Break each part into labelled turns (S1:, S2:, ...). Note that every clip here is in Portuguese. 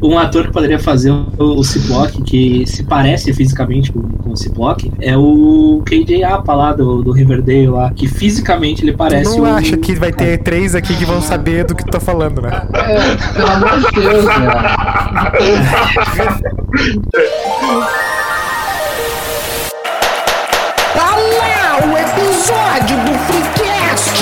S1: um ator que poderia fazer o, o Ciploc, que se parece fisicamente com, com o Ciploc, é o KJ Apa lá do, do Riverdale lá, que fisicamente ele parece um
S2: Não
S1: o.
S2: acha que vai ter três aqui que vão saber do que tu tá falando, né?
S3: É, pelo amor de Deus, cara.
S4: Tá lá o episódio do Freecast!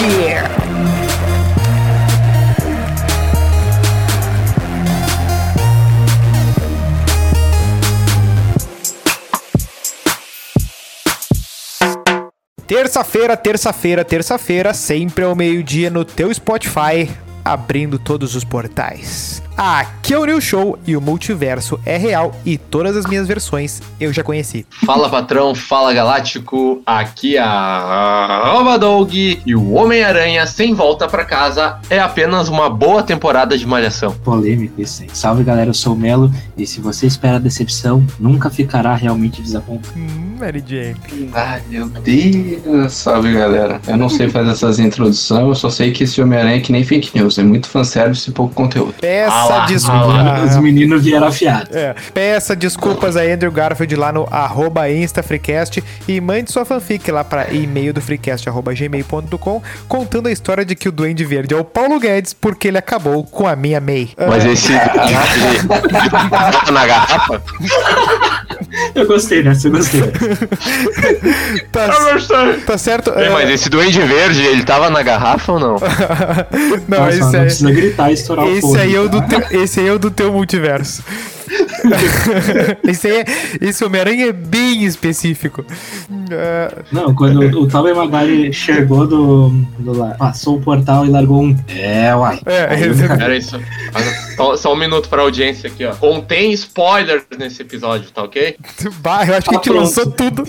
S2: Terça-feira, terça-feira, terça-feira, sempre ao meio-dia no teu Spotify, abrindo todos os portais. Aqui é o New Show e o multiverso é real e todas as minhas versões eu já conheci.
S5: Fala patrão, fala galáctico, aqui é a Alba Doug e o Homem-Aranha sem volta pra casa é apenas uma boa temporada de malhação.
S1: Polêmico isso aí. Salve galera, eu sou o Melo e se você espera a decepção, nunca ficará realmente desapontado.
S2: Hum, Mary Jane.
S3: Ai, meu Deus. Salve, galera. Eu não sei fazer essas introduções, eu só sei que esse Homem-Aranha é que nem fake news. É muito fanservice e pouco conteúdo.
S5: Ah
S2: Peça
S5: lá,
S2: desculpas.
S1: Os meninos vieram afiados.
S2: É, peça desculpas a Andrew Garfield lá no arroba InstaFreecast e mande sua fanfic lá para e-mail do freecast.gmail.com contando a história de que o Duende Verde é o Paulo Guedes porque ele acabou com a minha May. Ah,
S5: Mas esse. na garrafa?
S1: Eu gostei dessa, eu gostei.
S2: Tá,
S5: gostei.
S2: tá certo?
S5: É,
S2: É,
S5: mas esse duende verde, ele tava na garrafa ou não?
S2: Ah, não,
S1: Nossa, não
S2: esse
S1: precisa gritar e estourar
S2: aí,
S1: o
S2: esse
S1: fone,
S2: aí é o do
S1: tá?
S2: teu, esse aí é o do teu multiverso. esse aí é, esse Homem-Aranha é bem específico. Ah,
S1: Não, quando o Tobey Maguire chegou do, do lá, passou o portal e largou um. É, uai.
S2: É,
S1: Aí,
S2: exato.
S1: cara,
S5: Era isso. Só, só um minuto pra audiência aqui, ó. Contém spoilers nesse episódio, tá ok?
S2: Bah, eu acho que a
S1: Tá
S2: gente
S1: pronto.
S2: lançou tudo.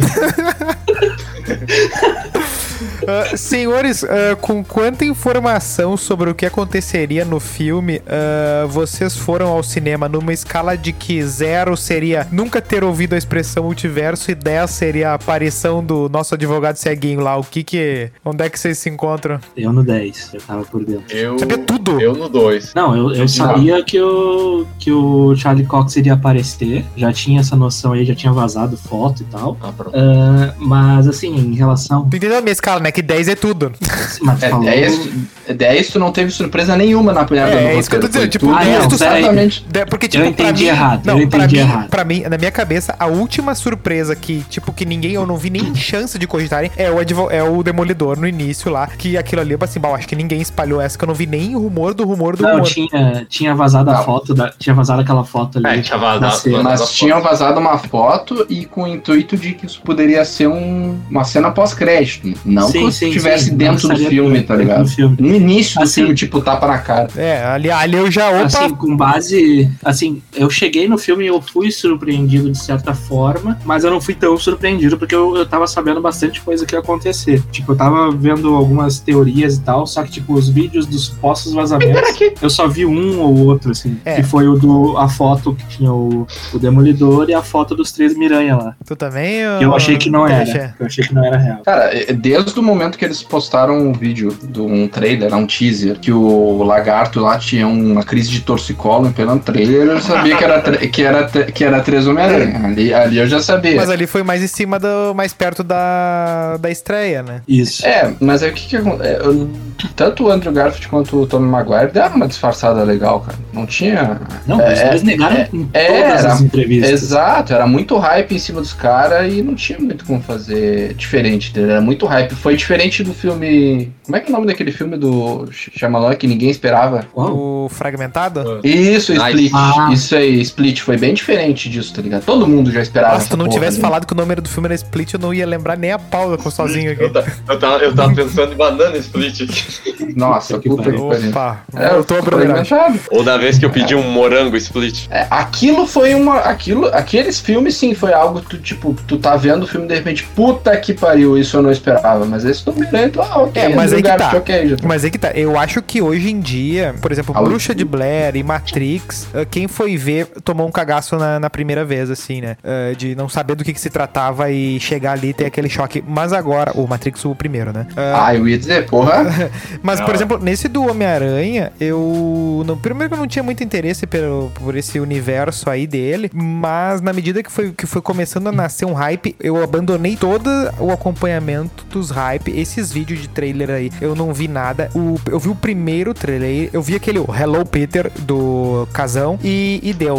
S2: Ah, senhores, ah, com quanta informação sobre o que aconteceria no filme, ah, vocês foram ao cinema numa escala de que zero seria nunca ter ouvido a expressão multiverso e 10 seria a aparição do nosso advogado ceguinho lá. O que que. Onde é que vocês se encontram?
S1: Eu no 10, eu tava por dentro.
S5: Eu.
S2: Sabia tudo.
S5: Eu no 2.
S1: Não, eu, eu sabia que o, que o Charlie Cox iria aparecer, já tinha essa noção aí, já tinha vazado foto e tal.
S5: Ah, pronto.
S1: Ah, mas assim, em relação.
S2: Tu entendeu a minha escala, né? Que 10 é tudo.
S1: Mas
S3: É,
S1: falou-
S3: 10, 10 tu não teve surpresa nenhuma na primeira
S2: É, é isso que eu tô dizendo, tipo,
S1: Ah, não,
S2: dez tu
S1: peraí.
S3: Exatamente.
S2: De- Porque, tipo,
S1: Eu entendi
S2: pra mim,
S1: errado,
S2: Não,
S1: eu
S2: pra
S1: entendi
S2: mim,
S1: errado.
S2: pra mim, na minha cabeça, a última surpresa que, tipo, que ninguém, eu não vi nem chance de cogitarem, é o, advo- é o Demolidor no início lá, que aquilo ali, eu assim, bah, eu acho que ninguém espalhou essa, que eu não vi nem o rumor do rumor do
S1: Não,
S2: rumor.
S1: tinha, tinha vazado a
S3: Não.
S1: foto, da, tinha vazado aquela foto ali.
S5: É, tinha vazado-
S1: na cena.
S5: vazado.
S3: Mas tinham vazado uma foto e com o intuito de que isso poderia ser um- uma cena pós-crédito. Não
S1: Sim,
S3: que isso
S1: sim,
S3: estivesse
S1: sim,
S3: dentro
S1: não
S3: do
S1: sabia
S3: filme,
S1: tudo, dentro
S3: tá
S1: do
S3: ligado?
S1: filme.
S3: No início do
S1: Assim-
S3: filme, tipo, tapa na cara.
S2: É, ali, ali eu já, opa,
S1: Assim, com base. Assim, eu cheguei no filme e eu fui surpreendido de certa forma, mas eu não fui tão surpreendido porque eu, eu tava sabendo bastante coisa que ia acontecer. Tipo, eu tava vendo algumas teorias e tal, só que, tipo, os vídeos dos supostos vazamentos, eu só vi um ou outro, assim.
S2: É.
S1: Que foi o do. A foto que tinha o, o Demolidor e a foto dos três Miranha lá.
S2: tu também? tá,
S1: Que eu achei que não
S2: Deixa.
S1: era. Eu achei que não era real.
S3: Cara, é- desde o momento que eles postaram um vídeo de um trailer, um teaser, que o lagarto lá tinha uma crise de torcicolo pelo trailer, eu sabia que era, tre- que era, tre- que era três Homem-Aranha. Ali, ali eu já
S1: É.
S3: sabia.
S2: Mas ali foi mais em cima do, mais perto da, da estreia, né?
S1: Isso.
S3: É, mas é o que que acontece? Tanto o Andrew Garfield quanto o Tommy Maguire deram uma disfarçada legal, cara. Não tinha.
S1: Não, os
S3: É,
S1: dois negaram em
S3: é,
S1: todas
S3: era-
S1: as entrevistas.
S3: Exato, era muito hype em cima dos caras e não tinha muito como fazer diferente dele. Era muito hype. Foi diferente do filme. Como é que é o nome daquele filme do Sh- Shyamalan que ninguém esperava?
S1: Qual?
S2: O fragmentado?
S3: Isso,
S5: Nice.
S3: Split.
S1: Ah.
S3: Isso aí, Split. Foi bem diferente disso, tá ligado? Todo mundo já esperava.
S2: Ah, se tu
S3: essa
S2: não
S3: porra,
S2: tivesse
S3: né?
S2: falado que o nome era do filme era Split, eu não ia lembrar nem a pausa com sozinho
S5: Eu,
S2: aqui.
S5: ta- eu tava, eu tava pensando em banana split aqui.
S3: Nossa,
S1: Que
S3: puta que
S1: pariu.
S3: pariu.
S2: Opa,
S3: É,
S2: voltou a
S3: foi
S2: programa.
S3: inventado.
S5: Ou da vez que eu pedi um morango split.
S3: É, aquilo foi uma. Aquilo, aqueles filmes, sim, foi algo que tu, tipo, tu tá vendo o filme e de repente, puta que pariu, isso eu não esperava. Mas esse tu mirando, ah, ok.
S2: É, mas
S3: Andrew
S2: aí que
S3: Garfield,
S2: tá.
S3: ok, já tá.
S2: Mas é que tá, eu acho que hoje em dia, por exemplo,
S3: Ah,
S2: Bruxa de Blair e Matrix, eh, quem foi ver tomou um cagaço na, na primeira vez, assim, né? Eh, De não saber do que, que se tratava e chegar ali e ter aquele choque. Mas agora, o Matrix, o primeiro, né?
S3: Ah, eu ia dizer, porra.
S2: Mas, por
S5: Ela-
S2: exemplo, nesse do Homem-Aranha, eu. Não, primeiro que eu não tinha muito interesse pelo, por esse universo aí dele, mas na medida que foi, que foi começando a nascer um hype, eu abandonei todo o acompanhamento dos hype, esses vídeos de trailer aí, eu não vi nada. O- eu vi o primeiro trailer, eu vi aquele Hello Peter do Casão e, e deu.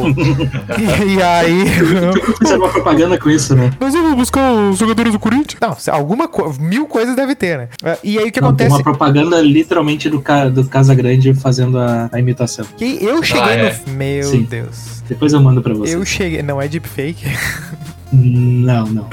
S2: e aí.
S1: Tipo, Fizeram uma propaganda com isso, né?
S2: Nós vamos buscar os jogadores do Corinthians? Não, se- alguma coisa. Mil coisas deve ter, né? Ah, E aí o que
S1: Não, tem
S2: acontece?
S1: Uma propaganda literalmente do, ca, do Casa Grande fazendo a, a imitação.
S2: Que eu cheguei
S5: Ah, é.
S2: no. Meu
S1: Sim.
S2: Deus.
S1: Depois eu mando pra você.
S2: Eu cheguei. Não é deepfake.
S1: Não, não.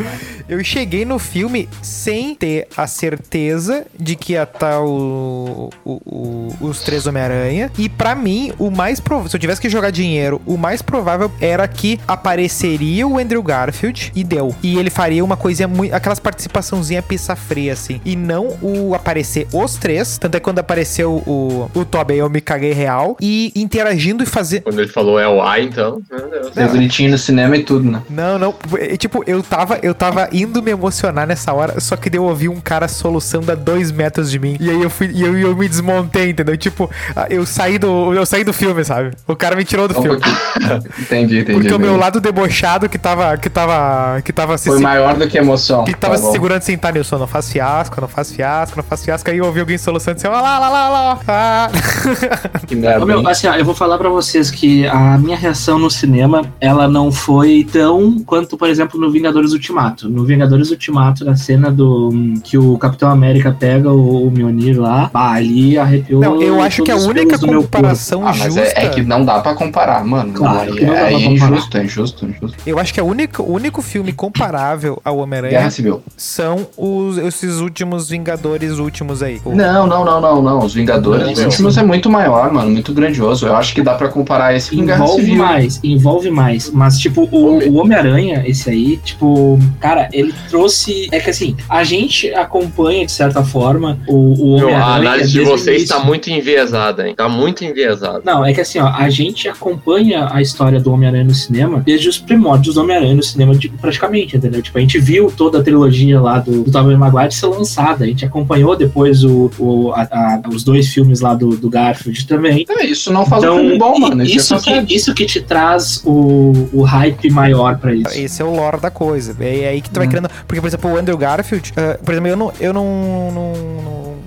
S2: Eu cheguei no filme sem ter a certeza de que ia estar o, o- o- os três Homem-Aranha. E pra mim, o mais provável. Se eu tivesse que jogar dinheiro, o mais provável era que apareceria o Andrew Garfield e deu. E ele faria uma coisinha muito. Aquelas participaçãozinha pizza fria, assim. E não o aparecer os três. Tanto é que quando apareceu o, o Tobey, eu me caguei real. E interagindo e fazer.
S5: Quando ele falou é o A, então. Meu Deus.
S3: Deu gritinho no cinema e tudo, né?
S2: Não, não. é, Tipo, eu tava, eu tava indo me emocionar nessa hora, só que daí eu ouvi um cara soluçando a dois metros de mim. E aí eu fui, e eu, eu me desmontei, entendeu? Tipo, ah, eu saí do, eu saí do filme, sabe? O cara me tirou do
S3: Só um
S2: filme.
S3: pouquinho. entendi, entendi.
S2: Porque o meu
S3: entendi.
S2: lado debochado que tava, que tava, que tava se
S3: Foi maior do que a emoção.
S2: que tava
S3: Tá
S2: se
S3: bom.
S2: segurando sem estar, Nilson. Não faz fiasco, não faz fiasco, não faz fiasco. Aí eu ouvi alguém soluçando assim, ó, lá, lá, lá, lá. Ah.
S3: Que merda,
S1: Ô, meu,
S3: hein?
S1: assim, ó, eu vou falar pra vocês que a minha reação no cinema, ela não foi tão quanto, por exemplo, no Vingadores Ultimato. No Vingadores Ultimato, na cena do que o Capitão América pega o, o Mjolnir lá, bah, ali arrepiou.
S2: Não, eu acho que a
S1: todos os
S2: única
S1: pelos do meu corpo.
S2: comparação
S3: Ah, mas
S2: justa.
S3: é, é que não dá pra comparar, mano.
S1: Claro
S3: Não,
S1: que não dá
S3: é,
S1: pra
S3: é
S1: comparar.
S3: injusto, é injusto, é injusto.
S2: Eu acho que a única- o único filme comparável ao Homem-Aranha
S3: Guerra Civil.
S2: são os, esses últimos Vingadores últimos aí. O-
S3: Não, não, não, não, não. Os Vingadores,
S5: Não,
S3: os
S5: meu.
S3: últimos é muito maior, mano. Muito grandioso. Eu acho que dá pra comparar esse com Guerra
S1: Envolve
S3: Civil.
S1: mais, envolve mais. Mas, tipo, o,
S5: Homem.
S1: o Homem-Aranha, esse aí, tipo, cara, ele trouxe. É que assim, a gente acompanha, de certa forma, o, o
S5: Meu,
S1: Homem-Aranha.
S5: a análise de
S1: desde o
S5: vocês
S1: início.
S5: tá muito enviesada, hein? Tá muito enviesada.
S1: Não, é que assim, ó, a gente acompanha a história do Homem-Aranha no cinema desde os primórdios do Homem-Aranha no cinema, tipo, praticamente, entendeu? Tipo, a gente viu toda a trilogia lá do, do Tobey Maguire ser lançada, a gente acompanhou depois o, o- a- a- os dois filmes lá do, do Garfield também.
S3: É, isso não faz
S1: então,
S3: um filme bom,
S1: i-
S3: mano.
S1: isso,
S3: Isso, é
S1: que,
S3: que...
S1: isso que te traz o, o hype maior pra isso.
S2: Esse é o lore da coisa. É aí que tu vai
S1: Hum.
S2: criando. Porque, por exemplo, o Andrew Garfield. ah, por exemplo, eu não. Eu não, não- não-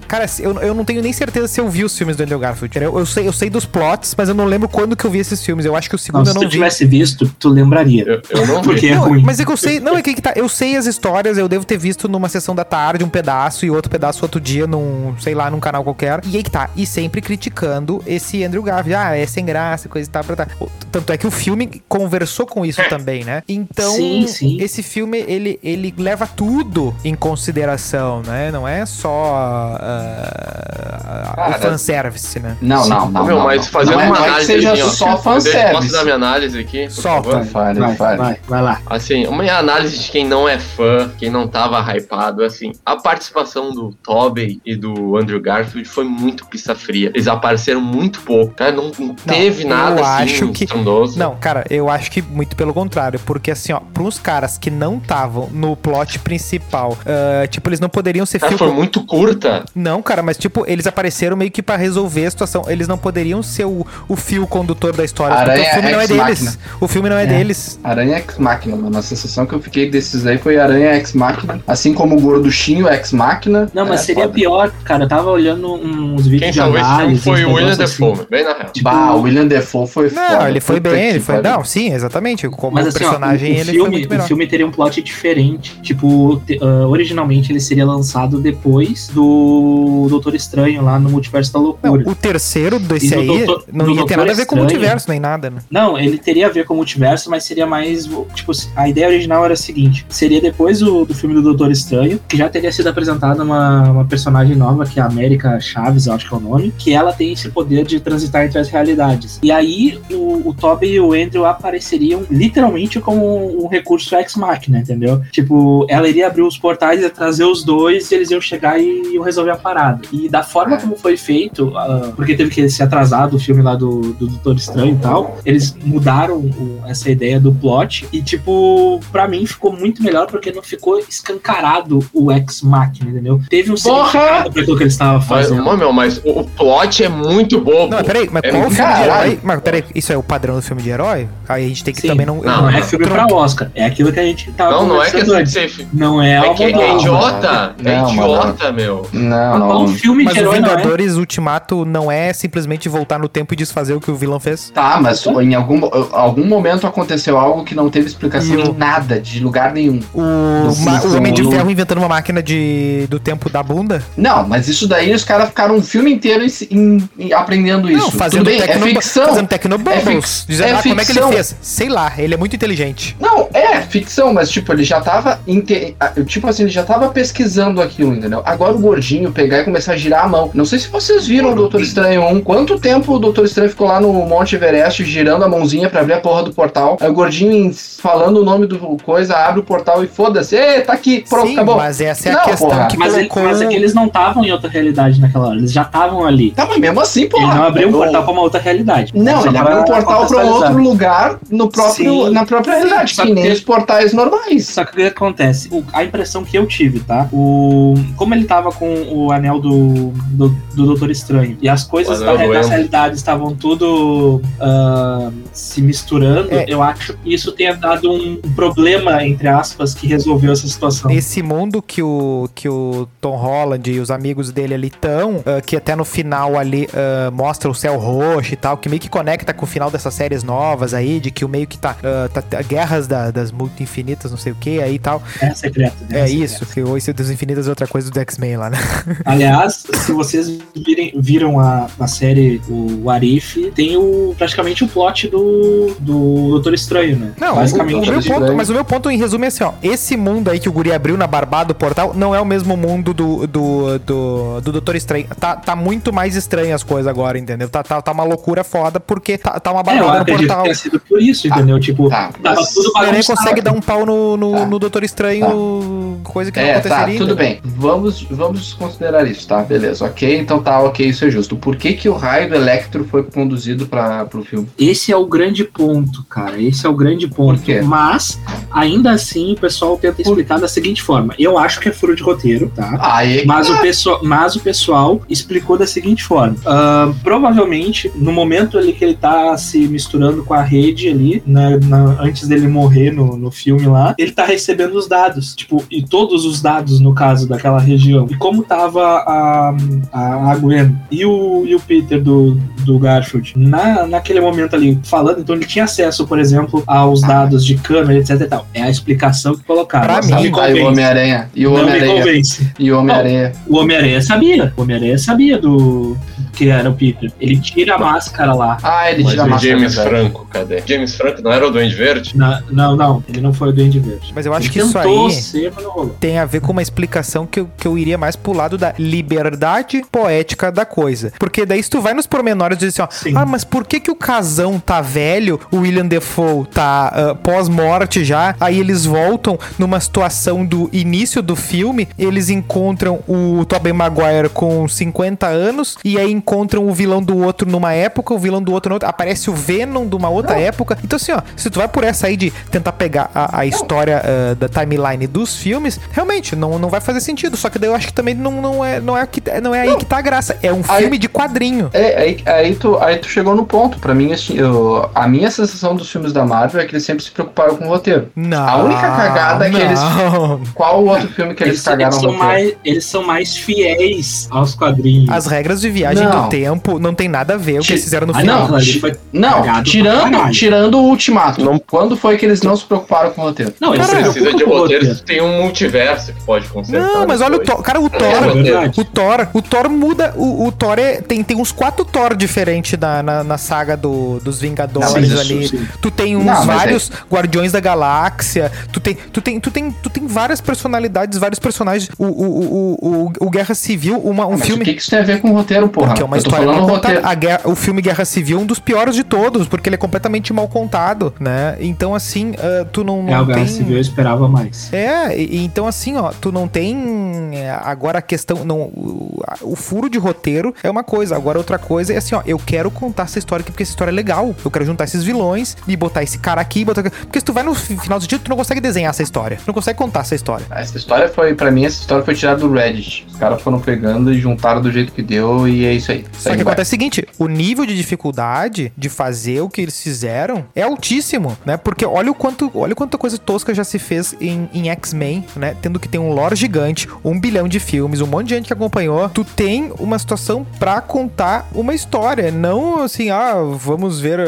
S2: Cara, se- eu, eu não tenho nem certeza se eu vi os filmes do Andrew Garfield. entendeu? Eu, sei, eu sei dos plots, mas eu não lembro quando que eu vi esses filmes. Eu acho que o
S1: Não,
S2: segundo
S1: se
S2: eu
S1: tu
S2: não vi.
S1: tivesse visto, tu lembraria.
S5: Eu, eu não vi.
S1: Porque é
S2: Não,
S1: ruim.
S2: mas é que eu sei. Não, é que, que tá. Eu sei as histórias, eu devo ter visto numa sessão da tarde um pedaço e outro pedaço outro dia num, sei lá, num canal qualquer. E aí que tá. E sempre criticando esse Andrew Garfield. Ah, é sem graça, coisa e tal, pra tá. O- Tanto é que o filme conversou com isso também, né? Então,
S1: É. Sim, sim.
S2: esse filme, ele, ele leva tudo em consideração, né? Não é só ah, ah, o
S3: Cara,
S2: fanservice, né?
S3: Não,
S1: Sim.
S3: não, não.
S5: Meu,
S3: não,
S5: mas
S3: não.
S5: fazendo
S3: não, é-
S5: uma
S3: não é que
S5: análise
S3: seja
S5: aqui, ó.
S3: só
S5: Eu deixo- Posso dar
S3: fanservice.
S5: minha análise aqui? por
S2: Solta.
S5: favor?
S3: Fale,
S1: Vai,
S3: fale.
S1: vai, vai lá.
S5: Assim, uma análise de quem não é fã, quem não tava hypado, assim, a participação do Tobey e do Andrew Garfield foi muito pista fria. Eles apareceram muito pouco, cara, não, não teve
S2: eu
S5: nada assim
S2: acho que-
S5: estrondoso.
S2: Não, cara, eu acho que muito pelo contrário, porque assim, ó, para uns caras que não estavam no plot principal, ah, tipo, eles não poderiam ser
S1: É,
S5: Cara,
S2: filme.
S5: Tá? foi muito curta.
S2: Não, cara, mas tipo, eles apareceram meio que pra resolver a situação. Eles não poderiam ser o, o fio condutor da história,
S3: Aranha
S2: o filme não é
S3: Ex
S2: deles.
S3: Machina.
S2: O filme não é,
S1: É.
S2: deles.
S3: Aranha Ex Machina, mano. A sensação que eu fiquei desses aí foi Aranha Ex Machina. Assim como o Gorduchinho Ex Machina.
S1: Não, mas
S3: É
S1: seria
S3: foda.
S1: pior, cara. Eu tava olhando uns vídeos
S5: Quem
S1: de
S5: salvou esse filme
S1: análise.
S5: foi
S1: uns
S5: o William
S1: negócios assim.
S5: Defoe, bem na real.
S3: Bah, o William Defoe foi
S2: Não,
S3: foda.
S2: ele foi
S3: Puta
S2: bem,
S3: que
S2: ele foi.
S3: pariu.
S2: Não, sim, exatamente. Como
S1: Mas assim, ó,
S2: personagem,
S1: o, o
S2: ele foi
S1: filme,
S2: muito melhor.
S1: o filme teria um plot diferente. Tipo, te- ah, originalmente ele seria lançado depois do Doutor Estranho lá no Multiverso da
S2: Não,
S1: Loucura.
S2: o terceiro desse
S1: E do
S2: aí
S1: Doutor-
S2: não
S1: do
S2: ia ter
S1: Doutor
S2: nada a ver com o
S1: Estranho.
S2: multiverso, nem nada, né?
S1: Não, ele teria a ver com o multiverso, mas seria mais. Tipo, a ideia original era a seguinte: seria depois do, do filme do Doutor Estranho, que já teria sido apresentada uma, uma personagem nova, que é a América Chaves, eu acho que é o nome, que ela tem esse poder de transitar entre as realidades. E aí o, o Toby e o Andrew apareceriam literalmente como um recurso ex-máquina, entendeu? Tipo, ela iria abrir os portais e trazer os dois, e eles iam chegar e iam resolver a parada. E da forma
S5: É.
S1: como foi feito, ah, porque teve que ser atrasado o filme lá do, do Doutor Estranho e tal, eles mudaram o- essa ideia do plot. E, tipo, pra mim ficou muito melhor porque não ficou escancarado o ex-máquina, entendeu? Teve um
S5: Porra!
S1: significado pra aquilo que ele estava
S5: Mas, é.
S1: fazendo.
S5: mano, meu, mas o, o plot é muito bobo.
S2: Não, peraí, mas
S1: um
S5: É,
S2: qual o filme de
S5: caralho.
S2: herói? Mas peraí, isso é o padrão do filme de herói? Aí a gente tem que
S1: Sim.
S2: também não.
S5: Não,
S1: Não é filme pra Oscar, é aquilo que a gente tava
S5: não, não é
S1: conversando
S5: questão de
S1: antes.
S5: ser. fi-
S1: Não é,
S5: É
S1: algo
S5: que é,
S1: novo.
S5: idiota. é
S3: Não,
S5: idiota, meu.
S3: Não,
S1: Não,
S3: não.
S1: filme
S2: Mas
S1: de
S2: o
S1: herói não é.
S2: Vingadores Ultimato não é simplesmente voltar no tempo e desfazer o que o vilão fez?
S3: Tá, mas em algum, algum momento aconteceu algo que não teve explicação
S2: E o-
S3: em nada, de lugar nenhum.
S2: O,
S3: Sim,
S2: ma- o
S3: sim,
S2: Homem de
S3: o-
S2: Ferro inventando uma máquina de, do tempo da bunda?
S3: Não, mas isso daí os caras ficaram um filme inteiro em, em- em- aprendendo isso.
S2: não, fazendo
S3: Tudo bem, é
S2: tecno-
S3: ficção.
S2: Fazendo Tecnobubbles.
S3: É fix-
S2: Dizendo,
S3: é
S2: ah, como é que ele
S3: ficção.
S2: fez? Sei lá, ele é muito inteligente.
S3: Não, é ficção, mas tipo, ele já tava. inte- ah, Tipo assim, ele já tava pesquisando aquilo, entendeu? Agora o gordinho pegar e começar a girar a mão. Não sei se vocês viram o Doutor Estranho 1. Quanto tempo o Doutor Estranho ficou lá no Monte Everest girando a mãozinha pra abrir a porra do portal? Aí o gordinho em- falando o nome do coisa, abre o portal e foda-se. Ê, tá aqui, pronto,
S2: Sim,
S3: acabou.
S2: mas essa é a
S3: Não,
S2: questão
S3: porra.
S2: que
S1: Mas, ele-
S2: colocou... um
S1: mas é que eles não estavam em outra realidade naquela hora, eles já estavam ali.
S3: Tá, mas mesmo assim, porra.
S1: Ele não abriu um
S3: o-
S1: portal pra uma outra realidade.
S3: Não,
S1: Só
S3: ele abriu um portal pra outro
S1: contextualizar.
S3: lugar no próprio,
S1: Sim,
S3: na própria
S1: sim,
S3: realidade,
S1: só
S3: que nem
S1: que-
S3: os portais normais.
S1: Só que o que acontece? O- a impressão que eu tive, tá? O, como ele tava com o anel do, do, do Doutor Estranho e as coisas
S5: O
S1: da,
S5: anel do
S1: das
S5: Emo.
S1: realidades estavam tudo ah, se misturando,
S2: É.
S1: eu acho que isso tenha dado um problema, entre aspas, que resolveu essa situação.
S2: Esse mundo que o, que o Tom Holland e os amigos dele ali estão, que até no final ali ah, mostra o céu roxo e tal, que meio que conecta com o final dessas séries novas aí, de que o meio que tá, ah, tá- tá- guerras da- das muito infinitas, não sei o que aí e tal.
S1: É secreto, né?
S2: É
S1: secreto.
S2: isso, que o Oito dos Infinitas é outra coisa do X-Men lá, né?
S1: Aliás, se vocês virem- viram a, a série o Arif, tem o, praticamente o plot do, do Doutor Estranho, né?
S2: Não, o, o
S1: basicamente.
S2: meu
S3: Doutor
S2: ponto,
S3: Estranho.
S2: mas o meu ponto em resumo é assim, ó. Esse mundo aí que o Guri abriu na barbada do portal não é o mesmo mundo do, do, do, do Doutor Estranho. Tá, tá muito mais estranho as coisas agora, entendeu? Tá, tá, tá uma loucura foda porque tá, tá uma
S1: É, eu
S2: barbada no
S1: acredito que
S2: portal.
S1: tenha sido por isso,
S2: Ah.
S1: entendeu? tipo,
S3: Tá,
S1: tava
S3: mas-
S1: tudo
S2: O Neném
S1: bagunçado.
S2: consegue dar um pau no, no,
S3: Tá.
S2: no Doutor Estranho, coisa que não
S3: É, tá,
S2: aconteceria.
S3: tudo
S2: entendeu?
S1: né?
S3: bem. Vamos, vamos considerar isso, tá? Beleza, ok. Então tá, ok, isso é justo. Por que, que o raio do Electro foi conduzido para pro filme?
S1: Esse é o grande ponto, cara. Esse é o grande ponto.
S3: Por quê?
S1: Mas, ainda assim, o pessoal tenta explicar da seguinte forma. Eu acho que é furo de roteiro, tá?
S3: Aí,
S1: Mas o, pessoal, mas o pessoal explicou da seguinte forma: Ah, provavelmente no momento ali que ele tá se misturando com a rede ali, na- na- antes dele morrer no, no filme lá, ele tá recebendo os dados, tipo, e todos os dados no caso daquela região. E como tava a, a, a Gwen e o, e o Peter do, do Garfield na, naquele momento ali falando, então ele tinha acesso, por exemplo, aos dados de câmera, etc e tal. É a explicação que colocaram.
S2: Pra
S1: Não
S2: mim,
S1: me
S3: aí o
S1: convence.
S3: Homem-Aranha. E o
S1: Não me
S3: Homem-Aranha.
S1: convence.
S3: E o Homem-Aranha.
S1: O Homem-Aranha sabia. O Homem-Aranha sabia do que era o Peter. Ele tira a máscara lá.
S3: Ah, ele
S5: Mas
S3: tira a
S5: o
S3: máscara.
S5: James
S3: velho.
S5: Franco, cadê? James Franco não era o Duende Verde?
S1: Na- não, não. Ele não foi o Duende Verde.
S2: Mas eu acho
S1: ele
S2: que isso
S1: tentou
S2: aí
S1: ser, mas não rolou.
S2: tem a ver com uma explicação que eu, que eu iria mais pro lado da liberdade poética da coisa. Porque daí se tu vai nos pormenores e diz assim, ó,
S1: Sim.
S2: ah, mas por que que o casão tá velho, o William Defoe tá ah, pós-morte já, aí eles voltam numa situação do início do filme, eles encontram o Tobey Maguire com 50 anos, e aí encontram o vilão do outro numa época, o vilão do outro na outra, aparece o Venom de uma outra época. Então assim, ó, se tu vai por essa aí de tentar pegar a, a história ah, da timeline dos filmes, realmente, não, não vai fazer sentido, só que daí eu acho que também não, não, é, não, é, que, não é aí que tá a graça, é um
S3: Aí-
S2: filme de quadrinho.
S3: É, aí, aí, tu, aí tu chegou no ponto. Pra mim, assim, eu- a minha sensação dos filmes da Marvel é que eles sempre se preocuparam com o roteiro.
S2: Não.
S3: A única cagada é que eles-
S2: não.
S3: Qual o outro filme que eles,
S1: Eles,
S3: cagaram
S1: eles
S3: o
S1: são
S3: roteiro?
S1: mais, eles são mais fiéis aos quadrinhos.
S2: As regras de viagem
S3: Não.
S2: do tempo não tem nada a ver o que
S3: Ti-
S2: eles fizeram no
S1: Ah,
S2: final.
S1: não, ali foi
S3: Não,
S1: Cagado pra
S3: tirando,
S1: caralho.
S3: tirando o Ultimato. Quando foi que eles não se preocuparam com o roteiro?
S1: Não, eles
S5: Não
S1: se
S2: Cara,
S5: precisa
S1: preocupam
S5: de
S1: com o
S5: roteiro, tu tem um multiverso que pode consertar.
S2: Não, mas olha o
S5: depois.
S2: Thor. Cara, o
S5: É,
S1: É
S2: Thor.
S1: verdade.
S2: O Thor, o Thor muda. O, o Thor é, tem, tem uns quatro Thor diferentes na, na, na saga do, dos Vingadores
S1: Sim, isso,
S2: ali.
S1: sim.
S2: Tu tem uns
S3: Não, mas é-
S2: vários Guardiões da Galáxia. Tu tem, tu tem, tu tem, tu tem várias personalidades, vários personagens. O, o, o, o, o Guerra Civil, uma, um
S3: Mas
S2: filme.
S3: o que, que isso tem a ver com o roteiro, porra?
S2: que é uma
S3: eu tô
S2: história mal
S3: falando o
S2: contada.
S3: roteiro.
S2: A guerra- o filme Guerra Civil é um dos piores de todos, porque ele é completamente mal contado, né? Então, assim, ah, tu não,
S1: É,
S2: não
S1: o Guerra
S2: tem...
S1: Civil eu esperava mais.
S2: É, e- e então assim, ó, tu não tem é, agora a questão, não, o, a- o furo de roteiro é uma coisa, agora outra coisa é assim, ó, eu quero contar essa história aqui porque essa história é legal, eu quero juntar esses vilões e botar esse cara aqui, botar... porque se tu vai no fi- final do dia, tu não consegue desenhar essa história, tu não consegue contar essa história.
S3: Ah, Essa história foi, pra mim, essa história foi tirada do Reddit. Os caras foram pegando e juntaram do jeito que deu e é isso aí.
S2: Só que acontece o seguinte, o nível de dificuldade de fazer o que eles fizeram é altíssimo, né? Porque olha o quanto, olha quanta coisa tosca já se fez em, em X-Men, né? Tendo que ter um lore gigante, um bilhão de filmes, um monte de gente que acompanhou. Tu tem uma situação pra contar uma história, não assim, ah, vamos ver ah,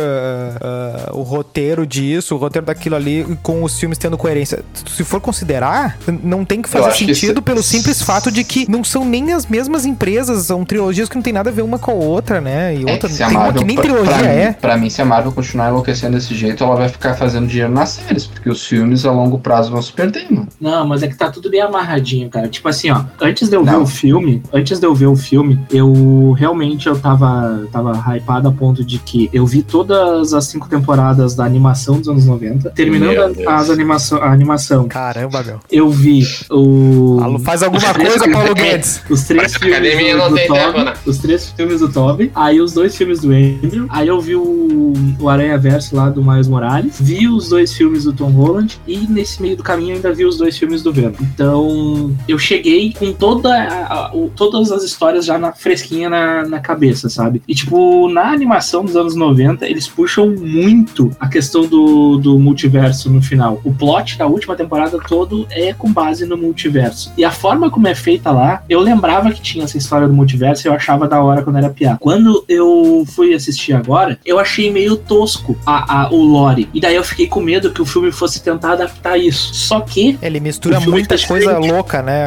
S2: ah, o roteiro disso, o roteiro daquilo ali, com os filmes tendo coerência. Se for considerar, não tem que
S3: Eu
S2: fazer
S3: acho que isso-
S2: sentido pelo simples fato de que não são nem as mesmas empresas, são trilogias que não tem nada a ver uma com a outra, né? E
S3: É
S2: outra
S3: que se
S2: tem
S3: a
S2: uma
S3: Marvel,
S2: que nem
S3: pra-
S2: trilogia
S3: pra
S2: é.
S3: Mim, pra mim, se a Marvel continuar enlouquecendo desse jeito, ela vai ficar fazendo dinheiro nas séries, porque os filmes a longo prazo vão se perder, mano.
S1: Não, mas é que tá tudo bem amarradinho, cara. Tipo assim, ó, antes de eu ver
S3: Não.
S1: o filme, antes de eu ver o filme, eu realmente eu tava, tava hypado a ponto de que eu vi todas as cinco temporadas da animação dos anos 90.
S5: Meu
S1: Terminando
S5: Deus.
S1: a, as animação, a animação,
S2: Caramba, meu.
S1: eu vi o.
S2: Paulo, faz alguma coisa, Paulo Guedes.
S1: Os três
S5: Mas a
S1: filmes
S5: academia não
S1: do, do
S5: tem tempo,
S1: Toby,
S5: né?
S1: os três filmes do Toby, aí os dois filmes do Andrew, aí eu vi o, o Aranha Verso lá do Miles Morales, vi os dois filmes do Tom Holland e nesse meio do caminho ainda vi os dois filmes do Venom. Então eu cheguei com toda a- a- o- todas as histórias já na fresquinha na, na cabeça, sabe? E tipo, na animação dos anos 90, eles puxam muito a questão do, do multiverso no final. O plot da última temporada todo é com base no multiverso. E a forma como é feita lá, eu lembrava que tinha essa história do multiverso e eu achava da hora quando era piada. Quando eu fui assistir agora, eu achei meio tosco a, a- o lore. E daí eu fiquei com medo que o filme fosse tentar adaptar isso. Só que
S2: Ele mistura
S1: O filme
S2: muita
S1: tá
S2: coisa
S1: diferente.
S2: louca, né?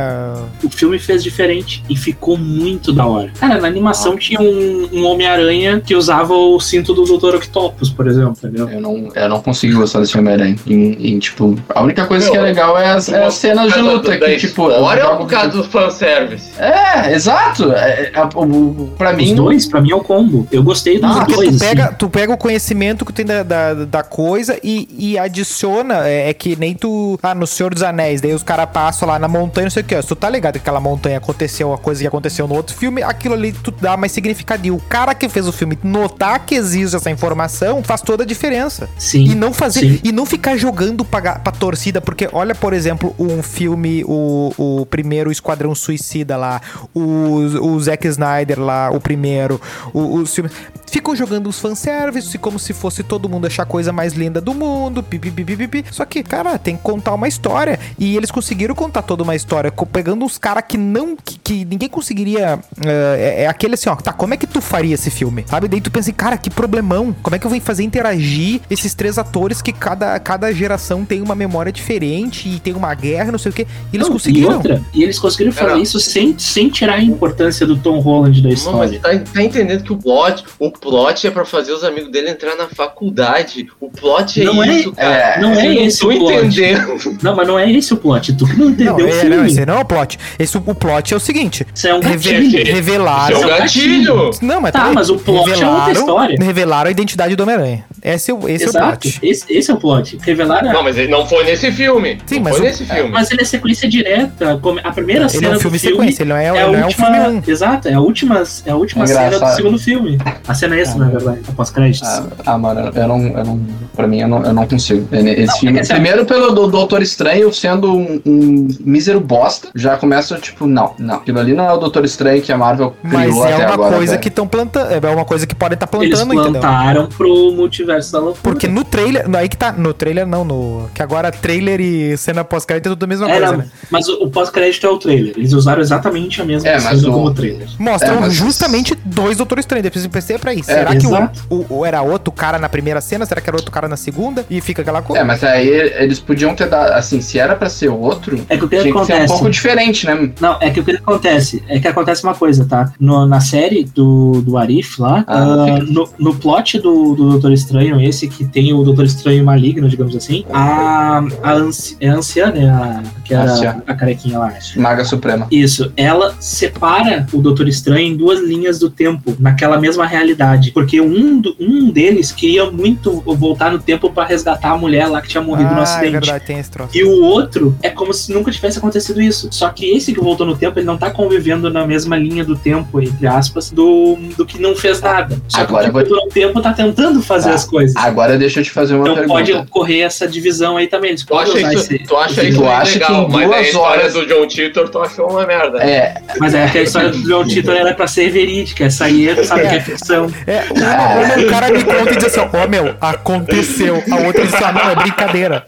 S1: o filme fez diferente e ficou muito da hora. Cara, na animação tinha um, um Homem-Aranha que usava o cinto do Dr. Octopus, por exemplo, entendeu?
S3: Eu não, eu não consigo gostar desse Homem-Aranha. Em, em, tipo, a única coisa que é legal é as, é as cenas de luta, que, tipo.
S5: Olha
S3: eu
S5: o caso do fanservice.
S3: É, exato. É, é, a- o- o- pra
S1: Os
S3: mim.
S1: dois, pra mim, é o combo. Eu gostei dos
S2: Porque
S1: dois.
S2: Ah, tu
S1: assim.
S2: pega, tu pega o conhecimento que tu tem da, da, da coisa e, e adiciona. É, é que nem tu. Ah, no Senhor dos Anéis, daí os caras passam lá na montanha, não sei o que. Ó, se tu tá ligado que aquela montanha aconteceu a coisa que aconteceu no outro filme, aquilo ali tu dá mais significado. E o cara que fez o filme notar que existe essa informação faz toda a diferença. E
S1: assim. Sim.
S2: não fazer.
S1: Sim.
S2: E não ficar jogando pra, ga- pra torcida, porque olha, por exemplo, um filme, o, o primeiro Esquadrão Suicida lá, o, o Zack Snyder lá, o primeiro, o- os filmes. Ficam jogando os fanservice como se fosse todo mundo achar a coisa mais linda do mundo, pipipipipipi. Só que, cara, tem que contar uma história. E eles conseguiram contar toda uma história, co- pegando uns caras que não. Que, que ninguém conseguiria. eh, é, é aquele assim, ó, tá, como é que tu faria esse filme? Sabe? Daí tu pensa, assim, cara, que problemão. Como é que eu vou fazer interagir esses três atores que cada, cada geração tem uma memória diferente e tem uma guerra, não sei o quê. E eles
S1: Não, E,
S2: conseguiram.
S1: outra, e eles conseguiram fazer
S5: Cara.
S1: isso sem, sem tirar a importância do Tom Holland da
S5: Mano, mas
S1: história.
S5: tá, tá entendendo que o plot, o plot é pra fazer os amigos dele entrar na faculdade. O plot é
S1: Não é-
S5: isso, cara.
S3: É,
S1: não é
S5: Eu
S1: esse
S5: tô
S1: o plot.
S5: entendendo.
S1: Não, mas não é esse o plot. Tu que não entendeu
S2: Não,
S1: o
S2: é,
S1: filme.
S2: não, esse não é o plot. Esse, o plot é o seguinte:
S1: Isso é um
S2: reve-
S1: gatilho.
S5: É
S2: revelaram.
S5: um
S1: um
S5: gatilho.
S1: gatilho.
S2: Não, mas
S1: Tá,
S2: aí,
S1: mas o plot é outra história.
S2: Revelaram a identidade do Homem-Aranha. Esse, é o- esse é o
S1: Exato.
S2: plot.
S1: Esse, esse é o plot. Revelaram.
S5: Não, mas ele não foi nesse filme.
S2: Sim,
S5: não
S2: mas
S5: foi
S2: o-
S5: nesse filme.
S1: Mas ele é sequência direta. come- A primeira
S2: Ele
S1: cena
S2: é um
S1: do
S2: filme
S1: filme
S2: sequência, ele não é,
S1: é
S2: ele
S1: a
S2: não é um
S1: última.
S2: filme 1.
S1: Exato, é a última, é a última cena do
S3: Engraçado.
S1: segundo filme. A cena é essa,
S2: Ah.
S1: na verdade. Após créditos.
S3: Ah, ah, mano, eu não, eu não. Pra mim, eu não, eu não consigo. Esse filme-
S1: assim, ó.
S3: primeiro, pelo do Doutor Estranho sendo um, um mísero bosta, já começa tipo, não, não. Aquilo ali não é o Doutor Estranho que a Marvel
S2: Mas
S3: criou
S2: é
S3: até
S2: uma
S3: agora.
S2: coisa
S3: velho.
S2: que estão plantando. É uma coisa que podem estar
S1: Eles
S2: plantando, entendeu?
S1: plantaram pro multiverso da loucura.
S2: Porque no trailer. Aí que tá. No trailer não, no. Que agora trailer e cena pós-crédito é tudo a mesma
S1: É,
S2: coisa,
S1: não,
S2: né?
S1: mas o, o pós-crédito é o trailer. Eles usaram exatamente a mesma
S3: É,
S1: cena
S3: mas o-
S1: como trailer.
S2: Mostram
S3: É, mas-
S2: um justamente dois Doutor Estranho. Depois eu pensei é pra isso. Será que
S1: É, exato.
S2: o, o, o era outro cara na primeira cena? Será que era outro cara na segunda? E fica aquela coisa.
S3: É, mas aí eles podiam ter dado. Assim, se era pra ser outro,
S1: É que o que
S3: tinha que ser um
S1: acontece?
S3: pouco diferente, né?
S1: Não, é que o que acontece? É que acontece uma coisa, tá? No- na série do, do Arif lá,
S3: Ah,
S1: ah, no, no plot do, do Doutor Estranho, Estranho, esse que tem o Doutor Estranho maligno, digamos assim, a, a, anci, é a anciã, né? A, que era
S3: Anciã.
S1: a carequinha lá.
S3: Maga Suprema.
S1: Isso, ela separa o Doutor Estranho em duas linhas do tempo, naquela mesma realidade. Porque um, do- um deles queria muito voltar no tempo pra resgatar a mulher lá que tinha morrido um no
S2: Ah, é
S1: acidente.
S2: verdade, tem esse troço.
S1: E o outro é como se nunca tivesse acontecido isso. Só que esse que voltou no tempo, ele não tá convivendo na mesma linha do tempo, entre aspas, do, do que não fez nada. Só
S3: Agora
S1: que o que voltou no tempo tá tentando fazer
S3: Tá.
S1: as coisas.
S3: Agora deixa eu te fazer uma
S1: então pode
S3: pergunta.
S1: ocorrer essa divisão aí também. Eles
S5: Tu
S1: podem
S5: acha
S1: usar
S5: isso,
S1: esse.
S5: tu acha
S1: esse-
S5: isso
S3: Tu acha que
S5: legal,
S3: em
S5: mas a
S3: duas
S5: história
S3: horas-
S5: do John Titor tu achou uma merda.
S3: É,
S1: Mas é que a história do John Tito era pra ser verídica. Essa aí é, sabe, que é ficção.
S2: É, uma- uma- o cara me conta e diz assim, ó, "Ó, meu, aconteceu. A outra diz, ah, não, é brincadeira.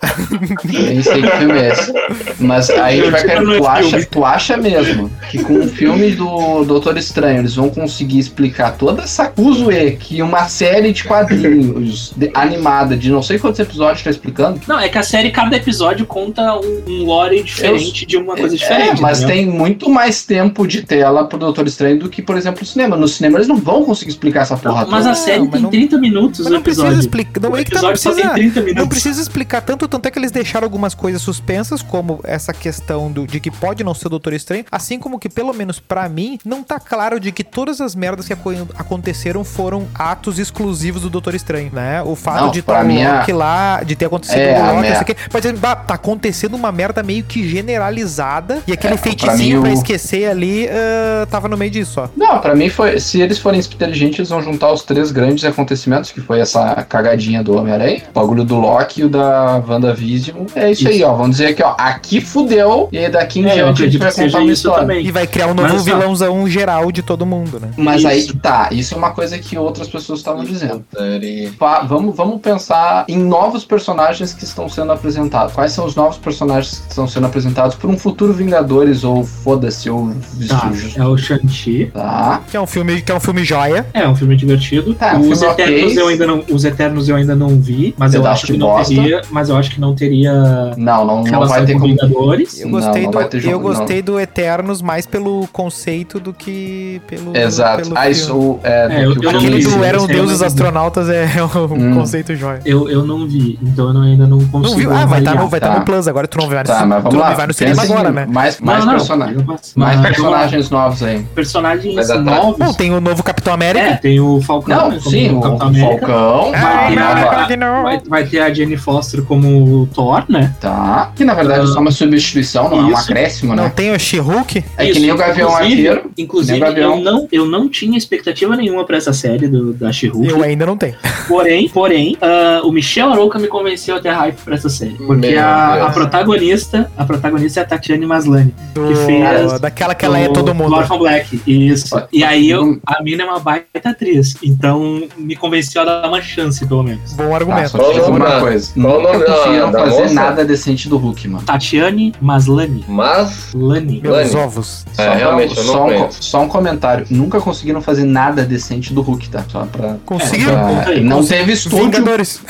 S3: eu nem sei que filme é esse. Mas aí
S1: Eu
S3: vai
S1: digo
S3: cair.
S1: no
S3: Tu
S1: é filme.
S3: acha, tu acha mesmo que com o filme do Doutor Estranho eles vão conseguir explicar toda essa Uzuê que uma série de quadrinhos de- animada de não sei quantos episódios tá explicando?
S1: Não, é que a série, cada episódio conta um, um lore diferente de uma coisa diferente.
S3: É, mas
S1: entendeu?
S3: tem muito mais tempo de tela pro Doutor Estranho do que, por exemplo, no cinema. No cinema eles não vão conseguir explicar essa porra
S1: Mas
S3: toda.
S1: a série
S2: mas
S1: tem
S2: não-
S1: 30 minutos
S2: Mas
S1: no
S2: não precisa
S1: episódio.
S2: explicar. Não,
S1: O
S2: é que tá, não
S1: episódio só
S2: precisa.
S1: tem 30
S2: Não
S1: minutos.
S2: precisa explicar tanto, tanto é que eles deixaram algumas coisas suspensas, como essa questão do, de que pode não ser o Doutor Estranho, assim como que, pelo menos pra mim, não tá claro de que todas as merdas que aco- aconteceram foram atos exclusivos do Doutor Estranho, né? O fato
S3: Não,
S2: de
S3: pra
S2: tá o
S3: mim é-
S2: Loki lá, de ter acontecido
S3: É,
S2: o
S3: a
S2: Loki, não
S3: mer-
S2: sei o quê, pode dizer, "Bah, tá acontecendo uma merda meio que generalizada, e aquele
S3: É, mim,
S2: feiticinho pra
S3: o-
S2: esquecer ali ah, tava no meio disso, ó.
S3: Não, pra mim foi. Se eles forem inteligentes, eles vão juntar os três grandes acontecimentos, que foi essa cagadinha do Homem-Aranha, o bagulho do Loki e o da WandaVision. É isso, aí, ó. Vamos dizer aqui, ó. Aqui fudeu, e aí daqui em
S1: É, eu
S3: diante a gente
S1: acredito
S3: vai
S1: que
S3: contar
S1: seja
S3: uma
S1: isso
S3: história.
S2: E
S1: também.
S2: vai criar um novo
S1: Mas, ó,
S2: vilãozão geral de todo mundo, né?
S3: Mas aí
S1: Isso.
S3: que tá, isso é uma coisa que outras pessoas estavam dizendo.
S5: Putaria.
S3: Pa- Vamos, vamos pensar em novos personagens que estão sendo apresentados. Quais são os novos personagens que estão sendo apresentados por um futuro Vingadores ou foda-se ou
S1: Tá,
S3: Vestígio?
S1: é o Shang-Chi.
S3: Tá.
S2: Que é um filme, que é um filme joia.
S1: É um filme divertido.
S3: Tá,
S1: os,
S3: filme ok.
S1: Eternos eu ainda não, os Eternos eu ainda não vi, mas eu,
S3: Pedaço
S1: acho que
S3: de
S1: não
S3: bosta.
S1: teria. Mas eu acho que não teria
S3: Não, não, não vai
S1: relação
S3: ter
S1: com
S3: como.
S1: Vingadores.
S2: Eu
S3: Não,
S2: gostei,
S3: não vai ter
S2: do,
S3: jogo,
S2: eu
S3: não.
S2: gostei do Eternos mais pelo conceito do que pelo.
S3: Exato.
S2: pelo
S3: Ah,
S2: filme.
S3: isso é,
S1: É,
S3: do
S1: eu-
S3: que o
S1: eu não
S2: Aquele
S1: vi,
S3: Felipe-
S2: do Eram
S1: isso aí eu não
S2: Deuses
S1: vi.
S2: Astronautas é um
S3: Hum.
S2: conceito jóia.
S1: Eu, eu não vi, então eu ainda não consigo.
S2: Não viu? Ah, vai estar
S1: avaliar.
S2: no, vai tá.
S3: Tá.
S2: no Plus agora, tu não vai,
S3: Tá, mas
S2: tu
S3: vamos
S2: não
S3: lá.
S2: vai no cinema
S3: Pensa em
S2: agora, né?
S3: Mais, mais
S1: não, não,
S3: personagens.
S1: eu passo.
S3: Mais
S1: Mas,
S3: personagens novos aí.
S1: personagens
S5: Mas atrás-
S1: novos.
S2: Não, tem o novo Capitão América.
S1: É, tem o Falcão. né,
S3: Não,
S1: como
S3: sim, o,
S1: Capitão
S3: o
S1: América.
S3: Falcão.
S2: É,
S1: Ah,
S3: que
S1: não,
S3: na-
S1: não, Vai, vai ter a Jenny Foster como o Thor, né?
S3: Tá. Que na verdade é só uma substituição, não é um
S1: Isso.
S3: acréscimo,
S2: Não
S3: né?
S2: tem o She-Hulk?
S3: É
S1: Isso,
S3: que nem o Gavião
S1: inclusive-
S3: Arqueiro.
S1: Inclusive,
S3: Nem o Gavião.
S1: eu não, eu não tinha expectativa nenhuma pra essa série do, da She-Hulk.
S3: é.
S2: Eu ainda não tenho.
S1: Porém, porém, ah, o Michel Arouca me convenceu a ter hype pra essa série. Porque
S5: Meu
S1: a,
S5: Deus.
S1: a protagonista, a protagonista é a Tatiane Maslany. Que fez
S2: Do- daquela que ela é
S1: do-
S2: todo
S1: do
S2: mundo.
S1: Orphan Black. Isso.
S3: Ó,
S1: E aí
S3: não-
S1: eu, a mina é uma baita atriz. Então me convenceu a dar uma chance, pelo menos.
S2: Bom
S3: Tá,
S2: argumento.
S3: só te digo
S5: Qual o
S3: uma
S5: nome
S3: coisa.
S5: da- qual o
S3: Nunca
S5: nome da-
S3: conseguiram
S5: da
S3: fazer
S5: moça?
S3: nada decente do Hulk, mano.
S1: Tatiane Maslany.
S5: Mas,
S1: Lani.
S2: Meus
S5: Lani.
S2: ovos.
S5: é, realmente, eu não
S3: só, um, co-
S5: conheço.
S3: só um comentário. Nunca conseguiram fazer nada decente do Hulk, tá? Só pra.
S2: Conseguiram?
S3: pra-
S1: Conta aí.
S3: não
S5: um
S3: teve estúdio.
S2: Vingadores.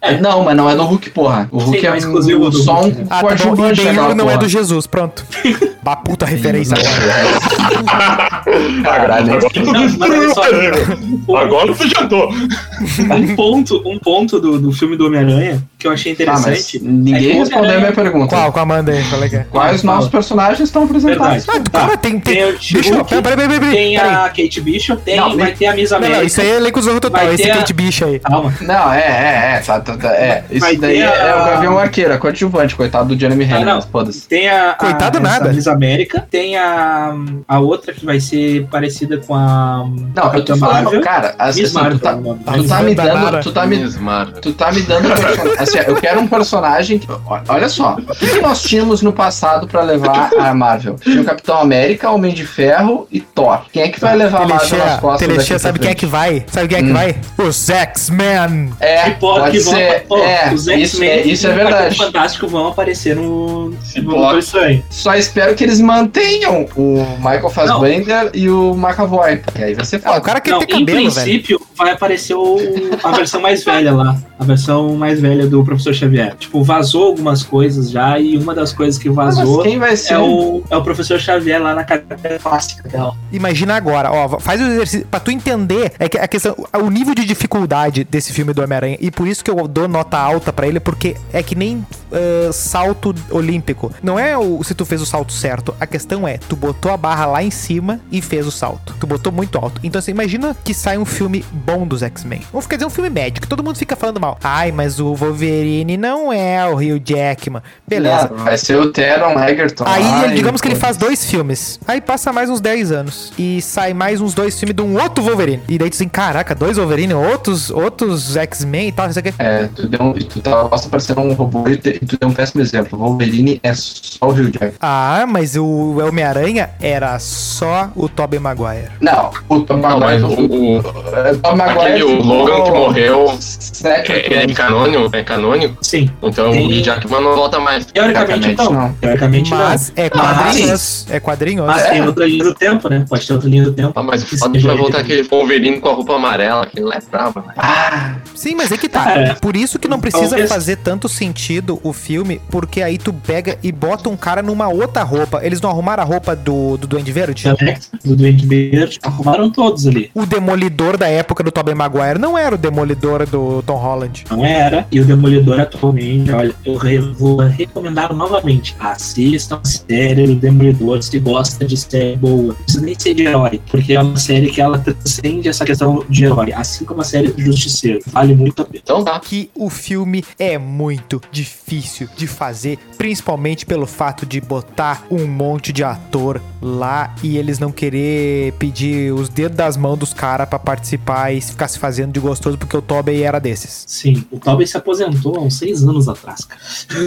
S1: É.
S3: Não, mas não é do Hulk, porra. O Hulk
S1: Sim,
S3: é
S1: é exclusivo
S3: um,
S1: do
S3: só
S1: Hulk,
S3: um
S1: né?
S2: Ah, tá bom. E
S3: coadjuvante
S2: Ben-Hur
S3: daquela
S2: não é
S3: porra.
S2: do Jesus, pronto. Bah, puta referência.
S3: é Caralho.
S1: Ah, Não, é mas olha só, um-
S5: você jantou.
S1: um ponto, um ponto do, do filme do Homem-Aranha que eu achei
S3: Tá, mas
S1: interessante.
S3: ninguém
S1: É que o
S3: respondeu a minha
S1: Homem-Aranha-
S3: pergunta.
S2: Qual? Com a Amanda aí, qual é que é?
S3: Quais
S1: Fala.
S3: novos personagens estão apresentados?
S1: Verdade.
S2: Ah,
S1: Tá.
S2: cara, tem. tem...
S1: Tem o
S2: Deixa eu.
S1: She-Hulk,
S2: Peraí, peraí, peraí. peraí.
S1: tem a Kate Bishop, tem,
S3: Não,
S1: vai
S3: nem-
S1: ter a Miss
S2: Não,
S1: América.
S2: não, isso aí é elenco zorro total.
S1: Vai
S2: Esse
S1: ter
S2: é
S1: a- Tá
S2: Kate Bicho aí.
S1: Calma.
S3: Não, é, é, é. Tá, tá, tá, é. Isso
S1: Vai
S3: daí
S1: ter a-
S3: é o Gavião Arqueiro, é coadjuvante, coitado do Jeremy
S1: Ah,
S3: Renner.
S1: não.
S3: Foda-se.
S1: Tem a.
S2: Coitado
S1: a,
S2: nada.
S1: essa Miss América. Tem a. A outra que vai ser parecida com a.
S3: Não, eu tô
S1: Capitã
S3: falando,
S1: Marvel.
S3: cara, assim,
S1: Miss Marvel.
S3: tu tá,
S1: o nome.
S2: tá
S3: tu tá me dando, tu tá me
S5: Smart.
S3: Tu tá me dando um personagem. Assim, ó, eu quero um personagem. que- ó, Olha só. O que, que nós tínhamos no passado pra levar a Marvel? Tinha o Capitão América, Homem de Ferro e Thor. Quem é que vai levar a Marvel nas
S2: Telexia,
S3: costas?
S2: Telexia
S1: né,
S3: daqui
S2: sabe
S3: pra
S2: quem é que vai? Sabe quem é que
S3: Hum.
S2: vai? Os X-Men.
S3: frente? É,
S1: Que po-
S3: pode
S1: que vão-
S3: ser.
S1: ó,
S3: é,
S1: os
S3: isso,
S1: X-Men
S3: é, isso é
S1: e o Quarteto
S3: verdade.
S1: Fantástico vão aparecer no.
S5: Se
S1: No
S5: bloca.
S1: Doutor Estranho.
S3: Só espero que eles mantenham o Michael Fassbender e o McAvoy. Porque aí vai ser
S2: Ah, o
S3: foda.
S2: cara quer
S1: Não,
S2: ter
S1: em
S2: cabelo, velho.
S1: princípio, vai aparecer o- a versão mais velha lá. A versão mais velha do Professor Xavier. Tipo, vazou algumas coisas já, e uma das coisas que
S3: Ah,
S1: vazou
S3: mas quem vai ser
S1: é, o, é o Professor Xavier lá na cadeira clássica dela.
S2: Imagina agora, ó, va- faz o exercício pra tu entender é que a questão, o nível de dificuldade desse filme do Homem-Aranha e por isso que eu dou nota alta pra ele porque é que nem ah, salto olímpico. Não é o se tu fez o salto certo, a questão é tu botou a barra lá em cima e fez o salto. Tu botou muito alto. Então assim, imagina que sai um filme bom dos X-Men. Vamos quer dizer um filme médico, todo mundo fica falando mal. Ai, mas o Wolverine não é o Hugh Jackman. Beleza.
S3: Não, vai ser o Teron Egerton.
S2: Aí, ele-
S3: Ai,
S2: digamos que ele faz dois filmes. Aí passa mais uns 10 anos. E sai mais uns dois filmes de um outro Wolverine. E daí tu assim, caraca, dois Wolverine, outros, outros X-Men e tal, não sei o quê.
S3: É, tu deu um, tu tava quase parecendo um robô e te- tu deu um péssimo exemplo. Wolverine é só o Hugh Jackman.
S2: Ah, mas o Homem-Aranha era só o Tobey Maguire.
S3: Não, o Tom
S5: Não, mas
S3: Maguire.
S5: o, o-
S3: é, Tom
S5: aquele o Logan que morreu é, é
S3: Second.
S5: canônico, é canônico,
S1: Sim.
S5: então
S1: Sim.
S5: o Hugh Jackman não volta mais.
S1: Teoricamente,
S3: Teoricamente, então.
S1: não.
S3: não.
S1: Teoricamente,
S2: Mas é quadrinhos. É quadrinhos.
S1: não. Mas tem outra linha do tempo, né? Pode ter outra linha do tempo.
S5: Ah, mas o
S1: Que
S5: foda é que
S1: seja
S5: vai voltar
S1: ele.
S5: aquele Wolverine com a roupa amarela, que não é brava, né?
S3: Ah,
S2: Sim, mas é que tá.
S1: Cara,
S2: Por isso que não precisa
S1: talvez-
S2: fazer tanto sentido o filme, porque aí tu pega e bota um cara numa outra roupa. Eles não arrumaram a roupa do, do Duende Verde?
S1: Da Vectra, Do Duende Verde, arrumaram todos ali.
S2: O demolidor da época do Tobey Maguire não era o demolidor do Tom Holland.
S1: Não era. E o Demolidor atualmente, olha, eu re- vou recomendar novamente. Assistam a série do Demolidor se gosta de série boa. Não precisa nem ser de herói, porque é uma série que ela transcende essa questão de herói, assim como a série do Justiceiro. Vale muito a pena.
S5: Então tá.
S2: Que o filme é muito difícil de fazer, principalmente pelo fato de botar um monte de ator lá e eles não querer pedir os dedos das mãos dos caras pra participar e ficar se fazendo de gostoso, porque o Tobey era desses.
S1: Sim, o Tobey se aposentou há uns seis anos atrás, cara.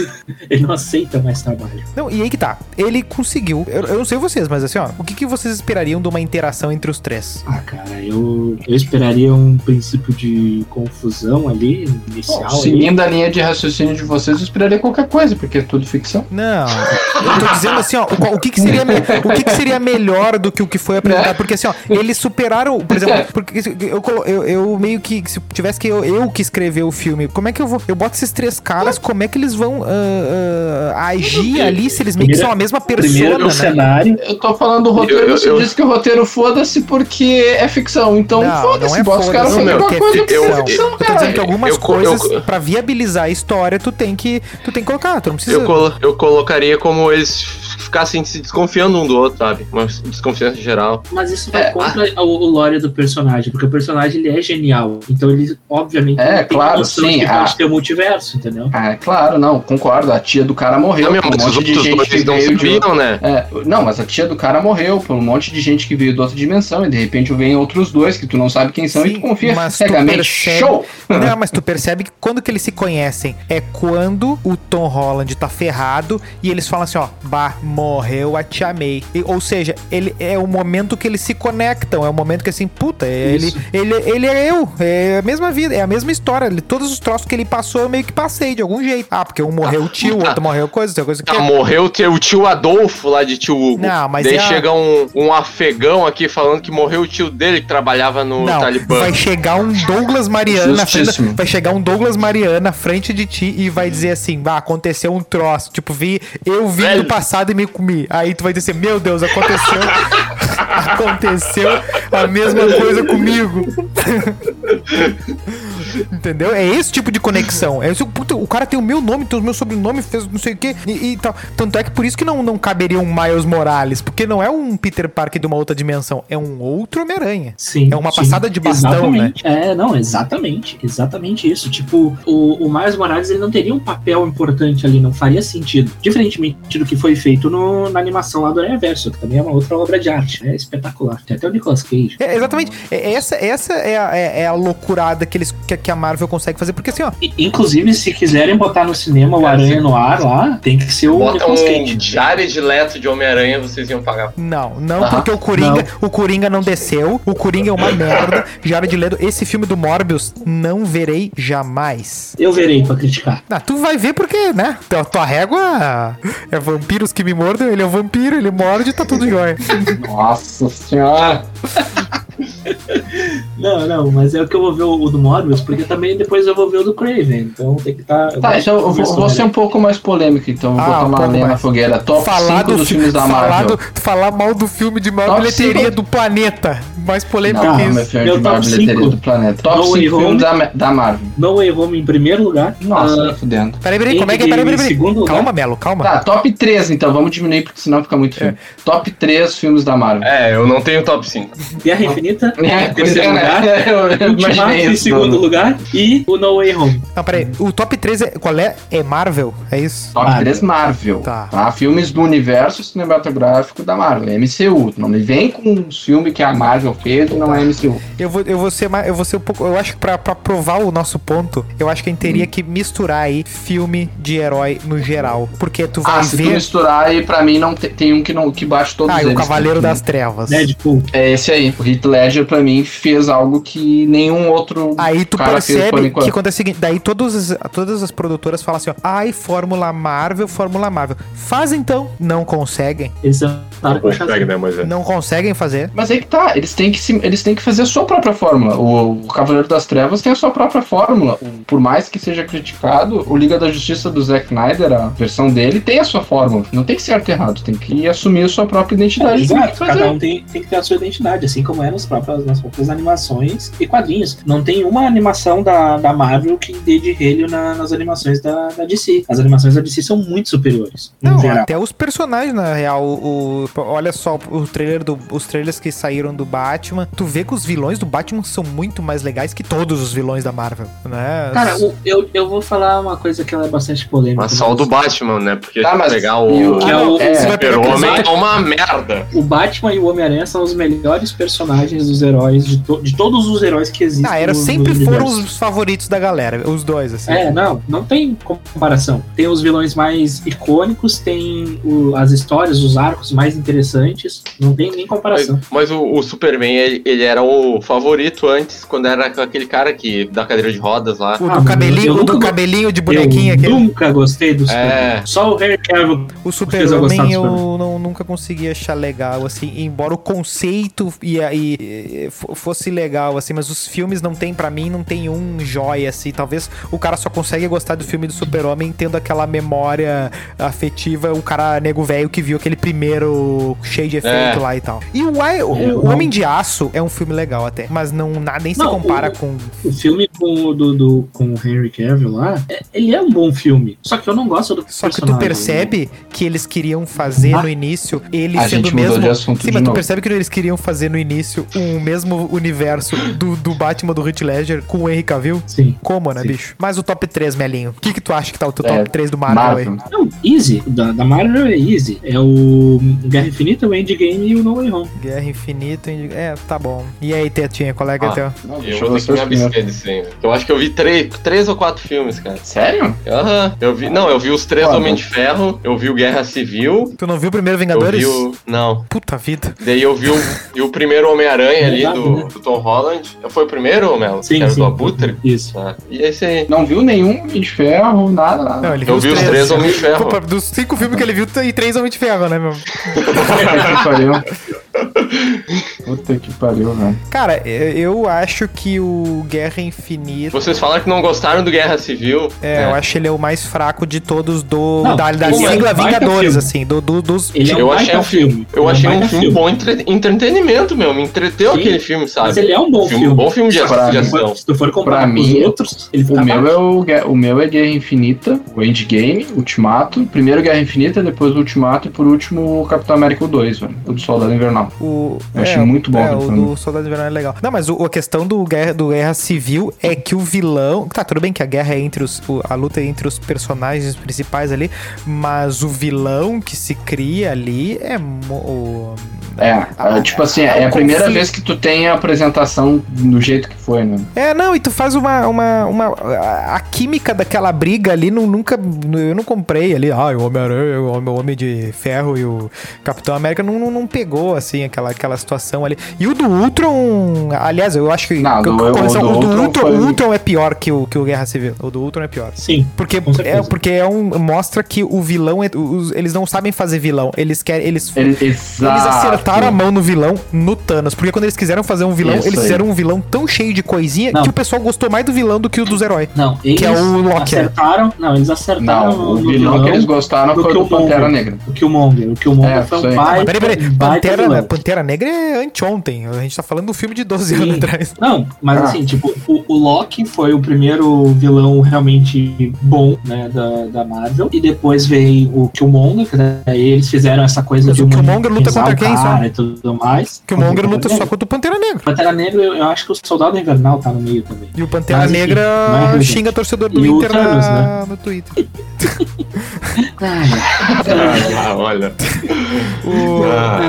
S1: Ele não aceita mais trabalho.
S2: Não, e aí que tá. Ele conseguiu. Eu, eu não sei vocês, mas assim, ó, o que, que vocês esperariam de uma interação entre os três?
S1: Ah, cara, eu, eu esperaria um princípio de confusão ali, inicial.
S3: bom,
S1: ali.
S3: seguindo a linha de raciocínio de vocês, eu esperaria qualquer coisa, porque é tudo ficção.
S2: Não, eu tô dizendo assim, ó, o, qual- o que, que seria, me- o que, que seria melhor do que o que foi apresentado? Porque assim, ó, eles superaram, por exemplo, porque isso- eu, colo- eu, eu meio que, se tivesse que eu, eu que escrever o filme, como é que eu vou, eu boto esses três caras, como é que eles vão ah, ah, agir ali se eles meio que são a mesma
S1: Primeiro
S2: persona,
S1: meu
S2: né?
S1: cenário.
S3: Eu tô falando do roteiro,
S5: Eu- eu-
S3: você
S5: eu-
S3: disse que o roteiro foda-se porque é ficção. Então
S2: Não, não
S3: foda-se,
S2: é
S3: bota os caras
S2: foda-se,
S3: fazendo
S5: meu,
S3: uma
S2: que é
S3: coisa que
S5: ficção.
S3: é
S2: Eu
S3: ficção,
S2: tô dizendo
S3: cara.
S2: que algumas
S5: Eu co- eu
S2: coisas,
S5: co-
S2: pra viabilizar a história, tu tem que, tu tem que colocar, tu não precisa...
S5: Eu, colo- eu colocaria como eles ficassem se desconfiando um do outro, sabe? Uma desconfiança geral.
S1: Mas isso vai
S5: É,
S1: contra o, o lore do personagem, porque o personagem ele é genial. Então ele, obviamente,
S3: É,
S1: não
S3: claro,
S1: noção
S3: sim,
S1: de que
S3: ah.
S1: pode ter o multiverso, entendeu?
S3: Ah, é claro, não, concordo. A tia do cara morreu.
S5: Ah, meu,
S3: por
S5: mas
S3: um
S5: os
S3: monte de
S5: outros
S3: gente que
S5: dois não se
S3: veio de outra-
S5: viram, né?
S3: É, não, mas a tia do cara morreu por um monte de gente que veio de outra dimensão e de repente vem outros dois que tu não sabe quem são
S2: Sim,
S3: e tu confia
S2: mas tu
S3: cegamente.
S2: percebe-
S3: Show!
S2: Não, mas tu percebe que quando que eles se conhecem é quando o Tom Holland tá ferrado e eles falam assim, ó, bah, morreu a Tia May. E- ou seja, ele é o momento que eles se conectam, é o momento que assim, puta, ele,
S1: Isso.
S2: ele, ele é eu, é a mesma vida, é a mesma história, ele- todos os troços que ele passou eu meio que passei de algum jeito. Ah, porque um morreu o tio, o outro morreu coisa, outra coisa que
S5: Tá, morreu o teu tio Adolfo lá de tio Hugo.
S2: Não, mas
S5: Daí
S2: é a-
S5: chega um, um afegão aqui falando que morreu o tio dele que trabalhava no
S2: Não,
S5: Talibã.
S2: vai chegar um Douglas Mariana na frente, da-
S3: Justíssimo.
S2: vai chegar um Douglas Mariana na frente de ti e vai dizer assim, ah, aconteceu um troço, tipo, vi, eu vi
S5: Velho.
S2: no passado e me comi. Aí tu vai dizer, assim, meu Deus, aconteceu aconteceu a mesma coisa comigo. Entendeu? É esse tipo de conexão. É esse, puta, o cara tem o meu nome, tem o meu sobrenome, fez não sei o quê e, e tal. Tanto é que por isso que não, não caberia um Miles Morales, porque não é um Peter Parker de uma outra dimensão, é um outro Homem-Aranha.
S1: Sim.
S2: É uma
S1: sim.
S2: passada de bastão, né?
S1: exatamente. É, não, exatamente. Exatamente isso. Tipo, o, o Miles Morales ele não teria um papel importante ali, não faria sentido. Diferentemente do que foi feito no- na animação lá do Aranha Verso, que também é uma outra obra de arte. É espetacular. Tem até o Nicolas Cage.
S2: É, exatamente. É- essa essa é, a, é- é a é loucurada que eles, que, que a Marvel consegue fazer. Porque assim, ó,
S1: I- Inclusive, se quiserem botar no cinema o Aranha no ar lá, tem que ser o
S5: Bota
S1: Nicolas
S5: um
S1: Cage.
S5: diário de leto de Homem-Aranha, vocês iam pagar.
S2: Não, não
S5: Ah,
S2: porque o Coringa, o Coringa não desceu, o Coringa é uma merda. Jared Leto, esse filme do Morbius não verei jamais.
S1: Eu verei pra criticar.
S2: Ah, tu vai ver porque, né? Tua, tua régua é vampiros que me mordem, ele é um vampiro, ele morde, tá tudo jóia.
S3: Nossa senhora.
S1: Não, não, mas é o que eu vou ver o, o do Morbius, porque também depois eu vou ver o do Craven. Então tem que estar.
S3: Tá, então eu vou, vou ser um pouco mais polêmico, então. Vou
S2: Ah,
S3: botar
S2: um
S3: uma
S2: pouco
S3: lenha na
S2: mais.
S3: fogueira. Top 5 dos
S2: fi-
S3: filmes da
S2: falar
S3: Marvel.
S2: do- falar mal do filme de maior
S3: Top
S2: bilheteria
S3: cinco.
S2: do planeta. Mais polêmico
S3: Não,
S2: que
S3: meu
S2: isso.
S3: filme
S1: Meu
S3: de maior
S1: top
S3: bilheteria
S1: cinco.
S3: do planeta. Top
S1: No
S3: 5
S1: Way Home.
S3: filmes da, Ma- da Marvel.
S1: No Way Home em primeiro lugar.
S3: Nossa,
S1: Ah,
S3: nem fudendo.
S2: Peraí, peraí, como é que é? Peraí,
S1: Em
S2: peraí, peraí.
S1: segundo lugar.
S2: Calma, Melo, calma.
S3: Tá, top 3 então, vamos diminuir porque senão fica muito filme. Top 3 filmes da Marvel.
S5: É, eu não tenho top 5.
S1: Guerra Infinita
S3: É,
S1: em terceiro
S3: né?
S1: lugar.
S3: Eu
S1: Ultimato
S3: imaginei
S1: em
S3: isso.
S1: segundo
S3: mano.
S1: lugar e o No Way Home.
S2: Não, peraí. O top 3 é. Qual é? É Marvel? É isso?
S3: Top
S1: Marvel.
S3: 3 Marvel.
S2: Tá.
S3: Tá. Filmes do universo cinematográfico da Marvel. MCU. Não me vem com um filme que a Marvel fez e não é MCU.
S2: Eu vou, eu vou ser mais, eu vou ser um pouco, eu acho que pra, pra provar o nosso ponto, eu acho que a gente
S3: Hum.
S2: teria que misturar aí filme de herói no geral, porque tu vai
S3: Ah, se tu
S2: ver,
S3: misturar aí, pra mim não te- tem um que, não, que bate todos
S2: ah, e
S3: eles.
S2: o Cavaleiro
S3: Tem-
S2: das Trevas.
S1: Deadpool.
S3: É esse aí. O Heath Ledger, pra mim, fez algo que nenhum outro
S2: Aí tu
S3: cara fez por
S2: percebe que
S3: enquanto.
S2: acontece o seguinte, daí todas as, todas as produtoras falam assim, ó, ai, Fórmula Marvel, Fórmula Marvel. Faz então, não conseguem,
S1: Eles tentaram com o Shazam.
S3: um
S5: né, Moisés?
S2: não conseguem fazer.
S3: Mas aí que tá, eles têm que, se- eles têm que fazer a sua própria fórmula. O, o Cavaleiro das Trevas tem a sua própria fórmula. O- por mais que seja criticado, o Liga da Justiça do Zack Snyder, a versão dele, tem a sua fórmula. Não tem certo e errado, tem que assumir a sua própria
S1: É,
S3: identidade. tem que
S1: Exato,
S3: fazer.
S1: cada um tem, tem que ter a sua identidade, assim como é nas próprias, nas próprias animações e quadrinhos. Não tem uma animação da, da Marvel que dê de relho na- nas animações da, da DC. As animações da DC são muito superiores, no
S2: Não,
S3: é,
S1: geral.
S2: até os personagens, na real, o, o- olha só o trailer do, os trailers que saíram do Batman, tu vê que os vilões do Batman são muito mais legais que todos os vilões da Marvel, né?
S1: Cara, o- eu, eu vou falar uma coisa que ela é bastante polêmica.
S5: Mas só o do Batman, né? Porque
S3: Tá,
S5: se
S3: mas-
S5: pegar
S3: e o-
S5: o
S1: Que é o-
S3: É.
S2: Você vai pegar
S5: Super-Homem
S2: pesado.
S5: é uma merda.
S1: O Batman e o Homem-Aranha são os melhores personagens dos heróis, de, to- de todos os heróis que existem.
S2: Ah, era,
S1: no- no
S2: sempre foram
S1: universo.
S2: os favoritos da galera, os dois, assim.
S1: É, não, não tem comparação. Tem os vilões mais icônicos, tem o- as histórias, os arcos mais interessantes. Não tem nem
S5: Mas,
S1: comparação.
S5: mas o, o Superman, ele, ele era o favorito antes, quando era aquele cara que da cadeira de rodas lá.
S2: O
S1: Ah,
S2: do
S1: mas
S2: cabelinho,
S1: eu
S2: o do
S1: nunca-
S2: cabelinho de bonequinha,
S1: Eu
S2: aquele.
S1: nunca gostei do Superman.
S5: É.
S1: Só o Harry Cavill.
S2: O
S1: eu gostar
S2: Super-Homem
S1: do
S2: eu
S1: Superman.
S2: não, nunca consegui achar legal, assim, embora o conceito e, e, e fo- fosse legal, assim, mas os filmes não tem, pra mim, não tem um jóia, assim, talvez o cara só consegue gostar do filme do Super-Homem tendo aquela memória afetiva, o cara nego velho que viu aquele primeiro cheio de efeito
S5: É.
S2: lá e tal. E o, I- o-
S1: É,
S2: o
S1: não.
S2: Homem de Aço é um filme legal até, mas não, nada nem se
S1: Não,
S2: compara
S1: o-
S2: com
S1: O filme com o, do, do- com o Henry Cavill lá, é- ele é um bom filme. Só que eu não gosto do
S2: Só que tu
S1: personagem.
S2: percebe que eles queriam fazer
S1: Ah.
S2: no início ele
S3: A
S2: sendo
S3: gente
S2: o
S3: mudou de
S2: mesmo.
S3: assunto
S2: Sim,
S3: de
S2: mas tu
S3: novo.
S2: percebe que eles queriam fazer no início o mesmo universo do, do Batman do Heath Ledger com o Henry Cavill?
S1: Sim.
S2: Como, né,
S3: Sim.
S2: bicho? Mas o top 3, Melinho. O que, que tu acha que tá o teu
S3: É,
S2: top 3 do Marvel,
S3: Marvel.
S2: aí?
S1: Não, Easy. Da, da Marvel é Easy. É o Guerra Infinita, o Endgame e o No Way Home.
S2: Guerra Infinita. Indi- É, tá bom. E aí, Tetinha, qual é que é
S5: Ah.
S2: teu?
S3: Não,
S5: Eu
S3: deixa eu
S5: vou
S3: ver
S5: ter que
S3: seus
S5: me
S3: primeiros.
S5: abster desse aí. Eu acho que eu vi três, três ou quatro filmes, cara.
S3: Sério?
S5: Aham. Eu vi. Não, eu vi os três
S3: Qual?
S5: Homem de Ferro, eu vi o Guerra Civil.
S2: Tu não viu o primeiro
S5: Eu
S2: Vingadores?
S5: vi o. Não.
S2: Puta vida.
S5: Daí eu vi o, vi o primeiro Homem-Aranha ali
S1: Verdade,
S5: do,
S1: né?
S5: do Tom Holland. Foi o primeiro, Mel?
S1: Sim,
S5: que era
S1: sim.
S5: do Abutre?
S1: Isso.
S5: Ah, e esse aí.
S3: Não viu nenhum Homem de ferro, nada, nada.
S2: Não, ele
S5: Eu vi os três Homem de Ferro.
S2: Desculpa, dos cinco filmes que ele viu, tem três Homem de Ferro, né, meu?
S3: Puta que pariu. Puta que pariu, velho.
S2: Cara, eu eu acho que o Guerra Infinita...
S5: Vocês falaram que não gostaram do Guerra Civil.
S2: É, eu acho ele é o mais fraco de todos do.
S1: Não,
S2: da da
S1: ele é um
S2: sigla
S1: baita
S2: Vingadores,
S1: filme.
S2: assim. Do, do- dos.
S1: Ele é um
S5: Eu
S1: baita
S5: achei um-
S1: filme.
S5: Eu
S1: Ele é
S5: achei um
S1: baita
S5: filme bom entre- entretenimento, meu. Me entreteu
S1: Sim.
S5: aquele filme, sabe?
S1: Mas ele é um bom
S5: Filme-
S1: filme.
S5: Bom então. filme de,
S3: Pra
S5: de
S3: mim,
S5: ação.
S1: Se tu for comparar
S3: Pra
S1: com
S3: mim,
S1: os outros, ele
S3: O
S2: Tá
S1: fica
S3: meu,
S1: abaixo.
S3: é o, Gue- o meu é Guerra Infinita, o Endgame, Ultimato. Primeiro Guerra Infinita, depois o Ultimato e por último o Capitão América 2, velho. O do Soldado Invernal.
S2: O,
S3: Eu achei muito bom
S2: É,
S3: aquele
S2: o
S3: filme.
S2: do Soldado Invernal é legal. Não, mas o- a questão do guerra, do guerra Civil é que o vilão. Tá, tudo bem que a guerra é entre os. o- a luta é entre os personagens principais ali. Mas o vilão que se cria ali é. mo- o-
S3: É, é, tipo assim, é a primeira vez que tu tem a apresentação do jeito que foi, né?
S2: É, não, e tu faz uma. uma, uma a a química daquela briga ali, não, nunca. Eu não comprei ali. Ah, o Homem-Aranha, o Homem, o Homem de Ferro e o Capitão América não, não, não pegou, assim, aquela, aquela situação ali. E o do Ultron. Aliás, eu acho que.
S3: Não, do-
S2: que-
S3: o
S2: correção,
S3: do
S2: o do
S3: Ultron
S2: Ultron,
S3: foi-
S2: Ultron é pior que o, que o Guerra Civil. O do Ultron é pior.
S1: Sim.
S2: Porque
S1: Com certeza.
S2: é, porque é um, mostra que o vilão. é- os- eles não sabem fazer vilão. Eles querem. Eles,
S3: Ele,
S2: eles
S3: exato.
S2: acertaram a mão no vilão no Thanos. Porque quando eles quiseram fazer um vilão,
S3: Isso
S2: eles
S3: aí.
S2: fizeram um vilão tão cheio de coisinha
S1: Não.
S2: que o pessoal gostou mais do vilão do que o dos heróis.
S1: Não, eles
S2: é o Locker.
S1: acertaram. Não, eles acertaram
S3: Não, o
S1: no
S3: vilão que eles gostaram
S1: do
S3: foi
S1: que
S3: do
S1: o Mongo.
S3: Pantera Negra.
S1: O Killmonger. O Killmonger
S3: É,
S1: foi
S3: isso aí.
S1: um pai.
S2: Mas Ah, peraí, peraí.
S1: baita
S2: Pantera, né?
S1: vilão.
S2: Pantera Negra é anteontem. A gente tá falando do filme de 12
S1: Sim.
S2: anos atrás.
S1: Não, mas
S3: Ah.
S1: assim, tipo, o, o Loki foi o primeiro vilão realmente bom, né, da, da Marvel. E depois veio o Killmonger, que daí eles fizeram essa coisa
S2: Mas
S1: de
S2: o
S1: humanizar
S2: Killmonger luta contra
S1: o
S2: quem só?
S1: cara E tudo mais.
S2: Que o Monger luta
S1: Pantera
S2: só
S1: Negra.
S2: contra o Pantera Negra.
S1: Pantera Negra, eu, eu acho que o Soldado Invernal tá no meio também.
S2: E o Pantera
S1: Mas, enfim,
S2: Negra
S1: não é relevante.
S2: xinga torcedor do
S1: E o
S2: Inter
S1: Thanos, né?
S2: na- no Twitter.
S5: Ah, olha.
S2: O-
S5: Ah,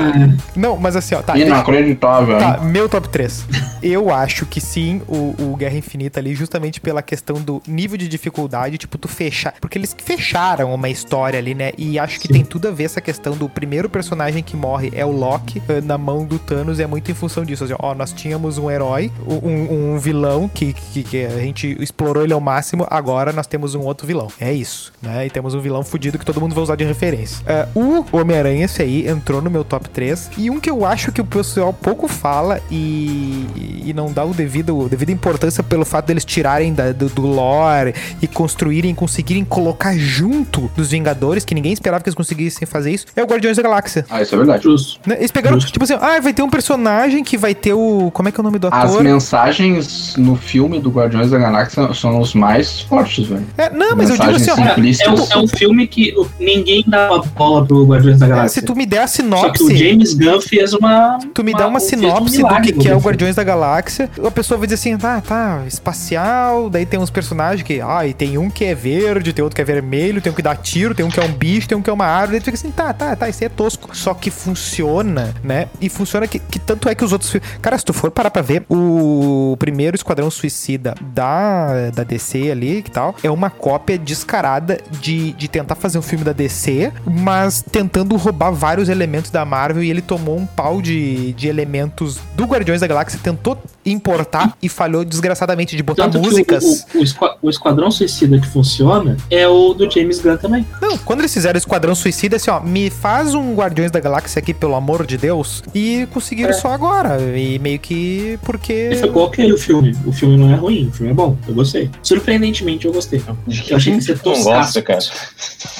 S2: Não, mas assim, ó, tá.
S3: Inacreditável.
S2: Tá,
S3: Tá.
S2: meu top 3. Eu acho que sim, o, o Guerra Infinita ali, justamente pela questão do nível de dificuldade, tipo, tu fechar. Porque eles fecharam uma história ali, né? E acho que
S1: Sim.
S2: tem tudo a ver essa questão do primeiro personagem que morre é o Loki eh, na mão do Thanos, e é muito em função disso. Assim, ó, nós tínhamos um herói, um, um vilão que, que, que a gente explorou ele ao máximo, agora nós temos um outro vilão. É isso, né? E temos um vilão fudido que todo mundo vai usar de referência. Eh, o Homem-Aranha, esse aí, entrou no meu top 3. E um que eu acho que o pessoal pouco fala e, e não dá o devido, devida importância pelo fato deles tirarem da- do, do lore e construírem, conseguirem colocar junto dos Vingadores, que ninguém esperava que eles conseguissem fazer isso, é o Guardiões da Galáxia.
S3: Ah, isso é verdade.
S1: Justo.
S2: né? Eles pegaram,
S1: Justo.
S2: tipo assim, ah, vai ter um personagem que vai ter o. Como é que é o nome do
S3: As
S2: ator?
S3: mensagens no filme do Guardiões da Galáxia são os mais fortes, velho.
S2: É, não, mas eu digo assim,
S3: mensagens
S2: ó.
S1: Cara, é, um,
S3: Simplistas.
S1: é um filme que o- ninguém dá uma bola pro Guardiões da
S2: é,
S1: Galáxia.
S2: Se tu me der a
S1: Só que o
S2: sinopse.
S1: James Gunn fez uma.
S2: Tu me dá uma
S1: fez um
S2: sinopse do
S1: milagre
S2: que, que é
S1: no
S2: o
S1: filme.
S2: Guardiões da Galáxia. A pessoa vai dizer assim, tá, tá, espacial. Daí tem uns personagens que, ah, e tem um que é verde, tem outro que é vermelho, tem um que dá tiro, tem um que é um bicho, tem um que é uma árvore. Daí tu fica assim, tá, tá, tá, isso é tosco. Só que funciona, né? E funciona que, que tanto é que os outros. fi- Cara, se tu for parar pra ver, o primeiro Esquadrão Suicida da, da DC ali que tal, é uma cópia descarada de, de tentar fazer um filme da DC, mas tentando roubar vários elementos da Marvel e ele tomou um pau de, de elementos do Guardiões da Galáxia, tentou importar e falhou desgraçadamente de botar
S1: Tanto que o-
S2: músicas.
S1: o- o Esqua- o Esquadrão Suicida que funciona é o do James Gunn também.
S2: Não, quando eles fizeram o Esquadrão Suicida, assim, ó, me faz um Guardiões da Galáxia aqui, pelo amor de Deus, e conseguiram
S1: É.
S2: só agora. E meio que porque.
S1: E ficou ok o filme. O filme não é ruim, o filme é bom. Eu gostei. Surpreendentemente, eu gostei.
S5: de que
S1: Eu achei que você
S5: você não
S1: toscaço.
S5: gosta, cara.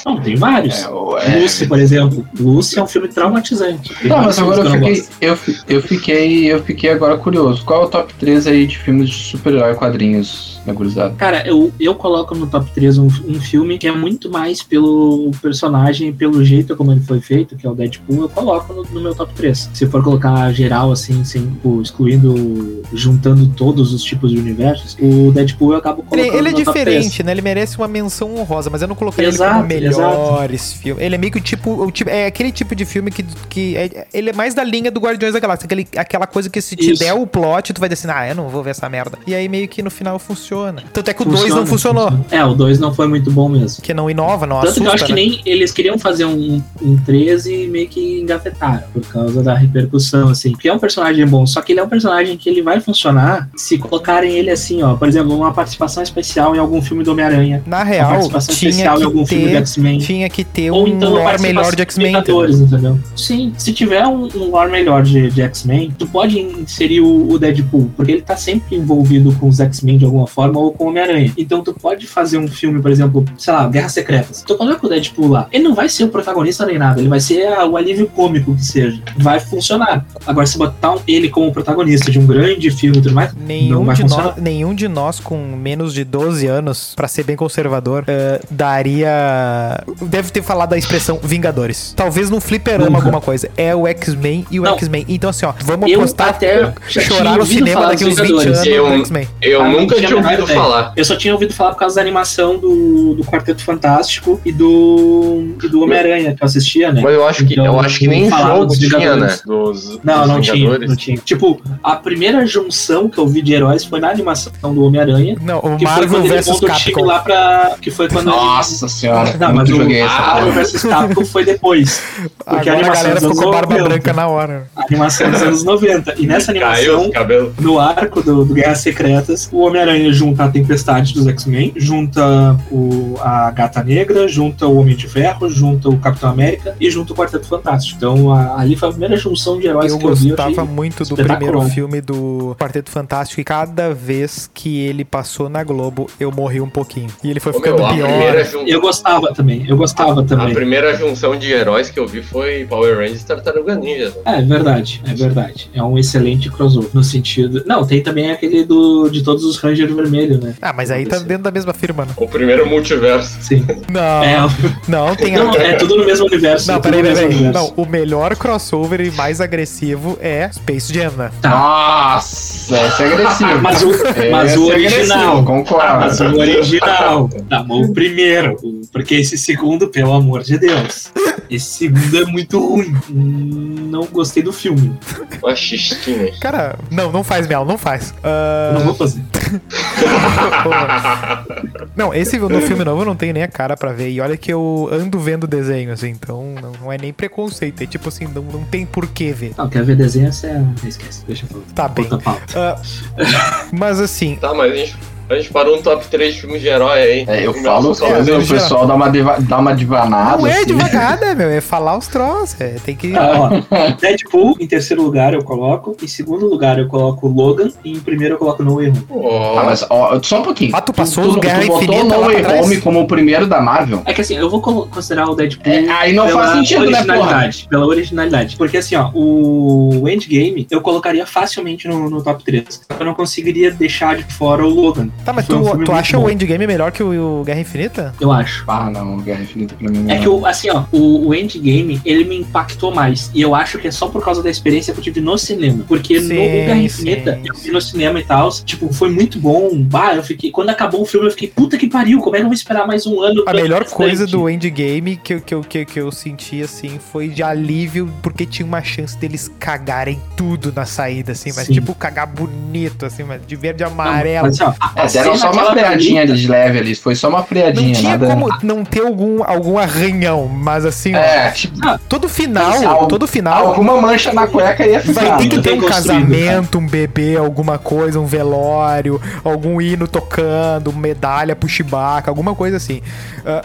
S1: Não, tem vários.
S3: É,
S1: Lucy, por exemplo. Lucy é um filme traumatizante. Tem
S3: Não,
S1: vários
S3: mas agora eu
S1: filmes que
S3: fiquei, eu, fi- eu fiquei. Eu fiquei agora curioso. Qual é o top 3 aí de filmes de super-herói quadrinhos da gurizada?
S1: Cara, eu, eu coloco no top 3 um, um filme que é muito mais pelo personagem, pelo jeito como ele foi feito, que é o Deadpool, eu coloco no, no meu top 3. Se for colocar geral, assim, sem, tipo, excluindo, juntando todos os tipos de universos, o Deadpool eu acabo
S2: Ele,
S1: colocando
S2: ele é
S1: no top três.
S2: diferente, né? Ele merece uma menção honrosa, mas eu não colocaria ele como
S1: Exato,
S2: melhores filmes. Ele é meio que o tipo, o tipo- É aquele tipo de filme que. que é- ele é mais da linha do Guardiões da Galáxia. Aquele, aquela coisa que se te
S1: Isso.
S2: der o plot, tu vai dizer assim, ah, eu não vou ver essa merda. E aí meio que no final funciona. Tanto é que o 2
S1: Funciona,
S2: não funcionou.
S1: funciona. É, o 2 não foi muito bom mesmo.
S2: Que não inova, não
S1: Tanto
S2: assusta.
S1: que eu acho que
S2: né?
S1: nem eles queriam fazer um, um 13 e meio que engafetaram por causa da repercussão, assim. Porque é um personagem bom, só que ele é um personagem que ele vai funcionar se colocarem ele assim, ó. Por exemplo, uma participação especial em algum filme do Homem-Aranha.
S2: Na
S1: Uma
S2: real,
S1: participação
S2: É, tinha
S1: especial em algum
S2: que,
S1: filme do
S2: ter,
S1: X-Men.
S2: tinha que ter
S1: Ou
S2: um
S1: então uma
S2: lore
S1: participação
S2: melhor de X-Men. entendeu?
S1: Vingadores, entendeu? Sim, se tiver um, um lore melhor de, de X-Men, tu pode inserir o, o Deadpool, porque ele tá sempre envolvido com os X-Men de alguma forma ou com o Homem-Aranha. Então tu pode fazer um filme, por exemplo, sei lá, Guerras Secretas. Tu coloca o Deadpool lá. Ele não vai ser o protagonista nem nada, ele vai ser a- o alívio cômico que seja. Vai funcionar. Agora, se botar um- ele como protagonista de um grande filme e tudo mais,
S2: Nenhum
S1: Não vai
S2: de, nós,
S1: funcionar.
S2: nenhum de nós com menos de 12 anos, pra ser bem conservador, eh, daria. Deve ter falado a expressão Vingadores. Talvez num fliperama
S1: Nunca.
S2: alguma coisa. É o X-Men e o
S1: Não.
S2: X-men. Então, assim, ó, vamos
S1: eu
S2: apostar.
S1: até já tinha
S2: Chorar no
S1: ouvido
S2: cinema
S1: falar
S2: daqui
S1: dos
S2: uns 20
S1: Vingadores.
S2: anos
S5: Eu-
S2: do X-Men.
S5: Eu
S1: Ah, não
S5: nunca
S1: tinha
S5: tinha
S1: a menor
S5: ouvido
S1: também.
S5: falar.
S1: Eu só tinha ouvido falar por causa da animação do, do Quarteto Fantástico e do, e do Homem-Aranha, que eu assistia, né?
S5: Mas eu acho que, eu
S1: Então,
S5: acho que nem
S1: falaram
S5: Jones
S1: dos
S5: tinha, né?
S1: Vingadores.
S5: Dos,
S1: Não,
S5: dos
S1: não tinha,
S5: Vingadores.
S1: não tinha. Tipo, a primeira junção que eu vi de heróis foi na animação do Homem-Aranha.
S2: Não, o
S1: Que foi
S2: Marvel
S1: quando ele
S2: vs
S1: monta o time
S2: Capcom.
S1: lá pra. Que foi quando
S3: Nossa senhora,
S1: ele. Não, mas
S3: muito
S1: o
S3: joguei essa
S1: Marvel
S3: porra.
S1: vs Capcom foi depois. Porque
S2: Agora a,
S1: animação
S2: galera
S1: dos
S2: ficou com
S1: anos
S2: barba
S1: 90.
S2: branca na hora.
S1: A animação dos anos 90. E nessa
S5: Caiu
S1: animação,
S5: os cabelos.
S1: no arco do, do Guerras Secretas, o Homem-Aranha junta a Tempestade dos X-Men, junta o, a Gata Negra, junta o Homem de Ferro, junta o Capitão América e junta o Quarteto Fantástico. Então a- ali foi a primeira junção de heróis
S2: Eu
S1: que eu vi. eu achei-
S2: gostava muito do
S1: espetacular.
S2: primeiro filme do Quarteto Fantástico e cada vez que ele passou na Globo, eu morri um pouquinho. E ele foi
S5: Ô,
S2: ficando
S5: meu, a,
S2: pior.
S5: primeira jun-
S1: Eu gostava também, eu gostava
S2: Ah,
S5: a
S1: também.
S5: primeira junção de heróis que eu vi foi Power Rangers e Tartaruga Ninja. né?
S1: É verdade, é verdade. É um excelente crossover no sentido. Não, tem também aquele do de todos os Ranger vermelho, né?
S2: Ah, mas aí tá dentro da mesma firma, né?
S5: O primeiro multiverso.
S1: Sim.
S2: Não,
S1: É,
S2: não, Ah, tem
S1: não,
S2: a...
S1: é tudo no mesmo universo.
S2: Não,
S1: tudo
S2: peraí,
S1: no
S2: peraí,
S1: mesmo
S2: peraí. Não,
S1: universo.
S2: o melhor crossover e mais agressivo é Space Jam, né?
S3: Nossa, esse é agressivo.
S1: Mas o, mas
S3: Esse
S1: o
S3: é agressivo,
S1: original. Ah, mas
S3: concordo.
S1: o original. Tá, mas o primeiro. o- Porque esse segundo, pelo amor de Deus. Esse segundo é muito ruim. Hum, Não gostei do filme.
S5: Uma né? xixinha.
S2: Cara, não, não faz, Mel, não faz.
S1: Eu
S2: Ah,
S1: Não vou fazer.
S2: não, esse no filme novo eu não tenho nem a cara pra ver. E olha que eu ando vendo desenho, assim, então não, não é nem preconceito. É tipo assim, não, não tem por que ver.
S1: Não, quer ver desenho? Essa é. Esquece, deixa eu falar.
S2: Tá bem.
S1: Outra pauta.
S2: Ah, mas assim,
S5: Tá, mas a gente, a gente parou um top 3 de filmes de herói aí.
S3: É, eu falo as
S5: só.
S2: é,
S3: coisas, o
S2: ele já-
S3: pessoal dá uma, deva- dá uma divanada.
S2: não é
S3: assim.
S2: devagar, né, meu? É falar os troços. É, tem que.
S1: Tá, ó. Deadpool, em terceiro lugar eu coloco. Em segundo lugar eu coloco Logan. E em primeiro eu coloco No Way Home.
S5: Ó,
S3: Ah, mas ó, só um pouquinho.
S2: Ah, tu passou
S3: tu,
S2: Guerra
S3: tu botou
S2: Infinita
S3: No
S2: lá
S3: Way
S2: pra trás?
S3: Home como o primeiro da Marvel?
S1: É que assim, eu vou co- considerar o Deadpool.
S3: É, aí não
S1: pela
S3: faz sentido, né, porra?
S1: originalidade, Pela originalidade. Porque assim, ó, o Endgame eu colocaria facilmente no, no top 3. Eu não conseguiria deixar de fora o Logan,
S2: Tá, mas
S1: Foi um
S2: tu,
S1: filme
S2: tu
S1: muito
S2: acha
S1: bom.
S2: o Endgame melhor que o, o Guerra Infinita?
S1: eu acho.
S3: Ah, não, Guerra Infinita pra mim não.
S1: É que, o- assim, ó, o, o Endgame, ele me impactou mais. E eu acho que é só por causa da experiência que eu tive no cinema. Porque
S2: Sim,
S1: no Guerra Infinita,
S2: sim,
S1: eu
S2: sim.
S1: vi no cinema e tal, tipo, foi muito bom. Bah, eu fiquei... Quando acabou o filme, eu fiquei, puta que pariu, como é que eu vou esperar mais um ano?
S2: A
S1: pra-
S2: melhor
S1: pra-
S2: coisa do Endgame que, eu- que, eu- que, eu- que eu senti, assim, foi de alívio, porque tinha uma chance deles cagarem tudo na saída, assim, mas
S1: Sim.
S2: tipo, cagar bonito, assim, mas de verde e
S1: Não,
S2: amarelo.
S1: mas, assim, ó, a- a
S3: É,
S1: cena
S3: deram só
S1: aquela
S3: uma freadinha
S1: bonita-
S3: ali de leve ali, foi só uma
S2: Não
S3: freadinha,
S2: tinha
S3: nada.
S2: como não ter algum, algum arranhão, mas assim,
S3: É, tipo,
S2: ó, todo final,
S3: Mas algo-
S2: todo final
S3: alguma mancha na cueca ia ficar.
S2: vai ter que
S3: né?
S2: ter um
S1: Bem construído,
S2: casamento, um bebê, alguma coisa, um velório, algum hino tocando, medalha pro Chewbacca, alguma coisa assim. Ah,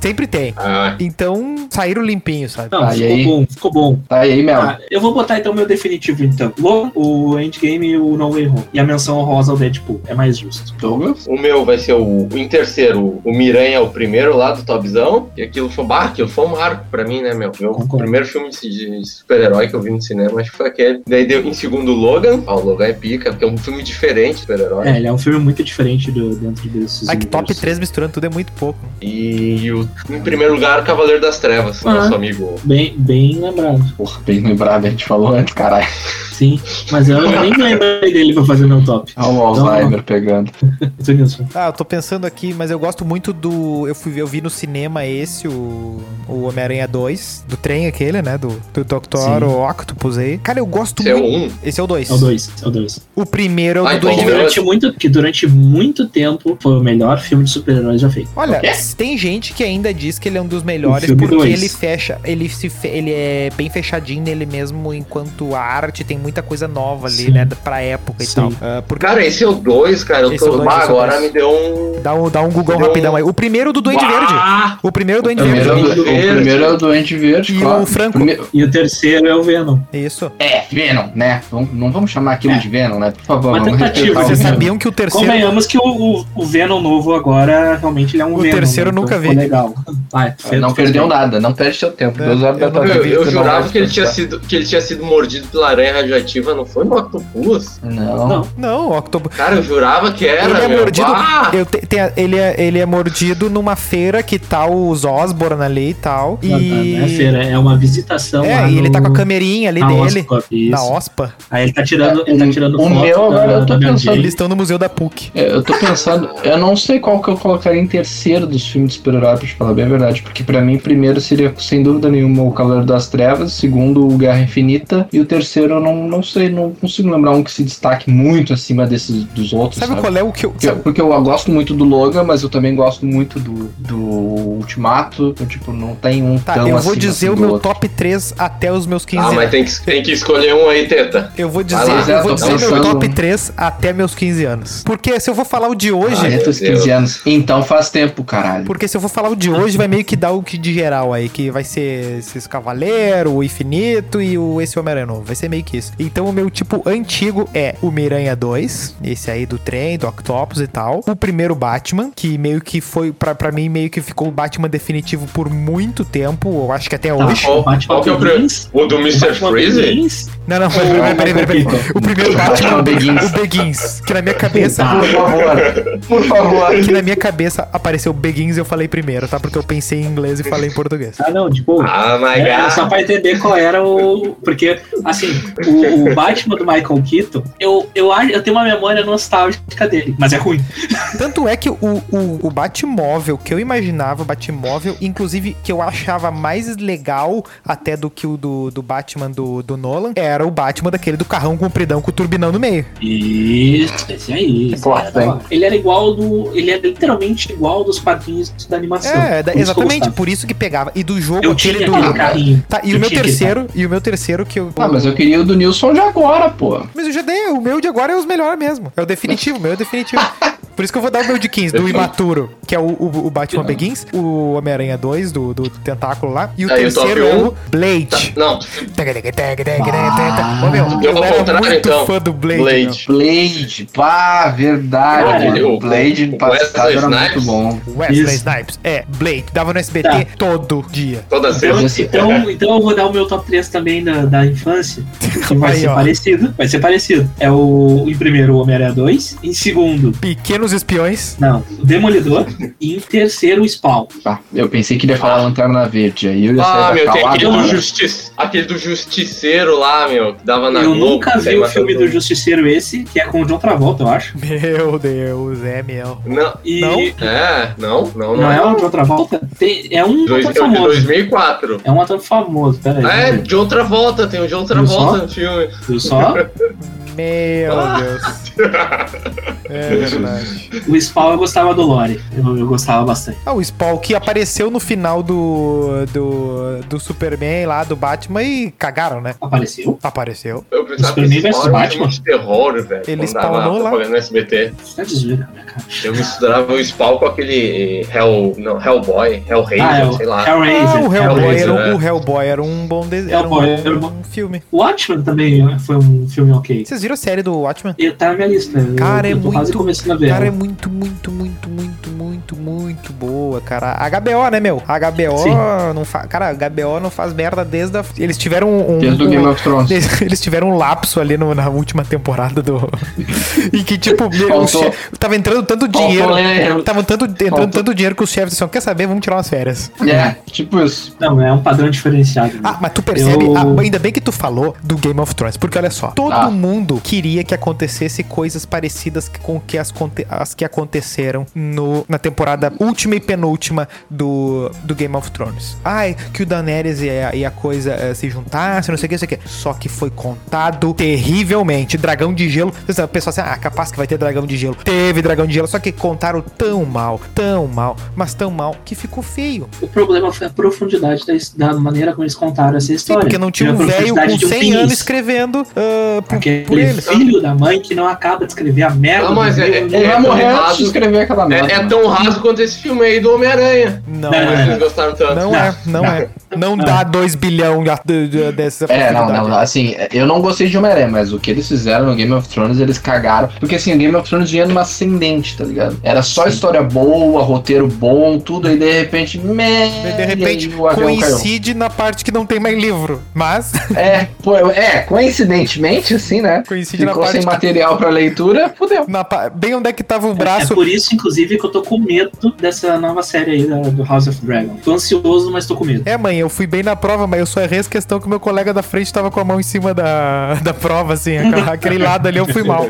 S2: sempre tem.
S5: ah,
S2: Então, saíram limpinhos, sabe?
S1: Não,
S3: Tá, e
S1: ficou
S3: aí?
S1: bom, ficou bom.
S3: Tá aí, Mel.
S1: Ah, eu vou botar então meu definitivo, então. Logan, o Endgame e o No Way Home. E a menção honrosa ao Deadpool. É mais justo.
S3: Douglas?
S5: o meu vai ser o, o em terceiro, o Miranha, o primeiro lá do Topzão. E aquilo foi, bah, aquilo foi um marco pra mim, né, meu? Meu
S1: Concordo.
S5: primeiro filme de, de super-herói que eu vi no cinema, acho que foi aquele. Daí deu em segundo Logan. Ah, o Logan é pica, porque é um filme diferente, super-herói.
S1: É, ele é um filme muito diferente do, dentro desses.
S2: Ah, que top
S1: universos.
S2: 3 misturando tudo é muito pouco.
S5: E o, em primeiro lugar, o Cavaleiro das Trevas,
S1: Ah.
S5: nosso amigo
S1: Bem, bem lembrado.
S3: Porra, bem lembrado, a gente falou antes, caralho.
S1: Sim, mas eu nem lembrei dele pra fazer meu top.
S3: Olha o Alzheimer pegando.
S1: E tu, Nilson?
S2: Ah, eu tô pensando aqui, mas eu gosto muito do. Eu, fui, eu vi no cinema esse, o, o Homem-Aranha 2, do trem aquele, né? Do, do Dr.
S1: Sim.
S2: Octopus aí. Cara, eu gosto
S5: Esse é o
S2: muito.
S5: um.
S2: Esse é o 2.
S1: É o 2, é o 2.
S2: O primeiro é o
S5: Ah,
S2: do
S5: então
S1: Que
S2: Duende
S5: o meu-
S2: Verde.
S1: durante, muito, que durante muito tempo foi o melhor filme de super-heróis já feito.
S2: Olha,
S5: quê?
S2: tem gente que ainda diz que ele é um dos melhores
S1: filme
S2: porque
S1: dois.
S2: ele fecha, ele se fe- ele é bem fechadinho nele mesmo enquanto a arte tem muita coisa nova ali,
S1: Sim.
S2: né, pra época e
S1: Sim.
S2: tal. Ah, porque
S5: Cara, esse é o 2, cara. Eu
S2: Esse é o
S5: tô...
S2: dois,
S5: bah,
S2: esse é o
S5: agora
S2: dois.
S5: me deu um.
S2: dá um dá um Google
S5: Deu um-
S2: rapidão aí. O primeiro do Duende Verde.
S5: Ah!
S2: O primeiro é o Duende
S3: O primeiro, é
S2: Verde.
S3: o do- o primeiro é o Doente Verde,
S2: E
S3: claro.
S2: o Franco.
S3: Primeiro-
S1: E o terceiro é o Venom.
S2: Isso.
S3: É, Venom, né? Vamos- Não vamos chamar aquilo
S1: É.
S3: de Venom, né? Por favor,
S1: Uma
S3: vamos
S1: tentativa,
S5: Tá
S3: respeitar o
S1: você
S2: Vocês
S3: Venom.
S2: sabiam que o terceiro
S1: Convenhamos que o, o, o Venom novo agora realmente ele é um
S2: O
S1: Venom.
S2: terceiro eu
S1: né?
S2: nunca
S1: Então ficou
S2: vi.
S1: legal. Vai, Fê,
S3: Não
S1: tu fez
S3: perdeu
S1: bem.
S3: nada, não perde seu tempo.
S2: É,
S3: Duas horas
S2: eu
S3: da
S2: não
S3: tua
S5: Eu,
S3: vida.
S5: eu
S3: tu não
S5: jurava
S3: vai
S5: que ele, tinha
S3: descansar.
S5: sido, que ele tinha sido mordido pela aranha radioativa, não foi no octopus?
S3: Não.
S1: Não,
S2: Não, o Octopus.
S5: Cara, eu jurava que era.
S2: Ele é
S5: meu.
S2: mordido.
S5: Ah!
S2: eu te- tem a- ele, é, ele é mordido numa feira que tá os Osborne ali e tal.
S1: não, não, não é
S2: E.
S1: feira, é uma visitação. lá
S2: É, e ele
S1: no-
S2: tá com a camerinha ali
S1: na
S2: dele.
S1: Oscorp, isso.
S2: Na OSPA.
S1: Aí ele tá tirando, ele
S3: O-
S1: tá tirando
S3: o
S1: foto
S3: meu agora eu tô
S1: Mary
S3: pensando.
S1: Jane.
S2: Eles estão no museu da PUC.
S3: É, Eu tô pensando, eu não sei qual que eu colocaria em terceiro dos filmes de super-herói, pra te falar bem a verdade, porque pra mim, primeiro seria, sem dúvida nenhuma, O Calor das Trevas, segundo, O Guerra Infinita, e o terceiro, eu não, não sei, não consigo lembrar um que se destaque muito acima desses dos outros.
S2: Sabe
S3: sabe?
S2: qual é o que eu.
S3: Porque eu, porque eu gosto muito do Logan, mas eu também gosto muito do, do Ultimato. Eu, tipo, não tem um
S2: Tá,
S3: tão
S2: eu vou
S3: acima,
S2: dizer
S3: assim,
S2: o
S3: do
S2: meu
S3: outro.
S2: top 3 até os meus 15
S5: Ah, mas
S2: anos.
S5: tem que, tem que escolher um aí, Teta.
S2: Eu vou dizer,
S5: Vai lá, tá
S2: eu
S3: Zé,
S2: vou
S3: tô
S2: dizer meu
S3: pensando.
S2: top 3 até meus 15 anos. Porque se eu vou falar o de hoje,
S5: Ah, é.
S3: Entre os
S5: Meu
S3: 15 anos. Então faz tempo, caralho.
S2: Porque se eu for falar o de hoje, vai meio que dar o que de geral aí, que vai ser esses Cavaleiro, o Infinito e o esse Homem-Aranha novo. Vai ser meio que isso. Então o meu tipo antigo é o Miranha 2, esse aí do trem, do Octopus e tal. O primeiro Batman, que meio que foi, pra, pra mim, meio que ficou o Batman definitivo por muito tempo, eu acho que até
S1: Tá.
S2: hoje.
S5: Qual,
S1: Batman
S5: qual que é o primeiro?
S1: Begins?
S5: O do Mr.
S1: Batman
S5: Freeze?
S1: Begins?
S2: Não, não, peraí, peraí, peraí, peraí, peraí. O primeiro Batman,
S3: Batman Begins. Tá.
S2: o Begins, que na minha cabeça...
S3: Por favor, por favor.
S2: Que na minha cabeça apareceu Begins e eu falei primeiro, tá? Porque eu pensei em inglês e falei em português.
S1: Ah, não, tipo.
S5: Ah, my
S1: Era
S5: God.
S1: só pra entender qual era o. Porque, assim, o, o Batman do Michael Keaton, eu, eu, acho- eu tenho uma memória nostálgica dele, mas é ruim.
S2: Tanto é que o, o, o Batmóvel que eu imaginava, o Batmóvel, inclusive que eu achava mais legal até do que o do, do Batman do, do Nolan, era o Batman daquele do carrão compridão com o turbinão no meio.
S1: Isso, esse aí.
S2: É
S1: esse
S3: Gosto,
S1: era
S3: hein?
S1: ótimo. ele era igual do. Ele é literalmente igual dos quadrinhos da animação.
S2: é, da-
S1: Por isso que eu
S2: exatamente,
S1: gostava.
S2: por isso que pegava. E do jogo
S1: Eu
S2: aquele
S1: tinha
S2: do.
S1: aquele carrinho.
S2: Tá, e
S1: Eu
S2: o meu
S1: tinha aquele
S2: terceiro, e o meu terceiro que eu.
S3: Ah, mas eu queria o do Nilson de agora, pô.
S2: Mas eu já dei, o meu de agora é os melhores mesmo. É o definitivo, o meu é o definitivo. Por isso que eu vou dar o meu de 15, do Imaturo, que é o, o, o Batman Begins, o Homem-Aranha 2, do, do Tentáculo lá, e o
S5: Aí, o top
S2: terceiro é
S5: um.
S2: o
S1: Tá,
S2: Blade.
S5: Não,
S2: Ah, Ô, meu,
S5: Deu
S2: eu
S5: ao
S2: era
S5: contrário,
S2: muito
S5: então.
S2: fã do Blade.
S5: Blade.
S3: Blade, pá, verdade.
S1: Cara,
S3: mano.
S5: o-
S3: Blade
S5: o
S3: passado
S5: Wesley
S3: era muito
S5: Snipes.
S3: bom.
S2: meu. Wesley
S1: Isso.
S2: Snipes. É, Blade. Dava no SBT
S1: Tá.
S2: todo dia.
S5: Toda
S1: Então,
S5: sexta.
S1: então, então eu vou dar o meu top 3 também da, da infância. Que vai
S2: Aí,
S1: ser
S2: ó.
S1: parecido. Vai ser parecido. É o. Em primeiro, o Homem-Aranha 2. Em segundo,
S2: Pequenos espiões.
S1: não, o Demolidor. e em terceiro, o Spawn.
S3: Tá, eu pensei que ele ia falar Lanterna Verde, aí eu ia
S5: Ah,
S3: sair
S5: meu,
S3: da
S5: tem aquele do,
S1: né?
S3: calada.
S5: justice, aquele do Justiceiro lá, meu, que dava na
S1: eu
S5: Globo,
S1: nunca
S5: que
S1: vi
S5: daí
S1: o
S5: matava
S1: filme
S5: todo
S1: do
S5: mundo.
S1: Justiceiro esse, que é com o John Travolta, eu acho.
S2: Meu Deus, é meu.
S5: Não.
S1: E
S2: Não?
S5: É, não,
S1: não,
S5: não, não.
S1: é o John Travolta? Tem- é um
S5: Dois,
S1: ator
S5: é o de
S1: famoso.
S5: 2004.
S1: É um ator famoso, peraí.
S5: É, de outra volta, tem o de outra
S1: Viu
S5: volta
S1: só?
S5: no filme.
S1: Viu só?
S2: Meu
S5: Ah.
S2: Deus. É verdade.
S1: O Spawn eu gostava do Lore. Eu, eu gostava bastante.
S2: Ah, o Spawn que apareceu no final do, do, do Superman lá, do Batman, e cagaram, né?
S1: Apareceu?
S2: Apareceu.
S5: Eu pensava que
S1: Superman
S5: esse
S1: versus
S5: Spawn era um
S1: é Batman.
S5: filme de terror, velho.
S2: Ele
S5: quando dava
S2: spawnou lá.
S5: propaganda no SBT.
S1: Você tá desviando, minha cara.
S5: Eu misturava o Spawn com aquele eh, Hell, não, Hellboy, Hellraiser,
S1: Ah, é o
S5: sei lá.
S2: Ah,
S1: Hellraiser.
S2: o Hellboy,
S5: Hellraiser,
S2: era, um-
S5: é.
S2: o Hellboy era um bom desenho. Era um,
S1: Hellboy era
S2: bom filme.
S1: Watchmen também foi um filme ok.
S2: Vocês viram a série do Watchmen?
S1: E tá na minha lista. Eu-
S2: Cara,
S1: eu,
S2: é
S1: tô quase
S2: muito-
S1: começando a ver.
S2: Cara, é
S1: ela.
S2: muito, muito, muito, muito, muito, muito boa, cara. HBO, né, meu? HBO
S1: Sim.
S2: não faz. Cara, HBO não faz merda desde a. Eles tiveram um. um-
S3: Desde o Game
S2: um-
S3: of Thrones.
S2: des- Eles tiveram um lapso ali no- na última temporada do. e que, tipo, meu, o
S3: Faltou-
S2: chefe- tava entrando tanto
S3: Faltou
S2: dinheiro.
S3: ler.
S2: Tava tanto, entrando
S3: Faltou-
S2: tanto dinheiro que os chefes disseram: quer saber? Vamos tirar umas férias.
S3: É, tipo isso.
S1: Não, é um padrão diferenciado. né?
S2: Ah, mas tu percebe?
S1: Eu-
S2: Ah, ainda bem que tu falou do Game of Thrones, porque olha só, todo
S3: Ah.
S2: mundo queria que acontecesse coisas parecidas com que as, conte- as que aconteceram no, na temporada última e penúltima do, do Game of Thrones. Ai, que o Daenerys e a, e a coisa eh, se juntassem, não sei o que, não sei o que. Só que foi contado terrivelmente. Dragão de gelo. O pessoal assim, ah, capaz que vai ter dragão de gelo. Teve dragão de gelo, só que contaram tão mal, tão mal, mas tão mal que ficou feio.
S1: O problema foi a profundidade da, his- da maneira como eles contaram essa
S2: Sim,
S1: história.
S2: porque não tinha
S1: a
S2: um velho
S1: profundidade
S2: com
S1: de um
S2: 100
S1: pinguim.
S2: anos escrevendo ah, por, por
S1: Aquele
S2: ele.
S1: filho da é mãe que não acaba de escrever a merda.
S5: Ah, mas
S1: do
S5: é-
S1: livro.
S3: Ele
S5: é
S3: vai morrer
S5: tão
S3: antes de
S5: errado.
S3: escrever aquela merda.
S5: É, é
S3: mano.
S5: tão caso quanto esse filme aí do Homem-Aranha.
S2: Não
S1: Não,
S5: Mas
S2: é.
S5: vocês gostaram tanto.
S2: Não é, não é. Não dá 2 bilhão de- de- de- dessas
S3: É, não, não,
S2: facilidades.
S3: não, assim, eu não gostei de Homem-Aranha, mas o que eles fizeram no Game of Thrones, eles cagaram. Porque assim, o Game of Thrones vinha numa ascendente, tá ligado? Era só história boa, roteiro bom, tudo, e de repente, meh,
S2: De repente,
S3: e aí o avião caiu.
S2: coincide na parte que não tem mais livro. Mas
S3: É, pô, é, coincidentemente, assim, né?
S2: coincide na
S3: Ficou
S2: parte.
S3: sem
S2: que-
S3: material pra leitura, fudeu.
S2: na pa- bem onde é que tava o
S1: É
S2: braço.
S1: por isso, inclusive, que eu tô com medo dessa nova série aí da- do House of Dragon. Tô ansioso, mas tô com medo.
S2: É, mãe, eu fui bem na prova, mas eu só errei essa questão que o meu colega da frente tava com a mão em cima da, da prova, assim. aquela- Aquele lado ali eu fui mal.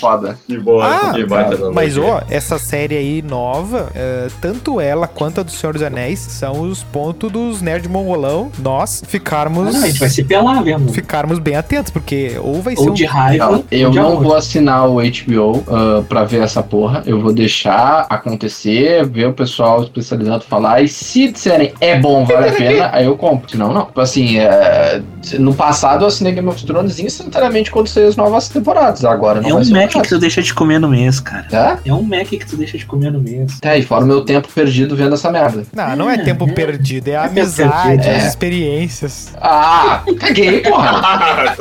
S3: Foda.
S5: Que boa,
S2: Ah,
S5: que baita não.
S2: Mas, ó, essa série aí nova, é, tanto ela quanto a do Senhor dos Anéis, são os pontos dos nerd mongolão, nós ficarmos,
S1: Não, a gente vai se pelar vendo.
S2: ficarmos bem atentos, porque ou vai ser
S1: Ou
S2: um...
S1: de raiva.
S3: Eu
S1: ou de
S3: não
S1: amor.
S3: vou assinar o HBO ah, pra ver essa porra. Eu vou deixar acontecer, ver o pessoal especializado falar. E se disserem é bom, vale a pena, aí eu compro. Senão, não. Tipo assim, é, no passado eu assinei Game of Thrones instantaneamente quando saíram as novas temporadas. Agora não
S1: É
S3: vai
S1: um
S3: ser
S1: Mac
S3: o
S1: que
S3: caso.
S1: tu deixa de comer no mês, cara.
S3: Tá?
S1: É um Mac que tu deixa de comer no mês.
S3: É, e fora o meu tempo perdido vendo essa merda.
S2: Não, não é
S1: É,
S2: tempo
S1: é.
S2: perdido, é a
S1: É tempo
S2: amizade,
S1: perdido,
S2: as
S3: é.
S2: experiências.
S3: Ah, caguei, porra.
S5: tá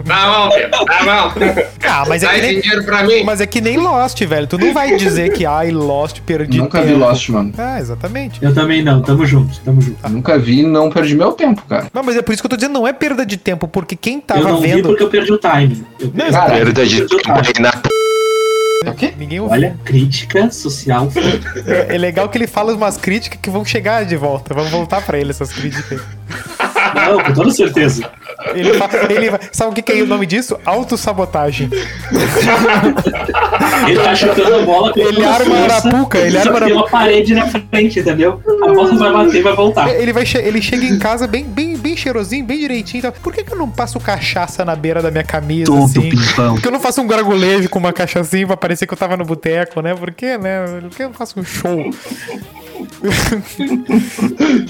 S5: bom. Tá bom, Pedro. Tá bom.
S2: Ah, mas é
S5: Dá
S2: que
S5: esse
S2: nem,
S5: dinheiro pra mim.
S2: mas é que nem Lost, velho. Tu não vai dizer que, ai, Lost, perdi
S3: Nunca vi
S2: tempo.
S3: Lost, mano.
S2: Ah, exatamente.
S1: Eu também não, tamo junto, tamo junto.
S3: Nunca vi e não perdi meu tempo, cara.
S2: Não, mas é por isso que eu tô dizendo, não é perda de tempo, porque quem tava
S1: eu não vi
S2: vendo...
S1: porque eu perdi o time. Eu
S2: Não,
S1: perdi-
S3: Cara,
S6: Perda de
S5: tá
S6: tempo aí na
S3: É o quê?
S2: Ninguém ouviu.
S1: Olha, crítica social.
S2: É legal que ele fala umas críticas que vão chegar de volta. Vamos voltar pra ele essas críticas.
S1: não, com toda certeza.
S2: Ele, fa- ele fa- sabe o que, que é o nome disso? Autossabotagem.
S1: Ele tá chutando a bola com
S2: Ele
S1: toda a
S2: arma a
S1: força,
S2: arapuca, ele
S1: só
S2: arma
S1: que Tem uma parede na frente, entendeu? A bola vai bater e vai voltar.
S2: Ele, vai, che- ele chega em casa bem, bem, bem cheirosinho, bem direitinho. Tá? Por que, que eu não passo cachaça na beira da minha camisa, assim?
S6: pimpão.
S2: Por que eu não faço um gargulejo com uma cachaçinha pra parecer que eu tava no boteco, né? Por que, né? Por que eu não faço um show?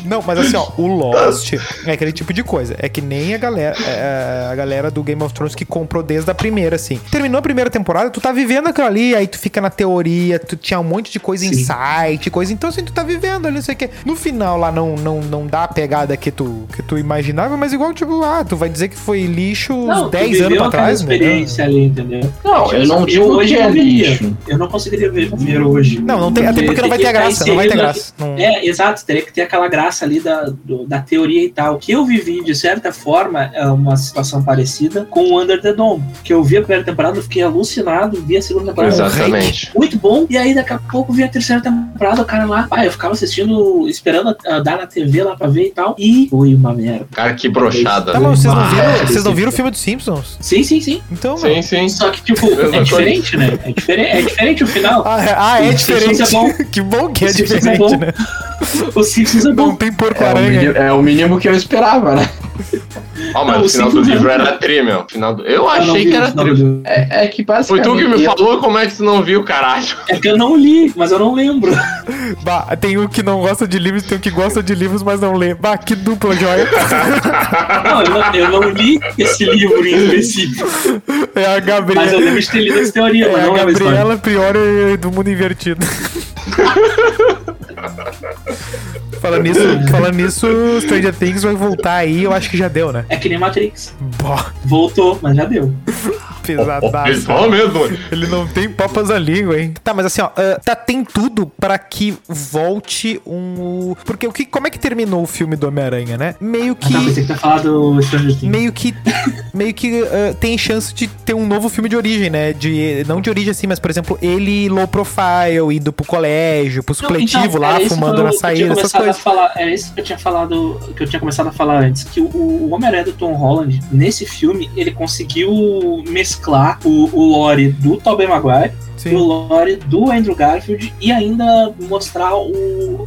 S2: não, mas assim, ó, o Lost é aquele tipo de coisa. É que nem a galera, é, a galera do Game of Thrones que comprou desde a primeira, assim. Terminou a primeira temporada, tu tá vivendo aquilo ali, aí tu fica na teoria, tu tinha um monte de coisa em
S1: Sim.
S2: site, coisa. Então, assim, tu tá vivendo ali, não sei o quê. No final lá não, não, não dá a pegada que tu, que tu imaginava, mas igual, tipo, ah, tu vai dizer que foi lixo uns
S1: tu
S2: 10
S1: viveu
S2: anos pra
S1: aquela
S2: trás, né?
S1: experiência ali, entendeu?
S3: Não, eu não digo
S1: hoje
S3: que é
S1: eu veria.
S3: lixo.
S1: Eu não conseguiria ver, ver hoje.
S2: Não, não tem, é até porque não vai ter
S1: tá
S2: a graça, não vai ter
S1: inserido
S2: graça. Não-
S1: É, exato, teria que ter aquela graça ali da, do- da teoria e tal. Que eu vivi, de certa forma, é uma situação parecida com o Under the Dome. Que eu vi a primeira temporada, eu fiquei alucinado, vi a segunda temporada.
S5: Exatamente.
S1: Muito bom, e aí daqui a pouco vi a terceira temporada, o cara lá, ah, eu ficava assistindo, esperando ah, dar na TV lá pra ver e tal, e foi uma merda.
S5: Cara, que brochada.
S2: Tá, mas vocês não,
S1: Ah,
S2: viram,
S1: é.
S2: vocês não viram o filme dos Simpsons?
S1: Sim, sim, sim.
S2: Então, meu.
S5: Sim, sim.
S1: Só que, tipo,
S5: Mesma
S1: é
S5: coisa.
S1: diferente, né? É diferente, é diferente o final.
S2: Ah, é- ah, é
S1: Os Simpsons
S2: diferente.
S1: é bom.
S2: que bom que é
S1: Os Simpsons é
S2: diferente,
S1: bom.
S2: né?
S1: O Simpsons é
S2: Não
S1: bom.
S2: tem
S3: É o,
S2: porco-aranha.
S3: mínimo, é o mínimo que eu esperava, né?
S5: Ó, mas
S1: Não,
S5: o final do
S1: sim.
S5: livro era tri, meu. Final do... Eu
S1: Eu não
S5: achei
S1: vi o
S5: que era
S1: final
S5: tri.
S1: do-
S3: É, é que
S5: Foi
S3: basicamente.
S5: tu que me falou como é que tu não viu, caralho.
S1: É que eu não li, mas eu não lembro.
S2: Bah, tem um que não gosta de livros, tem um que gosta de livros, mas não lê. Bah, que dupla joia.
S1: Não, eu não, eu não li esse livro em específico.
S2: É a
S1: Mas eu
S2: Gabriela.
S1: lembro de ter lido essa teoria,
S2: É
S1: mas
S2: a
S1: não lembro a história.
S2: Gabriela Priori do mundo invertido. falando nisso, falando nisso, Stranger Things vai voltar aí, eu acho que já deu, né?
S1: É que nem Matrix.
S2: Bah,
S1: Voltou, mas já deu.
S5: Ele
S2: pesadaço.
S5: falou mesmo. mano.
S2: Ele não tem papas na língua, hein? Tá, mas assim, ó, ah, tá, tem tudo pra que volte um. Porque o que, como é que terminou o filme do Homem-Aranha, né? Meio
S1: Ah,
S2: que.
S1: tá, pensei que tá falando do Stranger Things.
S2: Meio que. Meio que ah, tem chance de ter um novo filme de origem, né? De, não de origem assim, mas, por exemplo, ele low profile, indo pro colégio, pro
S1: Não,
S2: supletivo
S1: então,
S2: lá,
S1: era isso que
S2: fumando
S1: eu-
S2: na
S1: que eu tinha
S2: saída, essas
S1: começado a
S2: coisas.
S1: falar- era isso que eu tinha falado, que eu tinha começado a falar antes, que o, o Homem-Aranha do Tom Holland, nesse filme, ele conseguiu mesclar o, o lore do Tobey Maguire,
S2: Sim.
S1: o lore do Andrew Garfield e ainda mostrar o,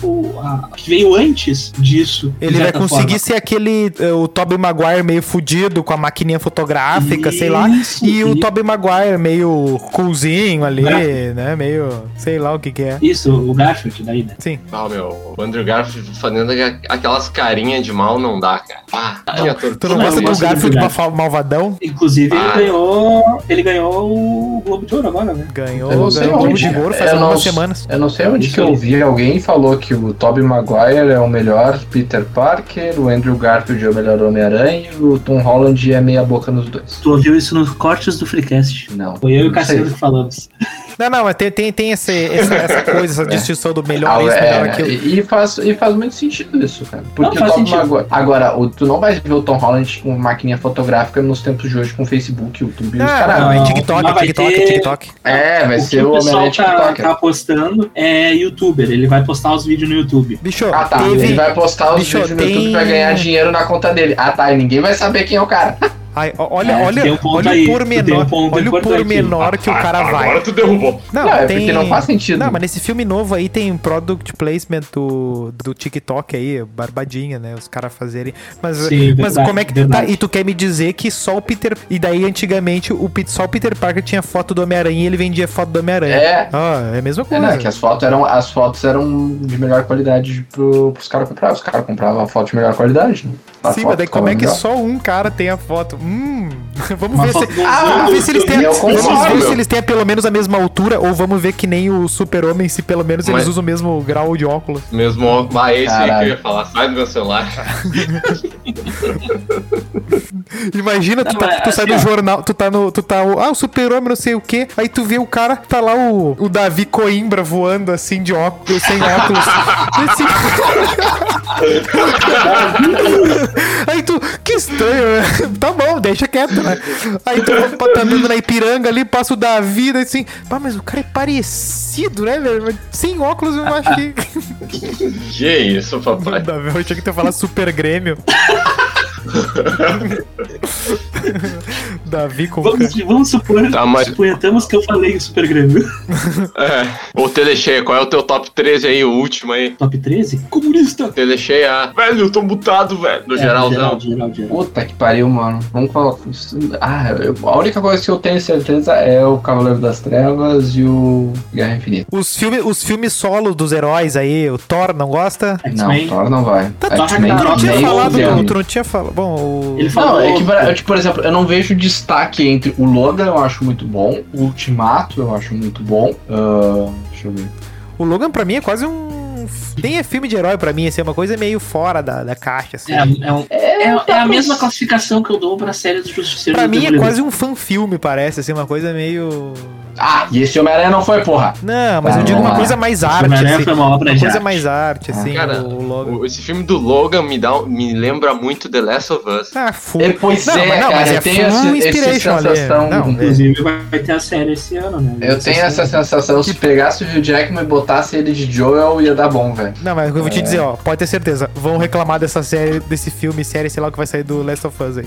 S1: o a- que veio antes disso. de
S2: Ele vai
S1: certa
S2: conseguir
S1: forma.
S2: ser aquele. eh, o Tobey Maguire meio fudido, com a maquininha fotográfica, sei lá.
S1: Isso,
S2: E o
S1: isso.
S2: Tobey Maguire meio coolzinho ali,
S1: Gráfico.
S2: né? Meio. sei lá o que que é.
S1: Isso, o Garfield daí, né?
S2: Sim.
S5: Ah, meu. O Andrew Garfield fazendo aqu- aquelas carinhas de mal não dá, cara. Ah, que ator.
S2: Tu não,
S1: Não,
S2: gosta
S1: eu
S2: do
S1: gosto do
S2: Garfield
S1: Garfield.
S2: malvadão?
S1: Inclusive,
S5: Ah.
S1: ele ganhou. Ele ganhou o Globo de Ouro agora, né?
S2: Ganhou ganhou,
S3: Eu não sei
S2: ganhou o Globo
S3: onde.
S2: de Ouro faz
S3: Eu não
S2: algumas
S3: sei.
S2: semanas.
S3: Eu não sei onde que eu vi alguém falou que o Tobey Maguire é o melhor Peter Parker, o Andrew Garfield é o melhor Homem-Aranha e o Tom Holland é meia boca nos dois.
S1: Tu ouviu isso nos cortes do Freecast.
S3: Não.
S1: Foi eu e o
S3: não sei.
S1: Cassiano que falamos.
S2: Não, não, mas tem, tem, tem esse- essa, essa coisa, essa distinção do melhor
S3: Ah,
S2: isso,
S3: é,
S2: melhor aquilo.
S3: e, e faz, e faz muito sentido isso, cara. Porque
S1: faz
S3: o Tobey
S1: sentido.
S3: Maguire. Agora, o- tu não vai ver o Tom Holland com maquininha fotográfica nos tempos de hoje com Facebook, YouTube e os
S2: Ah,
S3: caralho.
S2: não, é
S1: não,
S2: TikTok,
S1: mas
S2: é
S1: vai
S2: TikTok, é
S1: ter-
S2: TikTok.
S3: É, vai
S1: o que
S3: ser
S1: o
S3: o
S1: pessoal
S3: Homem-Aranha
S1: tá,
S3: TikToker.
S1: tá postando é youtuber. Ele vai postar os vídeos no YouTube.
S2: Bicho,
S3: Ah tá, ele
S2: teve...
S3: vai postar os
S2: Bicho,
S3: vídeos no
S2: tem-
S3: YouTube pra ganhar dinheiro na conta dele. Ah tá, e ninguém vai saber quem é o cara.
S2: Ai, ó, olha,
S1: É, tem
S2: olha,
S1: um ponto
S2: olha
S1: aí, tem
S2: o
S1: um
S2: pormenor,
S1: ponto
S2: olha o
S1: importante.
S2: pormenor que o cara
S5: agora
S2: vai.
S5: Agora tu derrubou.
S3: Não,
S2: Não,
S3: é
S2: tem...
S3: porque não faz sentido.
S2: Não, mas nesse filme novo aí tem product placement do, do TikTok aí, barbadinha, né? Os caras fazerem. Mas,
S1: Sim,
S2: mas
S1: verdade,
S2: como é que tu tá?
S1: verdade.
S2: E tu quer me dizer que só o Peter. E daí antigamente o, Pit- só o Peter Parker tinha foto do Homem-Aranha e ele vendia foto do Homem-Aranha.
S3: É.
S2: Ah, é a mesma
S3: É,
S2: coisa.
S3: né, que as fotos eram as fotos eram de melhor qualidade pro, pros caras comprar. Os caras compravam a foto de melhor qualidade. Né? A
S2: Sim,
S3: foto
S2: mas daí como é que
S3: melhor.
S2: só um cara tem a foto? Hum, vamos
S1: Uma
S2: ver
S1: foto
S2: se.
S1: do
S2: Ah,
S1: Zorro,
S2: vamos ver se eles têm.
S3: eu
S2: Vamos
S5: concordo.
S2: ver se eles têm pelo menos a mesma altura, ou vamos ver que nem o super-homem, se pelo menos eles
S5: Mas-
S2: usam o mesmo grau de óculos.
S5: Mesmo óculos. Ah, esse aí que
S3: Caralho.
S5: eu ia falar. Sai do meu celular.
S2: Imagina, tu,
S1: Não,
S2: tá,
S1: mas
S2: tu sai do
S1: assim, ó.
S2: jornal, tu tá no. Tu tá o, ah, o super-homem, não sei o quê. Aí tu vê o cara, tá lá o, o Davi Coimbra voando assim de óculos, sem óculos. E assim- aí tu, que estranho, né? Tá bom, deixa quieto, né? Aí tu tá andando na Ipiranga ali, passa o Davi, daí assim, pá, mas o cara é parecido, né, velho? Mas Sem óculos eu acho que.
S5: Que isso,
S2: O
S5: papai.
S2: Davi, eu achei que tu ia falar super Grêmio. Davi com
S1: Vamos, vamos supor,
S5: Tá, mas-
S1: suponhamos que eu falei em Super Grêmio.
S5: É. Ô, Telecheia, qual é o teu top 13 aí, o último aí?
S1: Top 13? Comunista!
S5: Telecheia. Velho, eu tô mutado,
S1: É,
S5: velho. No geralzão.
S1: Geral, geral, geral.
S3: Puta que pariu, mano. Vamos colocar. isso- Ah, eu- a única coisa que eu tenho certeza é o Cavaleiro das Trevas e o Guerra Infinita.
S2: Os, filme, os filmes solo dos heróis aí, o Thor não gosta?
S3: Não,
S1: X-Men.
S3: claro não vai.
S1: tá,
S3: X-Men
S1: tá,
S2: Tu não
S1: não,
S2: tinha
S1: nem
S2: falado,
S1: fudendo.
S2: não, tu não tinha falado. Bom, o...
S1: Ele
S3: Não,
S1: falou.
S3: é que, pra- eu, tipo, por exemplo, eu não vejo destaque entre o Logan, eu acho muito bom, o Ultimato, eu acho muito bom. ah, deixa eu ver.
S2: o Logan pra mim é quase um. Nem é filme de herói pra mim, assim, é uma coisa meio fora da, da caixa, assim.
S1: É, é um- é- é a mesma classificação que eu dou pra série do Justiceiro
S2: Pra
S1: do
S2: mim é
S1: Demolidor.
S2: quase um fan-filme, parece, assim, uma coisa meio.
S3: Ah, e esse Homem-Aranha não foi, porra.
S2: Não, mas
S3: Tá,
S2: eu digo
S3: vamos
S2: uma
S3: lá.
S2: coisa mais arte,
S1: Homem-Aranha
S2: assim.
S1: foi Ah, é. uma obra
S2: Uma
S1: de
S2: coisa
S1: arte. Ah,
S2: mais arte, assim,
S5: Cara,
S2: o, o Logan.
S5: O- Esse filme do Logan me, dá, um- me lembra muito The Last of Us.
S2: Ah, fu...
S3: É, pois
S2: não,
S3: é,
S2: mas, não,
S3: cara,
S2: mas é
S3: eu tenho
S2: full
S3: esse- esse
S2: inspiration ali.
S3: sensação-
S2: Não, é-
S1: Inclusive vai ter a série esse ano, né?
S3: Eu tenho essa sensação, se pegasse o Hugh Jackman e botasse ele de Joel, ia dar bom, velho.
S2: Não, mas eu
S5: É.
S2: vou te dizer, ó, pode ter certeza, vão reclamar dessa série, desse filme, série, sei lá, o que vai sair do Last of Us aí.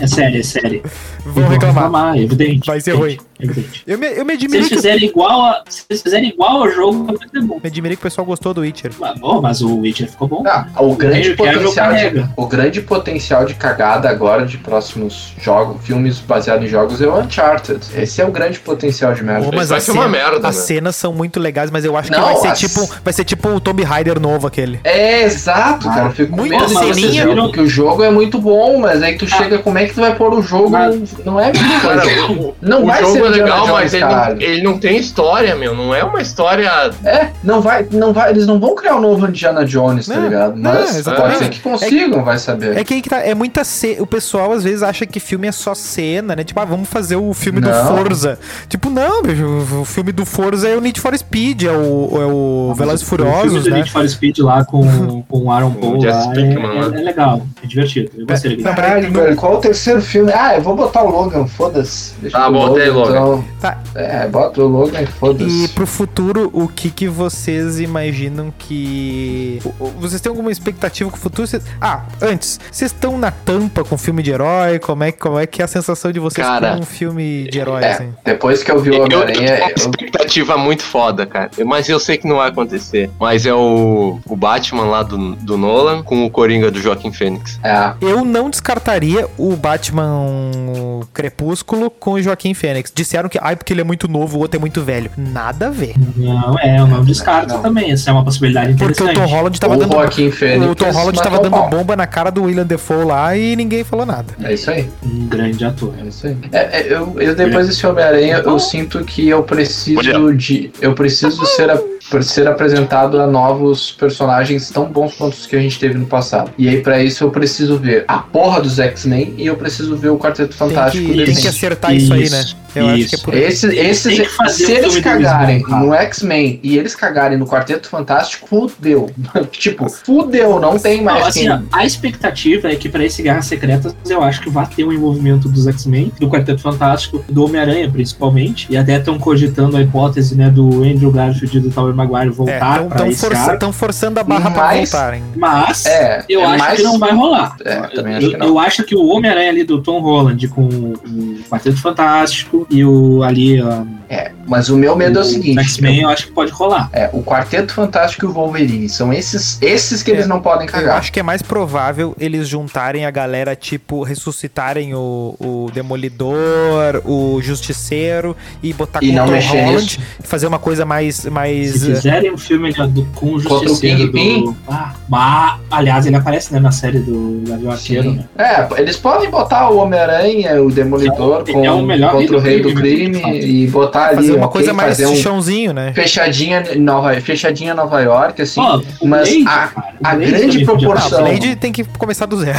S1: É série, é série.
S2: Vão reclamar.
S1: é evidente.
S2: Vai ser
S1: evidente, evidente.
S2: Eu me, eu
S1: Se
S2: me admirei
S1: eles
S2: que,
S1: fizerem igual a, se eles fizerem igual ao jogo, vai ser bom.
S2: me admirei que o pessoal gostou do Witcher.
S1: Mas, bom, mas o Witcher ficou bom.
S3: Ah, o grande
S1: Henry Cavill
S3: potencial de,
S1: carrega.
S3: o grande potencial de cagada agora de próximos jogos, filmes baseados em jogos é o Uncharted. Esse é o grande potencial de merda.
S2: Pô, mas
S5: vai
S2: a
S5: ser uma
S2: cena-
S5: merda,
S2: As
S5: né?
S2: cenas são muito legais, mas eu acho que
S3: Não,
S2: vai ser
S3: as-
S2: tipo, vai ser tipo o Tomb Raider novo aquele.
S3: É exato, cara. Eu fico com
S2: muita
S3: medo de vocês
S1: ceninha.
S3: verem, porque o jogo é muito bom, mas aí tu chega, como é que tu vai pôr o jogo?
S1: Mas-
S3: Não é muita
S5: Cara,
S3: coisa.
S5: o,
S3: Não
S5: o
S3: vai
S5: jogo
S3: ser
S5: é legal,
S3: Indiana
S5: mas
S3: Jones,
S5: ele não,
S3: caralho.
S5: ele não tem história, meu. Não é uma história.
S3: É, não vai, não vai, eles não vão criar um novo Indiana Jones, tá
S2: Não,
S3: ligado?
S2: não,
S3: Mas pode
S2: exatamente.
S3: ser que consigam, vai saber.
S2: É que aí que tá, é muita ce... o pessoal às vezes acha que filme é só cena, né? Tipo, ah, vamos fazer o filme do
S3: Não.
S2: Forza. Tipo, não, bicho, o filme do Forza é o Need for Speed, é o, é o Velozes e
S1: o filme
S2: Furiosos,
S1: do
S2: né?
S1: Need for Speed lá com, com o Aaron
S5: o
S1: Paul
S5: Jesse
S1: lá,
S5: Pinkman,
S1: é, é, é legal, é divertido. Eu gostei dele.
S2: Não, peraí,
S3: Caralho,
S2: não-
S3: velho, qual é o terceiro filme? Ah, eu vou botar o Logan, foda-se. Deixa
S5: Tá,
S3: eu ver o
S5: botei Logan.
S3: então.
S2: Tá.
S3: É, bota o Logan e
S2: E
S3: foda-se.
S2: pro futuro, o que que vocês imaginam que. o- o- Vocês têm alguma expectativa com o futuro? Vocês- Ah, antes, vocês estão na tampa com filme de herói? Como é, como é que é a sensação de vocês
S5: Cara,
S2: com um filme de herói,
S3: é.
S2: assim?
S3: Depois que eu vi o
S5: Eu, eu tenho
S3: Homem-Aranha, é
S5: uma
S3: eu-
S5: expectativa muito foda, cara. Mas eu sei que não vai acontecer. Mas é o, o Batman lá do, do Nolan com o Coringa do Joaquim Fênix.
S3: é,
S2: Eu não descartaria o Batman Crepúsculo com o Joaquim Fênix. De disseram que, ai, porque ele é muito novo, o outro é muito velho. Nada a ver.
S1: Não, é, eu não descarto
S3: Não.
S1: também. Essa é uma possibilidade
S2: Porque o
S1: interessante.
S2: Tom Holland tava
S3: Ou
S2: dando.
S3: Joaquin
S2: o
S3: Phoenix
S2: Tom Holland tava
S3: matou o
S2: dando
S3: pau.
S2: bomba na cara do William Defoe lá e ninguém falou nada.
S3: É isso aí.
S1: Um grande ator.
S3: É isso aí. É, é, eu, eu depois desse Homem-Aranha, eu sinto que eu preciso
S6: Olha.
S3: de. Eu preciso ser, a- ser apresentado a novos personagens tão bons quanto os que a gente teve no passado. E aí, pra isso, eu preciso ver a porra dos X-Men e eu preciso ver o Quarteto Fantástico
S2: tem que, tem que
S3: decente.
S2: acertar isso, aí,
S1: Isso,
S2: né? Eu acho que é
S1: isso.
S2: por aí.
S3: Esse,
S1: Tem que
S3: esses,
S1: fazer
S3: se
S1: o
S3: eles
S1: filme do
S3: cagarem
S1: X-Men, cara.
S3: no X-Men e eles cagarem no Quarteto Fantástico, fudeu. tipo, fudeu, não tem
S1: Não,
S3: mais
S1: assim,
S3: quem-
S1: ó, a expectativa é que pra esse Guerras Secretas eu acho que vai ter um envolvimento dos X-Men, do Quarteto Fantástico, do Homem-Aranha principalmente, e até estão cogitando a hipótese, né, do Andrew Garfield e do Tobey Maguire
S2: É,
S1: voltar
S2: tão,
S1: pra
S2: tão
S1: esse
S2: força-
S1: arco,
S2: tão forçando a barra pra
S3: Mas-
S2: voltarem.
S1: mas
S3: É,
S1: eu
S3: é
S1: acho
S3: mais-
S1: que não vai rolar.
S3: É, também
S1: eu,
S3: acho que não.
S1: eu acho que o Homem-Aranha ali do Tom Holland com o Quarteto Fantástico e o ali ó,
S3: Mas o meu medo é o seguinte:
S1: X-Men eu acho que pode rolar.
S3: É, o Quarteto Fantástico e o Wolverine. São esses, esses que
S2: É,
S3: eles não podem
S2: Eu
S3: cagar.
S2: acho que é mais provável eles juntarem a galera, tipo, ressuscitarem o, o Demolidor, o Justiceiro e botar
S3: E não
S2: Tom
S3: mexer
S2: Holland, fazer uma coisa mais. mais
S1: Se
S2: eh,
S1: fizerem um filme de- do, com o
S3: é, Contra o
S1: Justiceiro do...
S3: Kingpin?
S1: Ah, bah, aliás, ele aparece né, na série do Gavião Arqueiro, né?
S3: É, eles podem botar o Homem-Aranha, o Demolidor
S1: É o-
S3: com,
S1: é o melhor né?
S3: contra o
S1: rei
S3: Rei
S1: do
S3: do
S1: crime,
S3: Crime e botar ali.
S2: eh, fazer uma
S3: ok,
S2: coisa mais
S3: fazer um
S2: chãozinho, né?
S3: fechadinha em Nova, fechadinha em Nova York, assim.
S1: Ó, o
S3: mas
S1: Blade,
S3: a-
S1: cara,
S3: a
S1: o Blade
S3: grande
S1: também podia
S2: Ah,
S1: rolar.
S3: proporção-
S2: Blade tem que começar do zero.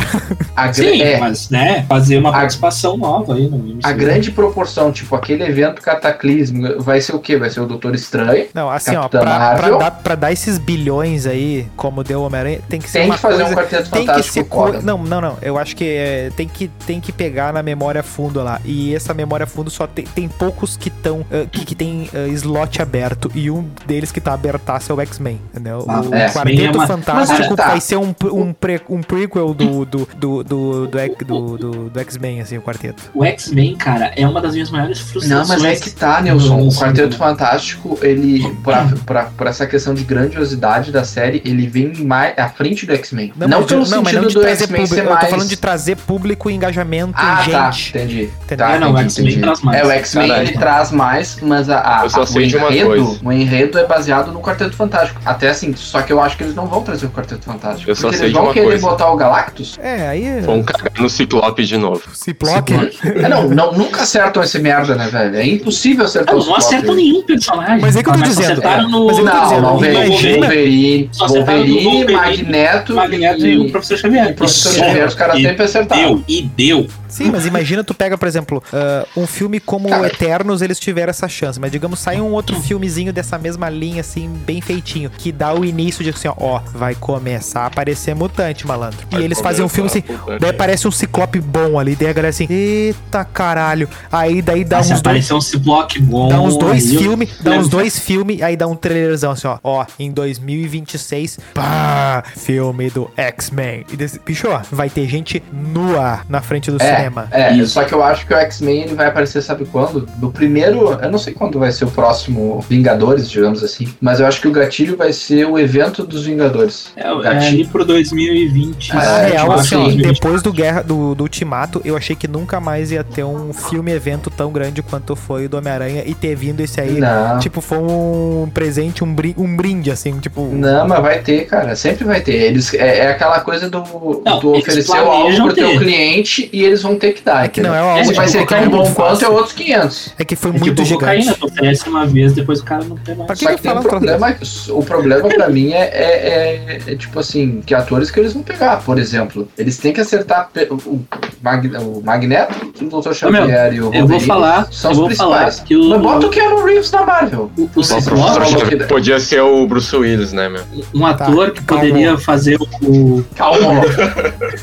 S3: a, gra-
S1: Ah, Sim,
S3: é,
S1: mas né, fazer uma
S3: A-
S1: participação nova aí no MCU.
S3: a grande proporção, tipo, aquele evento cataclísmico, vai ser o quê? Vai ser o Doutor Estranho.
S2: Não, assim, ó,
S3: Capitã
S2: pra, pra
S3: Marvel.
S2: dar, pra dar esses bilhões aí, como deu o Homem-Aranha, tem que ser
S3: Tem
S2: é uma
S3: que fazer
S2: coisa...
S3: um Quarteto
S2: Tem que
S3: Fantástico
S2: ser co...
S3: foda.
S2: Não, não, não. Eu acho que é, tem que tem que pegar na memória fundo lá. E essa memória fundo só tem, tem poucos que estão que, que tem ah, slot aberto e um deles que tá abertaço é o X-Men, entendeu?
S1: Ah,
S2: o
S1: X-Men
S3: é.
S1: é
S2: Quarteto
S1: uma-
S2: Fantástico
S3: Mas, tá.
S2: vai ser um, um, pre- um prequel do do do do, do, X- do, do- do X-Men assim, o quarteto.
S1: O X-Men, cara, é uma das minhas maiores
S3: Não,
S1: frustrações.
S3: mas é que tá, Nilson.
S1: Não,
S3: O
S1: sim,
S3: Quarteto
S1: né?
S3: Fantástico, ele, pra, pra, pra essa questão de grandiosidade da série, ele vem mais à frente do X-Men. Não,
S2: mas de-
S3: pelo
S2: mas
S3: sentido
S2: não de
S3: do
S2: trazer
S3: X-Men
S2: público.
S3: ser
S2: Eu tô
S3: mais.
S2: falando de trazer público e engajamento
S3: ah,
S2: em
S3: tá.
S2: gente.
S3: Entendi.
S2: entendeu?
S3: Tá,
S1: É, não,
S3: entendi,
S1: o X-Men
S3: entendi.
S1: traz mais.
S3: É, o X-Men
S5: Caralho.
S3: ele traz mais, mas a, a,
S5: Eu só
S3: a-
S5: sei
S3: o,
S5: de uma
S3: enredo,
S5: coisa.
S3: o enredo é baseado no Quarteto Fantástico. Até assim, só que eu acho que eles não vão trazer o Quarteto Fantástico.
S5: Eu só
S3: porque
S5: sei
S3: eles
S5: de
S3: vão
S5: uma
S3: querer
S5: coisa.
S3: botar o Galactus.
S2: É, aí
S5: Vão cagar no Ciclope de novo.
S2: se bloque.
S3: É, não, não, nunca acertam esse merda, né, velho? É impossível acertar
S1: Ah, Não,
S3: os
S1: não acertam
S3: Ciclope.
S1: nenhum personagem. Ah,
S2: Mas é que eu tô
S1: Mas só
S2: dizendo,
S1: acertaram
S3: é.
S1: no,
S2: Mas é que eu tô
S3: Não,
S2: dizendo,
S3: não, velho.
S2: imagina-
S3: Wolverine,
S1: Só acertaram no
S3: Wolverine,
S1: é Wolverine,
S3: Magneto,
S1: Magneto e o Professor Xavier.
S3: e Professor
S1: Isso
S3: Xavier, os caras
S1: e
S3: sempre acertaram.
S1: Deu, e deu.
S2: Sim, mas imagina tu pega, por exemplo, ah, um filme como
S3: Cara.
S2: Eternos, eles tiveram essa chance. Mas digamos, sai um outro filmezinho dessa mesma linha, assim, bem feitinho, que dá o início de assim, ó, ó, vai começar a aparecer mutante, malandro.
S5: Vai
S2: e eles fazem um filme assim.
S5: começar a puta
S2: Daí
S5: que-
S2: aparece um ciclope bom ali, daí a galera assim, eita caralho. Aí daí dá
S1: Mas se
S2: uns dois.
S1: aparecer um Ciploc bom.
S2: Dá uns dois
S1: aí eu-
S2: filmes, dá uns dois filmes, aí dá um trailerzão assim, ó. Ó, em 2026, pá, filme do X-Men. E desse, bicho, ó, vai ter gente nua na frente do
S3: É,
S2: cinema.
S3: É,
S1: Isso.
S3: só que eu acho que o X-Men ele vai aparecer, sabe quando? No primeiro, eu não sei quando vai ser o próximo Vingadores, digamos assim, mas eu acho que o gatilho vai ser o evento dos Vingadores.
S1: É, é ali pro 2020.
S3: Mas,
S2: Na
S3: É,
S2: real,
S3: tipo,
S2: assim, ó,
S3: assim,
S2: depois do Guerra do, do Ultimato, eu achei que nunca mais ia ter um filme evento tão grande quanto foi o do Homem-Aranha e ter vindo esse aí.
S3: Não,
S2: Tipo, foi um presente, um brinde, um brinde assim, tipo.
S3: não, mas vai ter, cara, sempre vai ter. Eles, é, é aquela coisa do,
S1: Não,
S3: do
S1: eles
S3: oferecer o algo
S1: planejam
S3: pro teu
S1: ter.
S3: cliente e eles vão ter que dar.
S2: É que não é
S3: entendeu?
S2: algo
S3: Se
S1: de
S3: vai ser
S2: qualquer
S3: tão
S2: um
S3: bom quanto
S2: fácil.
S3: é outros 500.
S2: É que foi
S1: É
S2: muito
S1: tipo cocaína,
S2: gigante.
S3: né,
S1: tu oferece uma vez, depois o cara não quer mais.
S2: Pra que
S3: Só
S2: eu
S3: que tem
S2: falo
S3: um
S2: um troço?
S3: problema, o problema pra mim é, é- é- é, tipo assim, que atores que eles vão pegar, por exemplo. Eles têm que acertar pe- o, Mag- o Magneto, o Dr. Xavier e o
S1: Eu vou
S3: Wolverine.
S1: falar,
S3: são
S1: eu
S3: os
S1: vou
S3: principais.
S1: falar que o,
S3: Mas bota o Keanu Reeves na Marvel.
S1: o, o
S5: Só
S3: Esse
S5: pro
S1: Ciclope,
S3: Ciclope.
S5: Professor Xavier. Podia ser o Bruce Willis, né, meu?
S1: um ator que poderia fazer o
S3: Calma.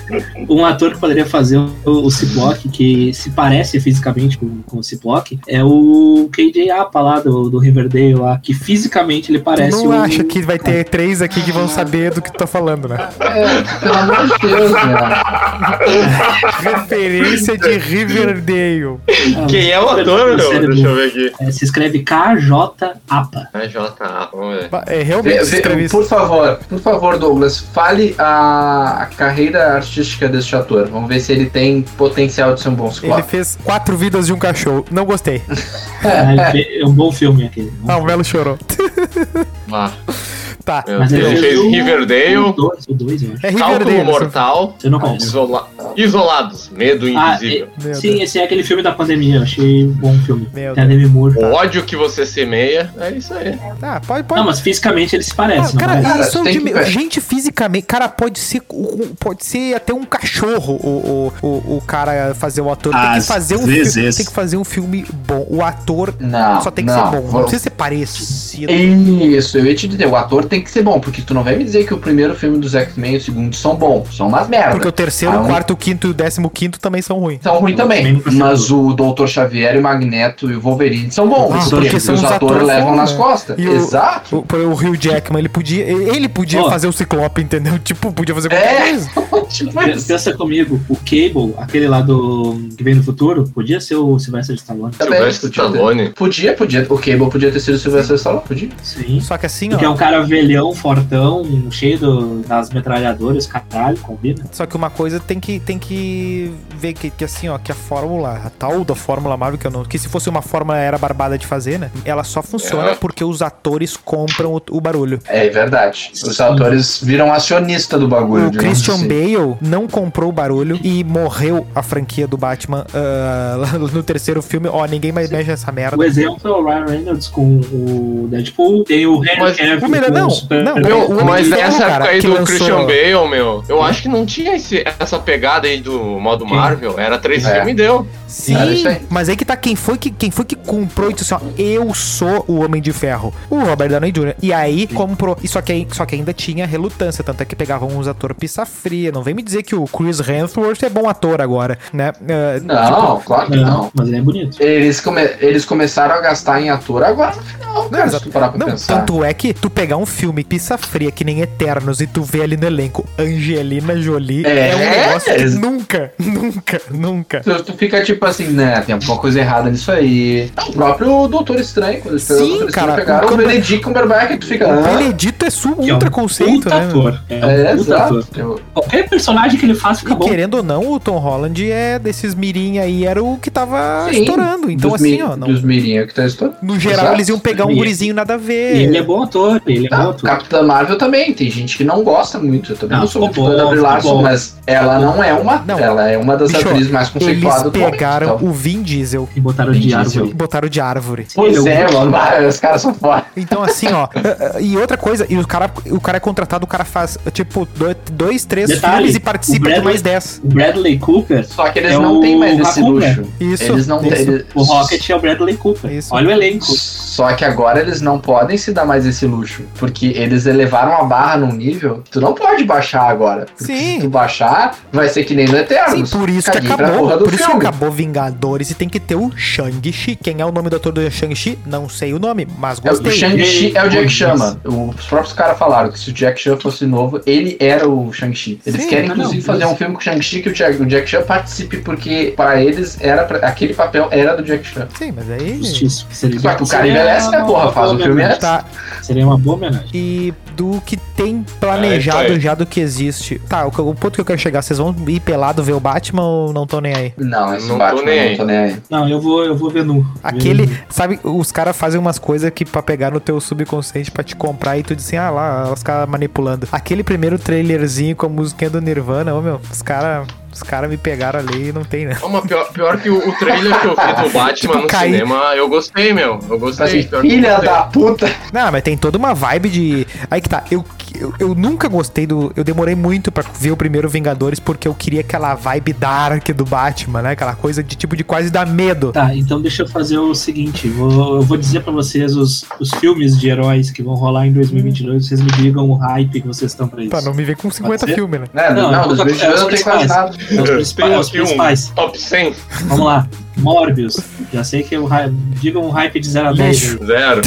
S1: um ator que poderia fazer o, o Ciploc, que se parece fisicamente com, com o Ciploc, é o KJ Apa lá do, do Riverdale lá, que fisicamente ele
S2: Tu
S3: assim,
S1: parece
S2: não
S1: um
S2: acha que vai ter três aqui que vão saber do que tu tá falando, né?
S3: É, pelo amor de Deus, né?
S2: Referência de Riverdale.
S1: Ah,
S5: Quem é o ator, meu?
S1: cérebro.
S5: Deixa eu ver aqui.
S1: É, se escreve KJ Apa.
S5: É JA, vamos ver.
S2: Ba- É
S3: Vê-
S2: realmente
S3: vê-
S2: escrevista.
S3: por favor, por favor, Douglas, fale a, a carreira artística deste ator. Vamos ver se ele tem potencial de ser um bom sequel.
S2: Ele fez quatro vidas de um cachorro. Não gostei.
S1: É, é um bom filme aquele.
S2: Ah, o Melo chorou.
S5: Lá.
S2: Tá.
S5: Meu
S1: Mas
S5: Deus.
S1: ele é
S5: Ele fez
S1: fez o- O
S5: Riverdale,
S1: 2, o dois, eu acho.
S2: É
S5: Cálculo
S2: Riverdale.
S3: tá.
S5: Mortal,
S1: Eu não conheço.
S5: Isola- Isolados, Medo
S1: Ah,
S5: Invisível.
S1: e-
S2: Meu
S1: sim,
S2: Deus.
S1: esse é aquele filme da pandemia. Eu achei um bom filme.
S2: Meu É.
S1: Tem a Demi Moore.
S5: O ódio que você semeia, é isso aí.
S2: Tá, pode, pode.
S1: Não, mas fisicamente eles se
S2: Ah,
S1: parecem. não
S2: cara,
S1: parece?
S3: Cara,
S2: isso é um
S3: tem
S2: de-
S3: que ver.
S2: gente fisicamente, cara, pode ser o- o- pode ser até um cachorro o, o, o, o cara fazer o ator tem que
S6: Às
S2: fazer um
S6: vezes.
S2: filme, tem que fazer um filme bom. O ator
S3: Não,
S2: só tem que
S3: Ah, não,
S2: ser bom, não
S3: vamos-
S2: precisa ser parecido.
S3: Isso, eu ia te dizer, o ator tem que ser bom, porque tu não vai me dizer que o primeiro filme dos X-Men e o segundo são bons, são umas merda.
S2: Porque o terceiro,
S3: Ah,
S2: o
S3: um-
S2: quarto, o quinto e o décimo quinto também são ruins.
S3: São ruins
S1: também
S3: também,
S1: nunca fui
S3: mas o Dr. Xavier, o Magneto e o Wolverine são bons,
S2: Ah,
S3: porque,
S1: porque
S2: são
S3: os
S2: uns
S3: atores
S2: atores
S3: levam
S2: bons,
S3: nas
S2: né?
S3: costas.
S2: E o-
S3: Exato.
S2: O, o Hugh Jackman, ele podia, ele podia
S1: Ó.
S2: fazer o Ciclope, entendeu? Tipo, podia fazer qualquer
S3: É,
S2: coisa.
S3: tipo
S1: Pensa-
S3: isso.
S1: Pensa comigo, o Cable, aquele lá do que vem do futuro, podia ser o Sylvester Stallone.
S3: Também
S5: Silvestre
S3: podia ter.
S5: Stallone.
S3: Podia, podia. O Cable podia ter sido o Sylvester Stallone, podia.
S1: Sim.
S2: Só que assim,
S1: Porque é
S2: ó.
S1: um cara velhão, fortão, cheio do- das metralhadoras, caralho, combina.
S2: Só que uma coisa tem que, tem que ver que, que assim, ó, que a fórmula, a tal da fórmula Marvel, que eu não. Que se fosse uma fórmula era barbada de fazer, né? Ela só funciona
S5: É.
S2: porque os atores compram o, o barulho.
S3: É verdade. Os
S1: Sim.
S3: atores viram acionista do bagulho.
S2: O
S3: digamos
S2: Christian
S3: assim.
S2: Bale não comprou o barulho e morreu a franquia do Batman ah, lá no terceiro filme. Ó, ninguém mais mexe nessa merda.
S1: O exemplo é o Ryan Reynolds com o Deadpool, tem o Henry
S5: Mas-
S1: Cavill
S2: O melhor-
S1: com
S2: não,
S1: o Super-
S2: não,
S5: Meu,
S2: O
S5: mas
S2: Homem de
S5: nessa
S2: Ferro,
S5: época
S2: cara,
S5: aí
S2: que
S5: do
S2: lançou-
S5: Christian Bale, meu, eu acho que não tinha esse- essa pegada aí do modo Marvel. Era três
S3: É.
S5: filmes e deu.
S2: Sim,
S3: Cara, isso aí.
S2: mas aí que tá quem foi que, quem foi que comprou e disse assim, ó, eu sou o Homem de Ferro, o Robert Downey Jr. E aí comprou, e só que, aí- só que ainda tinha relutância, tanto é que pegavam uns atores pizza fria, não vem me dizer que o Chris Hemsworth é bom ator agora, né? É,
S3: Não, claro que
S1: Não,
S3: não.
S1: mas ele é bonito.
S3: Eles, come- eles começaram a gastar em ator agora no final, cara. se
S2: exato.
S3: tu parar pra
S2: não,
S3: pensar.
S2: tanto é que tu pegar um filme pizza fria que nem Eternos e tu vê ali no elenco Angelina Jolie é,
S3: É,
S2: um negócio que
S3: ex-
S2: nunca, nunca, nunca.
S3: Tu, tu fica tipo assim, né? Tem alguma coisa errada nisso aí. Ah, O próprio Doutor Estranho, quando eles pegaram
S2: Sim,
S3: o Doutor Estranho,
S2: cara,
S3: pegaram
S2: o
S3: o
S2: Cumber-
S3: Benedict Cumberbatch, tu fica.
S2: O
S3: Ah,
S2: Benedito é sub
S1: Que é um
S2: ultra conceito,
S1: puta
S2: né? meu?
S1: ator. É, um
S3: é,
S1: puta
S3: exato.
S1: ator. Qualquer personagem que ele faz fica
S2: E
S1: bom.
S2: querendo ou não, o Tom Holland é desses mirim aí, era o que tava
S3: Sim,
S2: estourando. Então,
S3: dos
S2: assim,
S3: mi-
S2: ó, não-
S3: Dos mirinha que tá estourando.
S2: no geral
S3: Exato. é-
S2: eles iam pegar um
S1: E-
S2: gurizinho nada a ver.
S1: Ele é bom ator, ele é bom
S3: Ah,
S1: ator.
S3: Capitã Marvel também, tem gente que não gosta muito. Eu também
S1: Não,
S3: não sou muito
S1: ficou
S3: fã da
S1: bom,
S3: Brie
S1: ficou
S3: Larson,
S1: bom.
S3: mas ela não é uma.
S2: Não.
S3: Ela é uma das
S2: Bicho,
S3: atrizes mais
S2: Eles
S3: conceituadas do então.
S2: pegaram
S3: momento,
S2: o Vin Diesel
S1: E botaram de
S3: Vin
S1: árvore.
S2: e botaram de árvore.
S1: Sim,
S3: Pois
S1: ele
S3: é,
S1: um-
S3: mano, ah, os caras são foda.
S2: Então, assim, ó. e outra coisa, e o cara, o cara é contratado, o cara faz, tipo, do- dois, três
S1: Detalhe,
S2: filmes e participa
S1: o Bradley-
S2: de mais dez.
S1: O Bradley Cooper,
S3: Só que eles
S1: É
S3: não têm
S1: o
S3: mais esse
S1: Raccoon, né?
S3: luxo.
S2: Isso.
S3: eles não têm.
S2: isso.
S3: eles-
S1: o Rocket é o Bradley Cooper.
S2: Isso.
S1: Olha o elenco.
S3: Só que agora eles não podem se dar mais esse luxo. Porque eles elevaram a barra num nível que tu não pode baixar agora. Porque
S2: Sim.
S3: Se tu baixar, vai ser que nem no
S2: Sim,
S3: Eternos.
S2: por isso que
S3: Caguei pra
S2: acabou.
S3: porra do
S2: Por isso que
S3: filme.
S2: acabou Vingadores e tem que ter o Shang-Chi. Quem é o nome do ator do Shang-Chi? Não sei o nome, mas
S3: É, o
S2: gostei.
S3: Shang-Chi é o Jack
S1: Pois.
S3: Chama. Os próprios caras falaram que se o Jack Chan fosse novo, ele era o Shang-Chi. Eles
S2: Sim,
S3: querem,
S1: não,
S3: inclusive,
S1: não,
S3: fazer
S1: mas-
S3: um filme com o Shang-Chi que o Jack, o Jack Chan participe, porque pra eles era pra- aquele papel era do Jack Chan.
S2: Sim, mas aí.
S1: Justiça. Se ele-
S3: Só que o cara
S1: seria
S3: envelhece, né,
S1: uma
S3: porra?
S1: boa
S3: Faz o filme
S5: É.
S1: homenagem.
S3: antes.
S2: Tá,
S1: Seria uma boa homenagem.
S2: e do que tem planejado
S5: É, isso
S2: já do que existe. Tá, o, que- o ponto que eu quero chegar, vocês vão ir pelado ver o Batman ou não tô nem aí?
S3: Não, esse
S5: Não tô
S3: Batman
S5: nem
S3: eu
S5: aí.
S3: não tô nem aí.
S1: Não, eu vou, eu vou ver nu.
S2: Aquele,
S1: Ver nu.
S2: sabe, os caras fazem umas coisas que pra pegar no teu subconsciente pra te comprar e tu diz assim, ah lá, os caras manipulando. Aquele primeiro trailerzinho com a musiquinha do Nirvana, ô meu, os caras os cara me pegaram ali e não tem, né?
S5: Ó, mas pior, pior que o, o trailer que eu vi do Batman
S2: Tipo,
S5: no
S2: caí.
S5: cinema, eu gostei, meu. Eu gostei.
S3: Assim,
S5: pior que eu
S3: filha
S5: gostei.
S3: da puta!
S2: Não, mas tem toda uma vibe de. Aí que tá. Eu, eu, eu nunca gostei do. Eu demorei muito pra ver o primeiro Vingadores porque eu queria aquela vibe dark do Batman, né? Aquela coisa de tipo de quase dar medo.
S1: Tá, então deixa eu fazer o seguinte: vou- eu vou dizer pra vocês os, os filmes de heróis que vão rolar em 2022. Vocês me digam o hype que vocês estão pra isso.
S2: Tá, não me vê com 50
S1: ser?
S2: filmes, né?
S3: Né,
S1: Não,
S3: Não,
S1: eu
S3: não,
S1: vou
S3: dos
S1: tocar- é,
S3: vídeos eu não
S1: os
S3: tenho quase nada.
S1: Os principais.
S5: Fala
S1: Os
S5: aqui um
S1: principais.
S5: Top 100,
S1: Vamos lá. Morbius. Já sei que o hype. Digam um hype de 0 a 10.
S2: Lixo.
S1: aí.
S5: zero.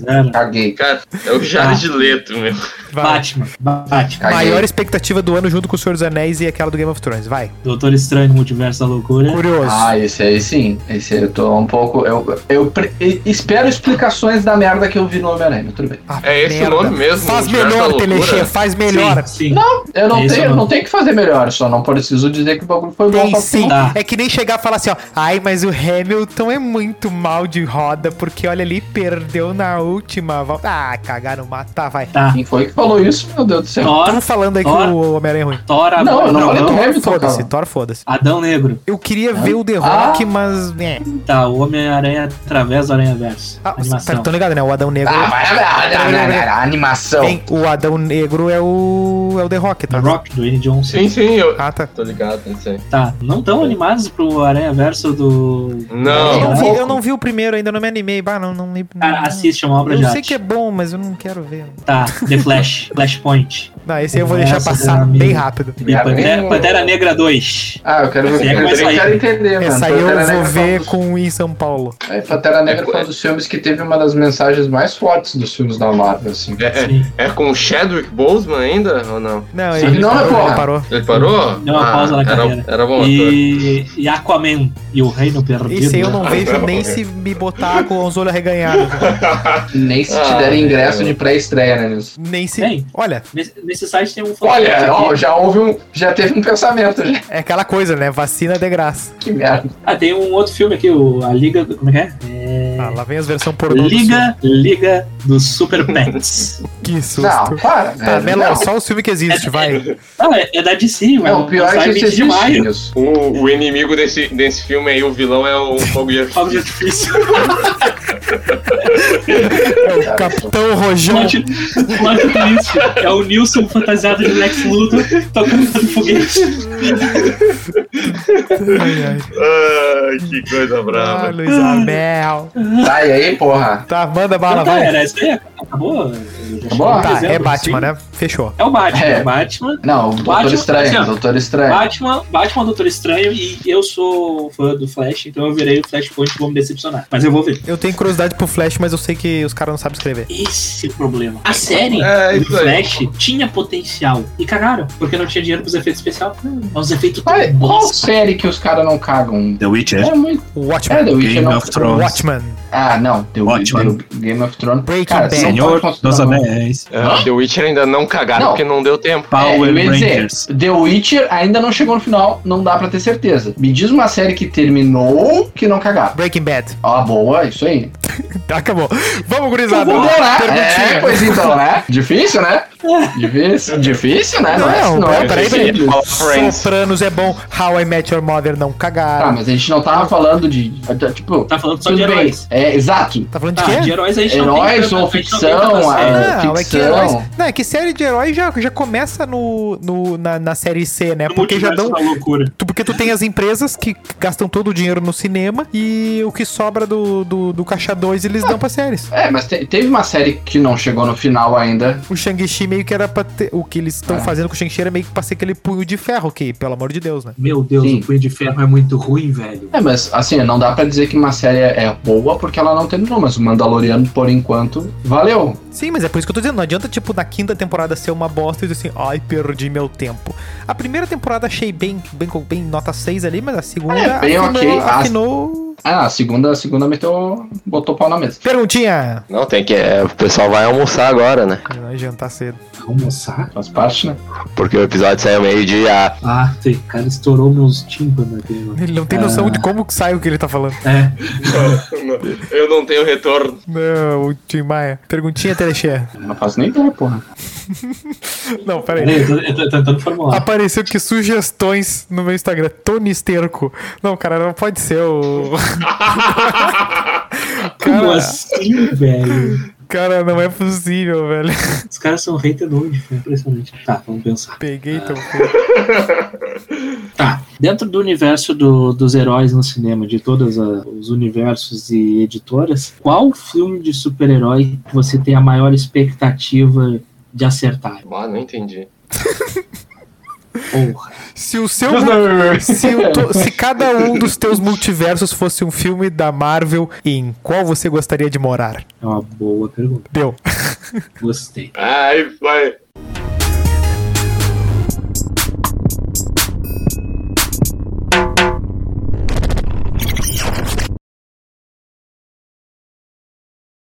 S1: Zero.
S3: Caguei.
S2: Ah.
S5: Cara, é o Jared Leto, meu.
S2: Vai.
S1: Batman. Batman.
S3: Caguei.
S2: Maior expectativa do ano junto com o Senhor dos Anéis e aquela do Game of Thrones. Vai.
S1: Doutor Estranho, Multiverso da Loucura.
S2: Curioso.
S3: Ah, esse aí sim. Esse aí eu tô um pouco. Eu, eu pre- e- espero explicações da merda que eu vi no Homem-Aranha, tudo bem.
S2: Ah,
S5: É esse o
S2: merda.
S5: nome mesmo,
S2: Faz
S5: Multiverso da
S2: melhor,
S5: Loucura?
S2: Telexê, faz melhor.
S1: Sim, sim.
S3: Eu não,
S1: Esse
S3: tenho,
S1: eu não-
S3: não tenho que fazer melhor, só não preciso dizer que o bagulho foi bom.
S2: Tem
S3: só
S2: sim.
S3: porque-
S1: Tá.
S2: É que nem chegar e falar assim, ó. Ai, mas o Hamilton é muito mal de roda, porque olha ali, perdeu na última volta. Ah, cagaram, matar, vai.
S1: Tá.
S3: Quem foi que falou isso, meu Deus do céu?
S1: Thor,
S2: Tava falando aí que
S1: Ora.
S2: o Homem-Aranha é ruim.
S1: É Thor, Adão,
S3: Não, eu não
S1: não,
S3: falei
S1: não.
S3: Thor. Hamilton,
S2: Foda-se,
S3: cara.
S2: Thor, foda-se.
S1: Adão Negro.
S2: Eu queria ver o The
S3: Ah.
S2: Rock, mas. É.
S1: Tá, o Homem-Aranha através do Aranha-Verso.
S2: Ah,
S1: Animação.
S2: Estão ligados, né? O Adão Negro.
S3: Ah, vai, vai, vai, vai, vai, vai, vai, animação.
S2: Bem, o Adão Negro é o. é o The Rock,
S1: The
S2: tá?
S1: Rock, do N. Johnson.
S5: Sim, sim, eu.
S2: Ah, tá.
S5: Tô ligado, não sei.
S1: Tá, não tão animados pro Aranha-Verso do...
S2: Eu não,
S5: Não.
S2: vi, eu não vi o primeiro ainda, não me animei. Bah, não, não lembro.
S1: Cara, assiste, é uma obra de
S2: Eu sei
S1: arte.
S2: que é bom, mas eu não quero ver.
S1: Tá, The Flash, Flashpoint.
S2: Não, esse aí eu vou deixar
S1: Essa,
S2: passar
S1: meu amigo.
S2: bem rápido.
S1: E Pantera, Pantera Negra 2.
S3: Ah, eu quero ver.
S1: Essa aí
S3: Eu
S1: começa aí.
S3: também quero entender, mano.
S2: Essa aí
S3: Pantera
S2: eu
S3: Negra
S2: vou
S3: foi um
S2: ver
S3: dos-
S2: com o em São Paulo.
S3: É, Pantera Negra foi um
S5: É.
S3: dos filmes que teve uma das mensagens mais fortes dos filmes da Marvel, assim.
S5: É, é-
S1: Sim.
S5: é com o Chadwick Boseman ainda ou não?
S2: Não,
S3: Sim,
S2: ele
S3: não,
S2: parou,
S3: é porra.
S2: ele parou.
S5: Ele parou? Ah,
S1: Deu uma pausa na
S5: era,
S1: carreira.
S5: Era bom ator.
S1: E, e Aquaman e o Reino Perdido.
S2: Esse aí eu não vejo
S5: não.
S2: nem se me botar com os olhos arreganhados.
S3: Nem se te
S5: Ah,
S3: der ingresso
S5: meu.
S3: de pré-estreia, né, Nilson?
S2: Nem se.
S1: Tem.
S2: Olha,
S1: Nesse, nesse site tem um
S3: Olha,
S1: aqui.
S3: ó, já houve um. Já teve um pensamento, já.
S2: é aquela coisa, né? Vacina de graça.
S3: Que merda.
S1: Ah, tem um outro filme aqui, o, a Liga. do- Como é que é?
S2: Ah, lá vem as versões pornô. do
S1: Liga, Liga dos Super Pets.
S2: filme. Que susto.
S3: Não, para.
S2: Tá,
S3: velho,
S2: Melo,
S3: não.
S2: só o filme que existe, vai.
S1: ah, é, é da DC, mas
S3: Não, o pior é
S1: sai
S3: que isso
S1: 20 de
S3: existe,
S1: maio.
S3: Nilson.
S5: O, o inimigo desse, desse filme aí, o vilão é um fogo de
S1: Fogo de
S5: artifício.
S1: artifício.
S2: É o Capitão Rojão.
S1: Plot plot twist. É o Nilson fantasiado de Lex Luthor tocando foguete.
S2: Ai, ai.
S5: Ai, que coisa
S2: Ah,
S5: brava.
S2: Luiz Abel.
S3: Tá, e aí, porra?
S2: Tá, manda bala,
S1: Então tá,
S2: vai.
S1: era um isso aí. Acabou? Eu já
S3: Acabou?
S1: cheguei em
S2: Tá,
S1: dezembro,
S2: é Batman,
S1: sim.
S2: né? Fechou.
S1: É o Batman.
S3: É.
S1: É. o Batman.
S3: Não, o Doutor
S1: Batman,
S3: Estranho,
S1: assim, ó.
S3: Doutor Estranho.
S1: Batman, Batman, Doutor Estranho e eu sou fã do Flash, então eu virei o Flashpoint e vou me decepcionar. Mas eu vou ver.
S2: Eu tenho curiosidade pro Flash, mas eu sei que os caras não sabem escrever.
S1: Esse é o problema. A série
S5: É,
S1: do
S5: isso aí.
S1: Flash tinha potencial e cagaram, porque não tinha dinheiro pros efeitos especiais. É uns efeitos tão
S3: Olha, qual
S1: bons.
S3: série que os caras não cagam?
S6: The Witcher,
S3: É muito. É,
S2: Watchman.
S3: The Witcher
S6: Game
S3: não.
S6: of Thrones,
S2: Watchman.
S3: Ah, não. The
S6: Watchmen.
S3: Witcher, Game of Thrones.
S2: Breaking
S3: Cara,
S2: Bad.
S3: você não
S6: Senhor
S3: pode considerar
S6: dos
S3: uma-
S6: Anéis,
S5: Ah, The Witcher ainda não cagaram
S3: Não.
S5: porque não deu tempo.
S3: É,
S6: Power
S3: eu ia dizer,
S6: Rangers.
S3: The Witcher ainda não chegou no final, não dá pra ter certeza. Me diz uma série que terminou que não cagaram.
S2: Breaking Bad.
S3: Ó, boa, isso aí.
S2: Tá, acabou. Vamos,
S1: Tá
S2: gurizada.
S3: Vamos lá,
S2: Perguntinha.
S3: É, pois então, né? Difícil, né? Difícil, difícil, né?
S2: Não,
S3: é,
S2: peraí,
S3: é
S2: peraí.
S3: simples.
S5: Friends.
S2: Sopranos é bom. How I Met Your Mother não
S3: Tá,
S2: cagaram.
S3: mas a gente não tava falando de. Tipo,
S1: Tá falando só
S3: tudo
S1: de
S3: bem.
S1: heróis.
S3: É, exato.
S2: Tá falando de
S1: Tá,
S2: quê?
S1: de heróis a gente não tem
S3: Heróis
S1: tanta-
S3: ou
S1: a gente não tem tanta
S3: ficção,
S1: série.
S3: é.
S2: Não, é que
S3: ficção.
S2: heróis. Não, é que série de herói já, já começa no, no- na, na série C, né?
S1: No
S2: Porque já
S1: É multiverso
S2: dão.
S1: da loucura.
S2: Tu, porque tu tem as empresas que gastam todo o dinheiro no cinema e o que sobra do, do, do caixa 2 eles dão pra séries.
S3: É, mas te- teve uma série que não chegou no final ainda.
S2: O Shang-Chi meio que era pra ter. O que eles estão
S3: Ah.
S2: fazendo com o Shang-Chi era meio que pra ser aquele punho de ferro, que, pelo amor de Deus, né?
S1: Meu Deus,
S3: Sim.
S1: o Punho de Ferro é muito ruim, velho.
S3: É, mas assim, não dá pra dizer que uma série é boa porque ela não terminou, mas o Mandaloriano, por enquanto, valeu.
S2: Sim, mas é por isso que eu tô dizendo. Não adianta, tipo, na quinta temporada ser uma bosta e dizer assim, ai, perdi meu tempo. A primeira temporada achei bem, bem, bem nota 6 ali, mas a segunda
S3: É, bem
S2: afinou,
S3: ok. A-
S2: afinou.
S3: Ah, a segunda, a segunda meteu, botou pau na mesa.
S2: Perguntinha!
S5: Não, tem que. é, o pessoal vai almoçar agora, né?
S2: Ele Vai jantar cedo.
S1: Almoçar?
S3: Faz parte, né?
S5: Porque o episódio saiu meio-dia.
S1: Ah, sei, o cara estourou meus tímpanos aqui, mano.
S2: Ele não tem noção de como que sai o que ele tá falando.
S1: É,
S5: Eu não tenho retorno.
S2: Não, o Tim Maia. Perguntinha, Telexé.
S3: Não faço nem ideia, porra.
S2: Não, peraí.
S1: peraí, eu tô, eu tô tentando formular.
S2: Apareceu que sugestões no meu Instagram. Tony Esterco. Não, cara, não pode ser o.
S1: Como
S2: cara,
S1: assim, velho?
S2: cara, não é possível, velho.
S1: Os caras são hater do é impressionante. Tá, vamos pensar.
S2: Peguei teu cu.
S1: Tá. Dentro do universo do- dos heróis no cinema, de todos a- os universos e editoras, qual filme de super-herói você tem a maior expectativa de acertar?
S5: Ah, não entendi.
S1: Porra.
S2: Se o seu. Se, o to- se cada um dos teus multiversos fosse um filme da Marvel, em qual você gostaria de morar?
S1: É uma boa pergunta.
S2: Deu.
S1: Gostei.
S5: Ai, vai.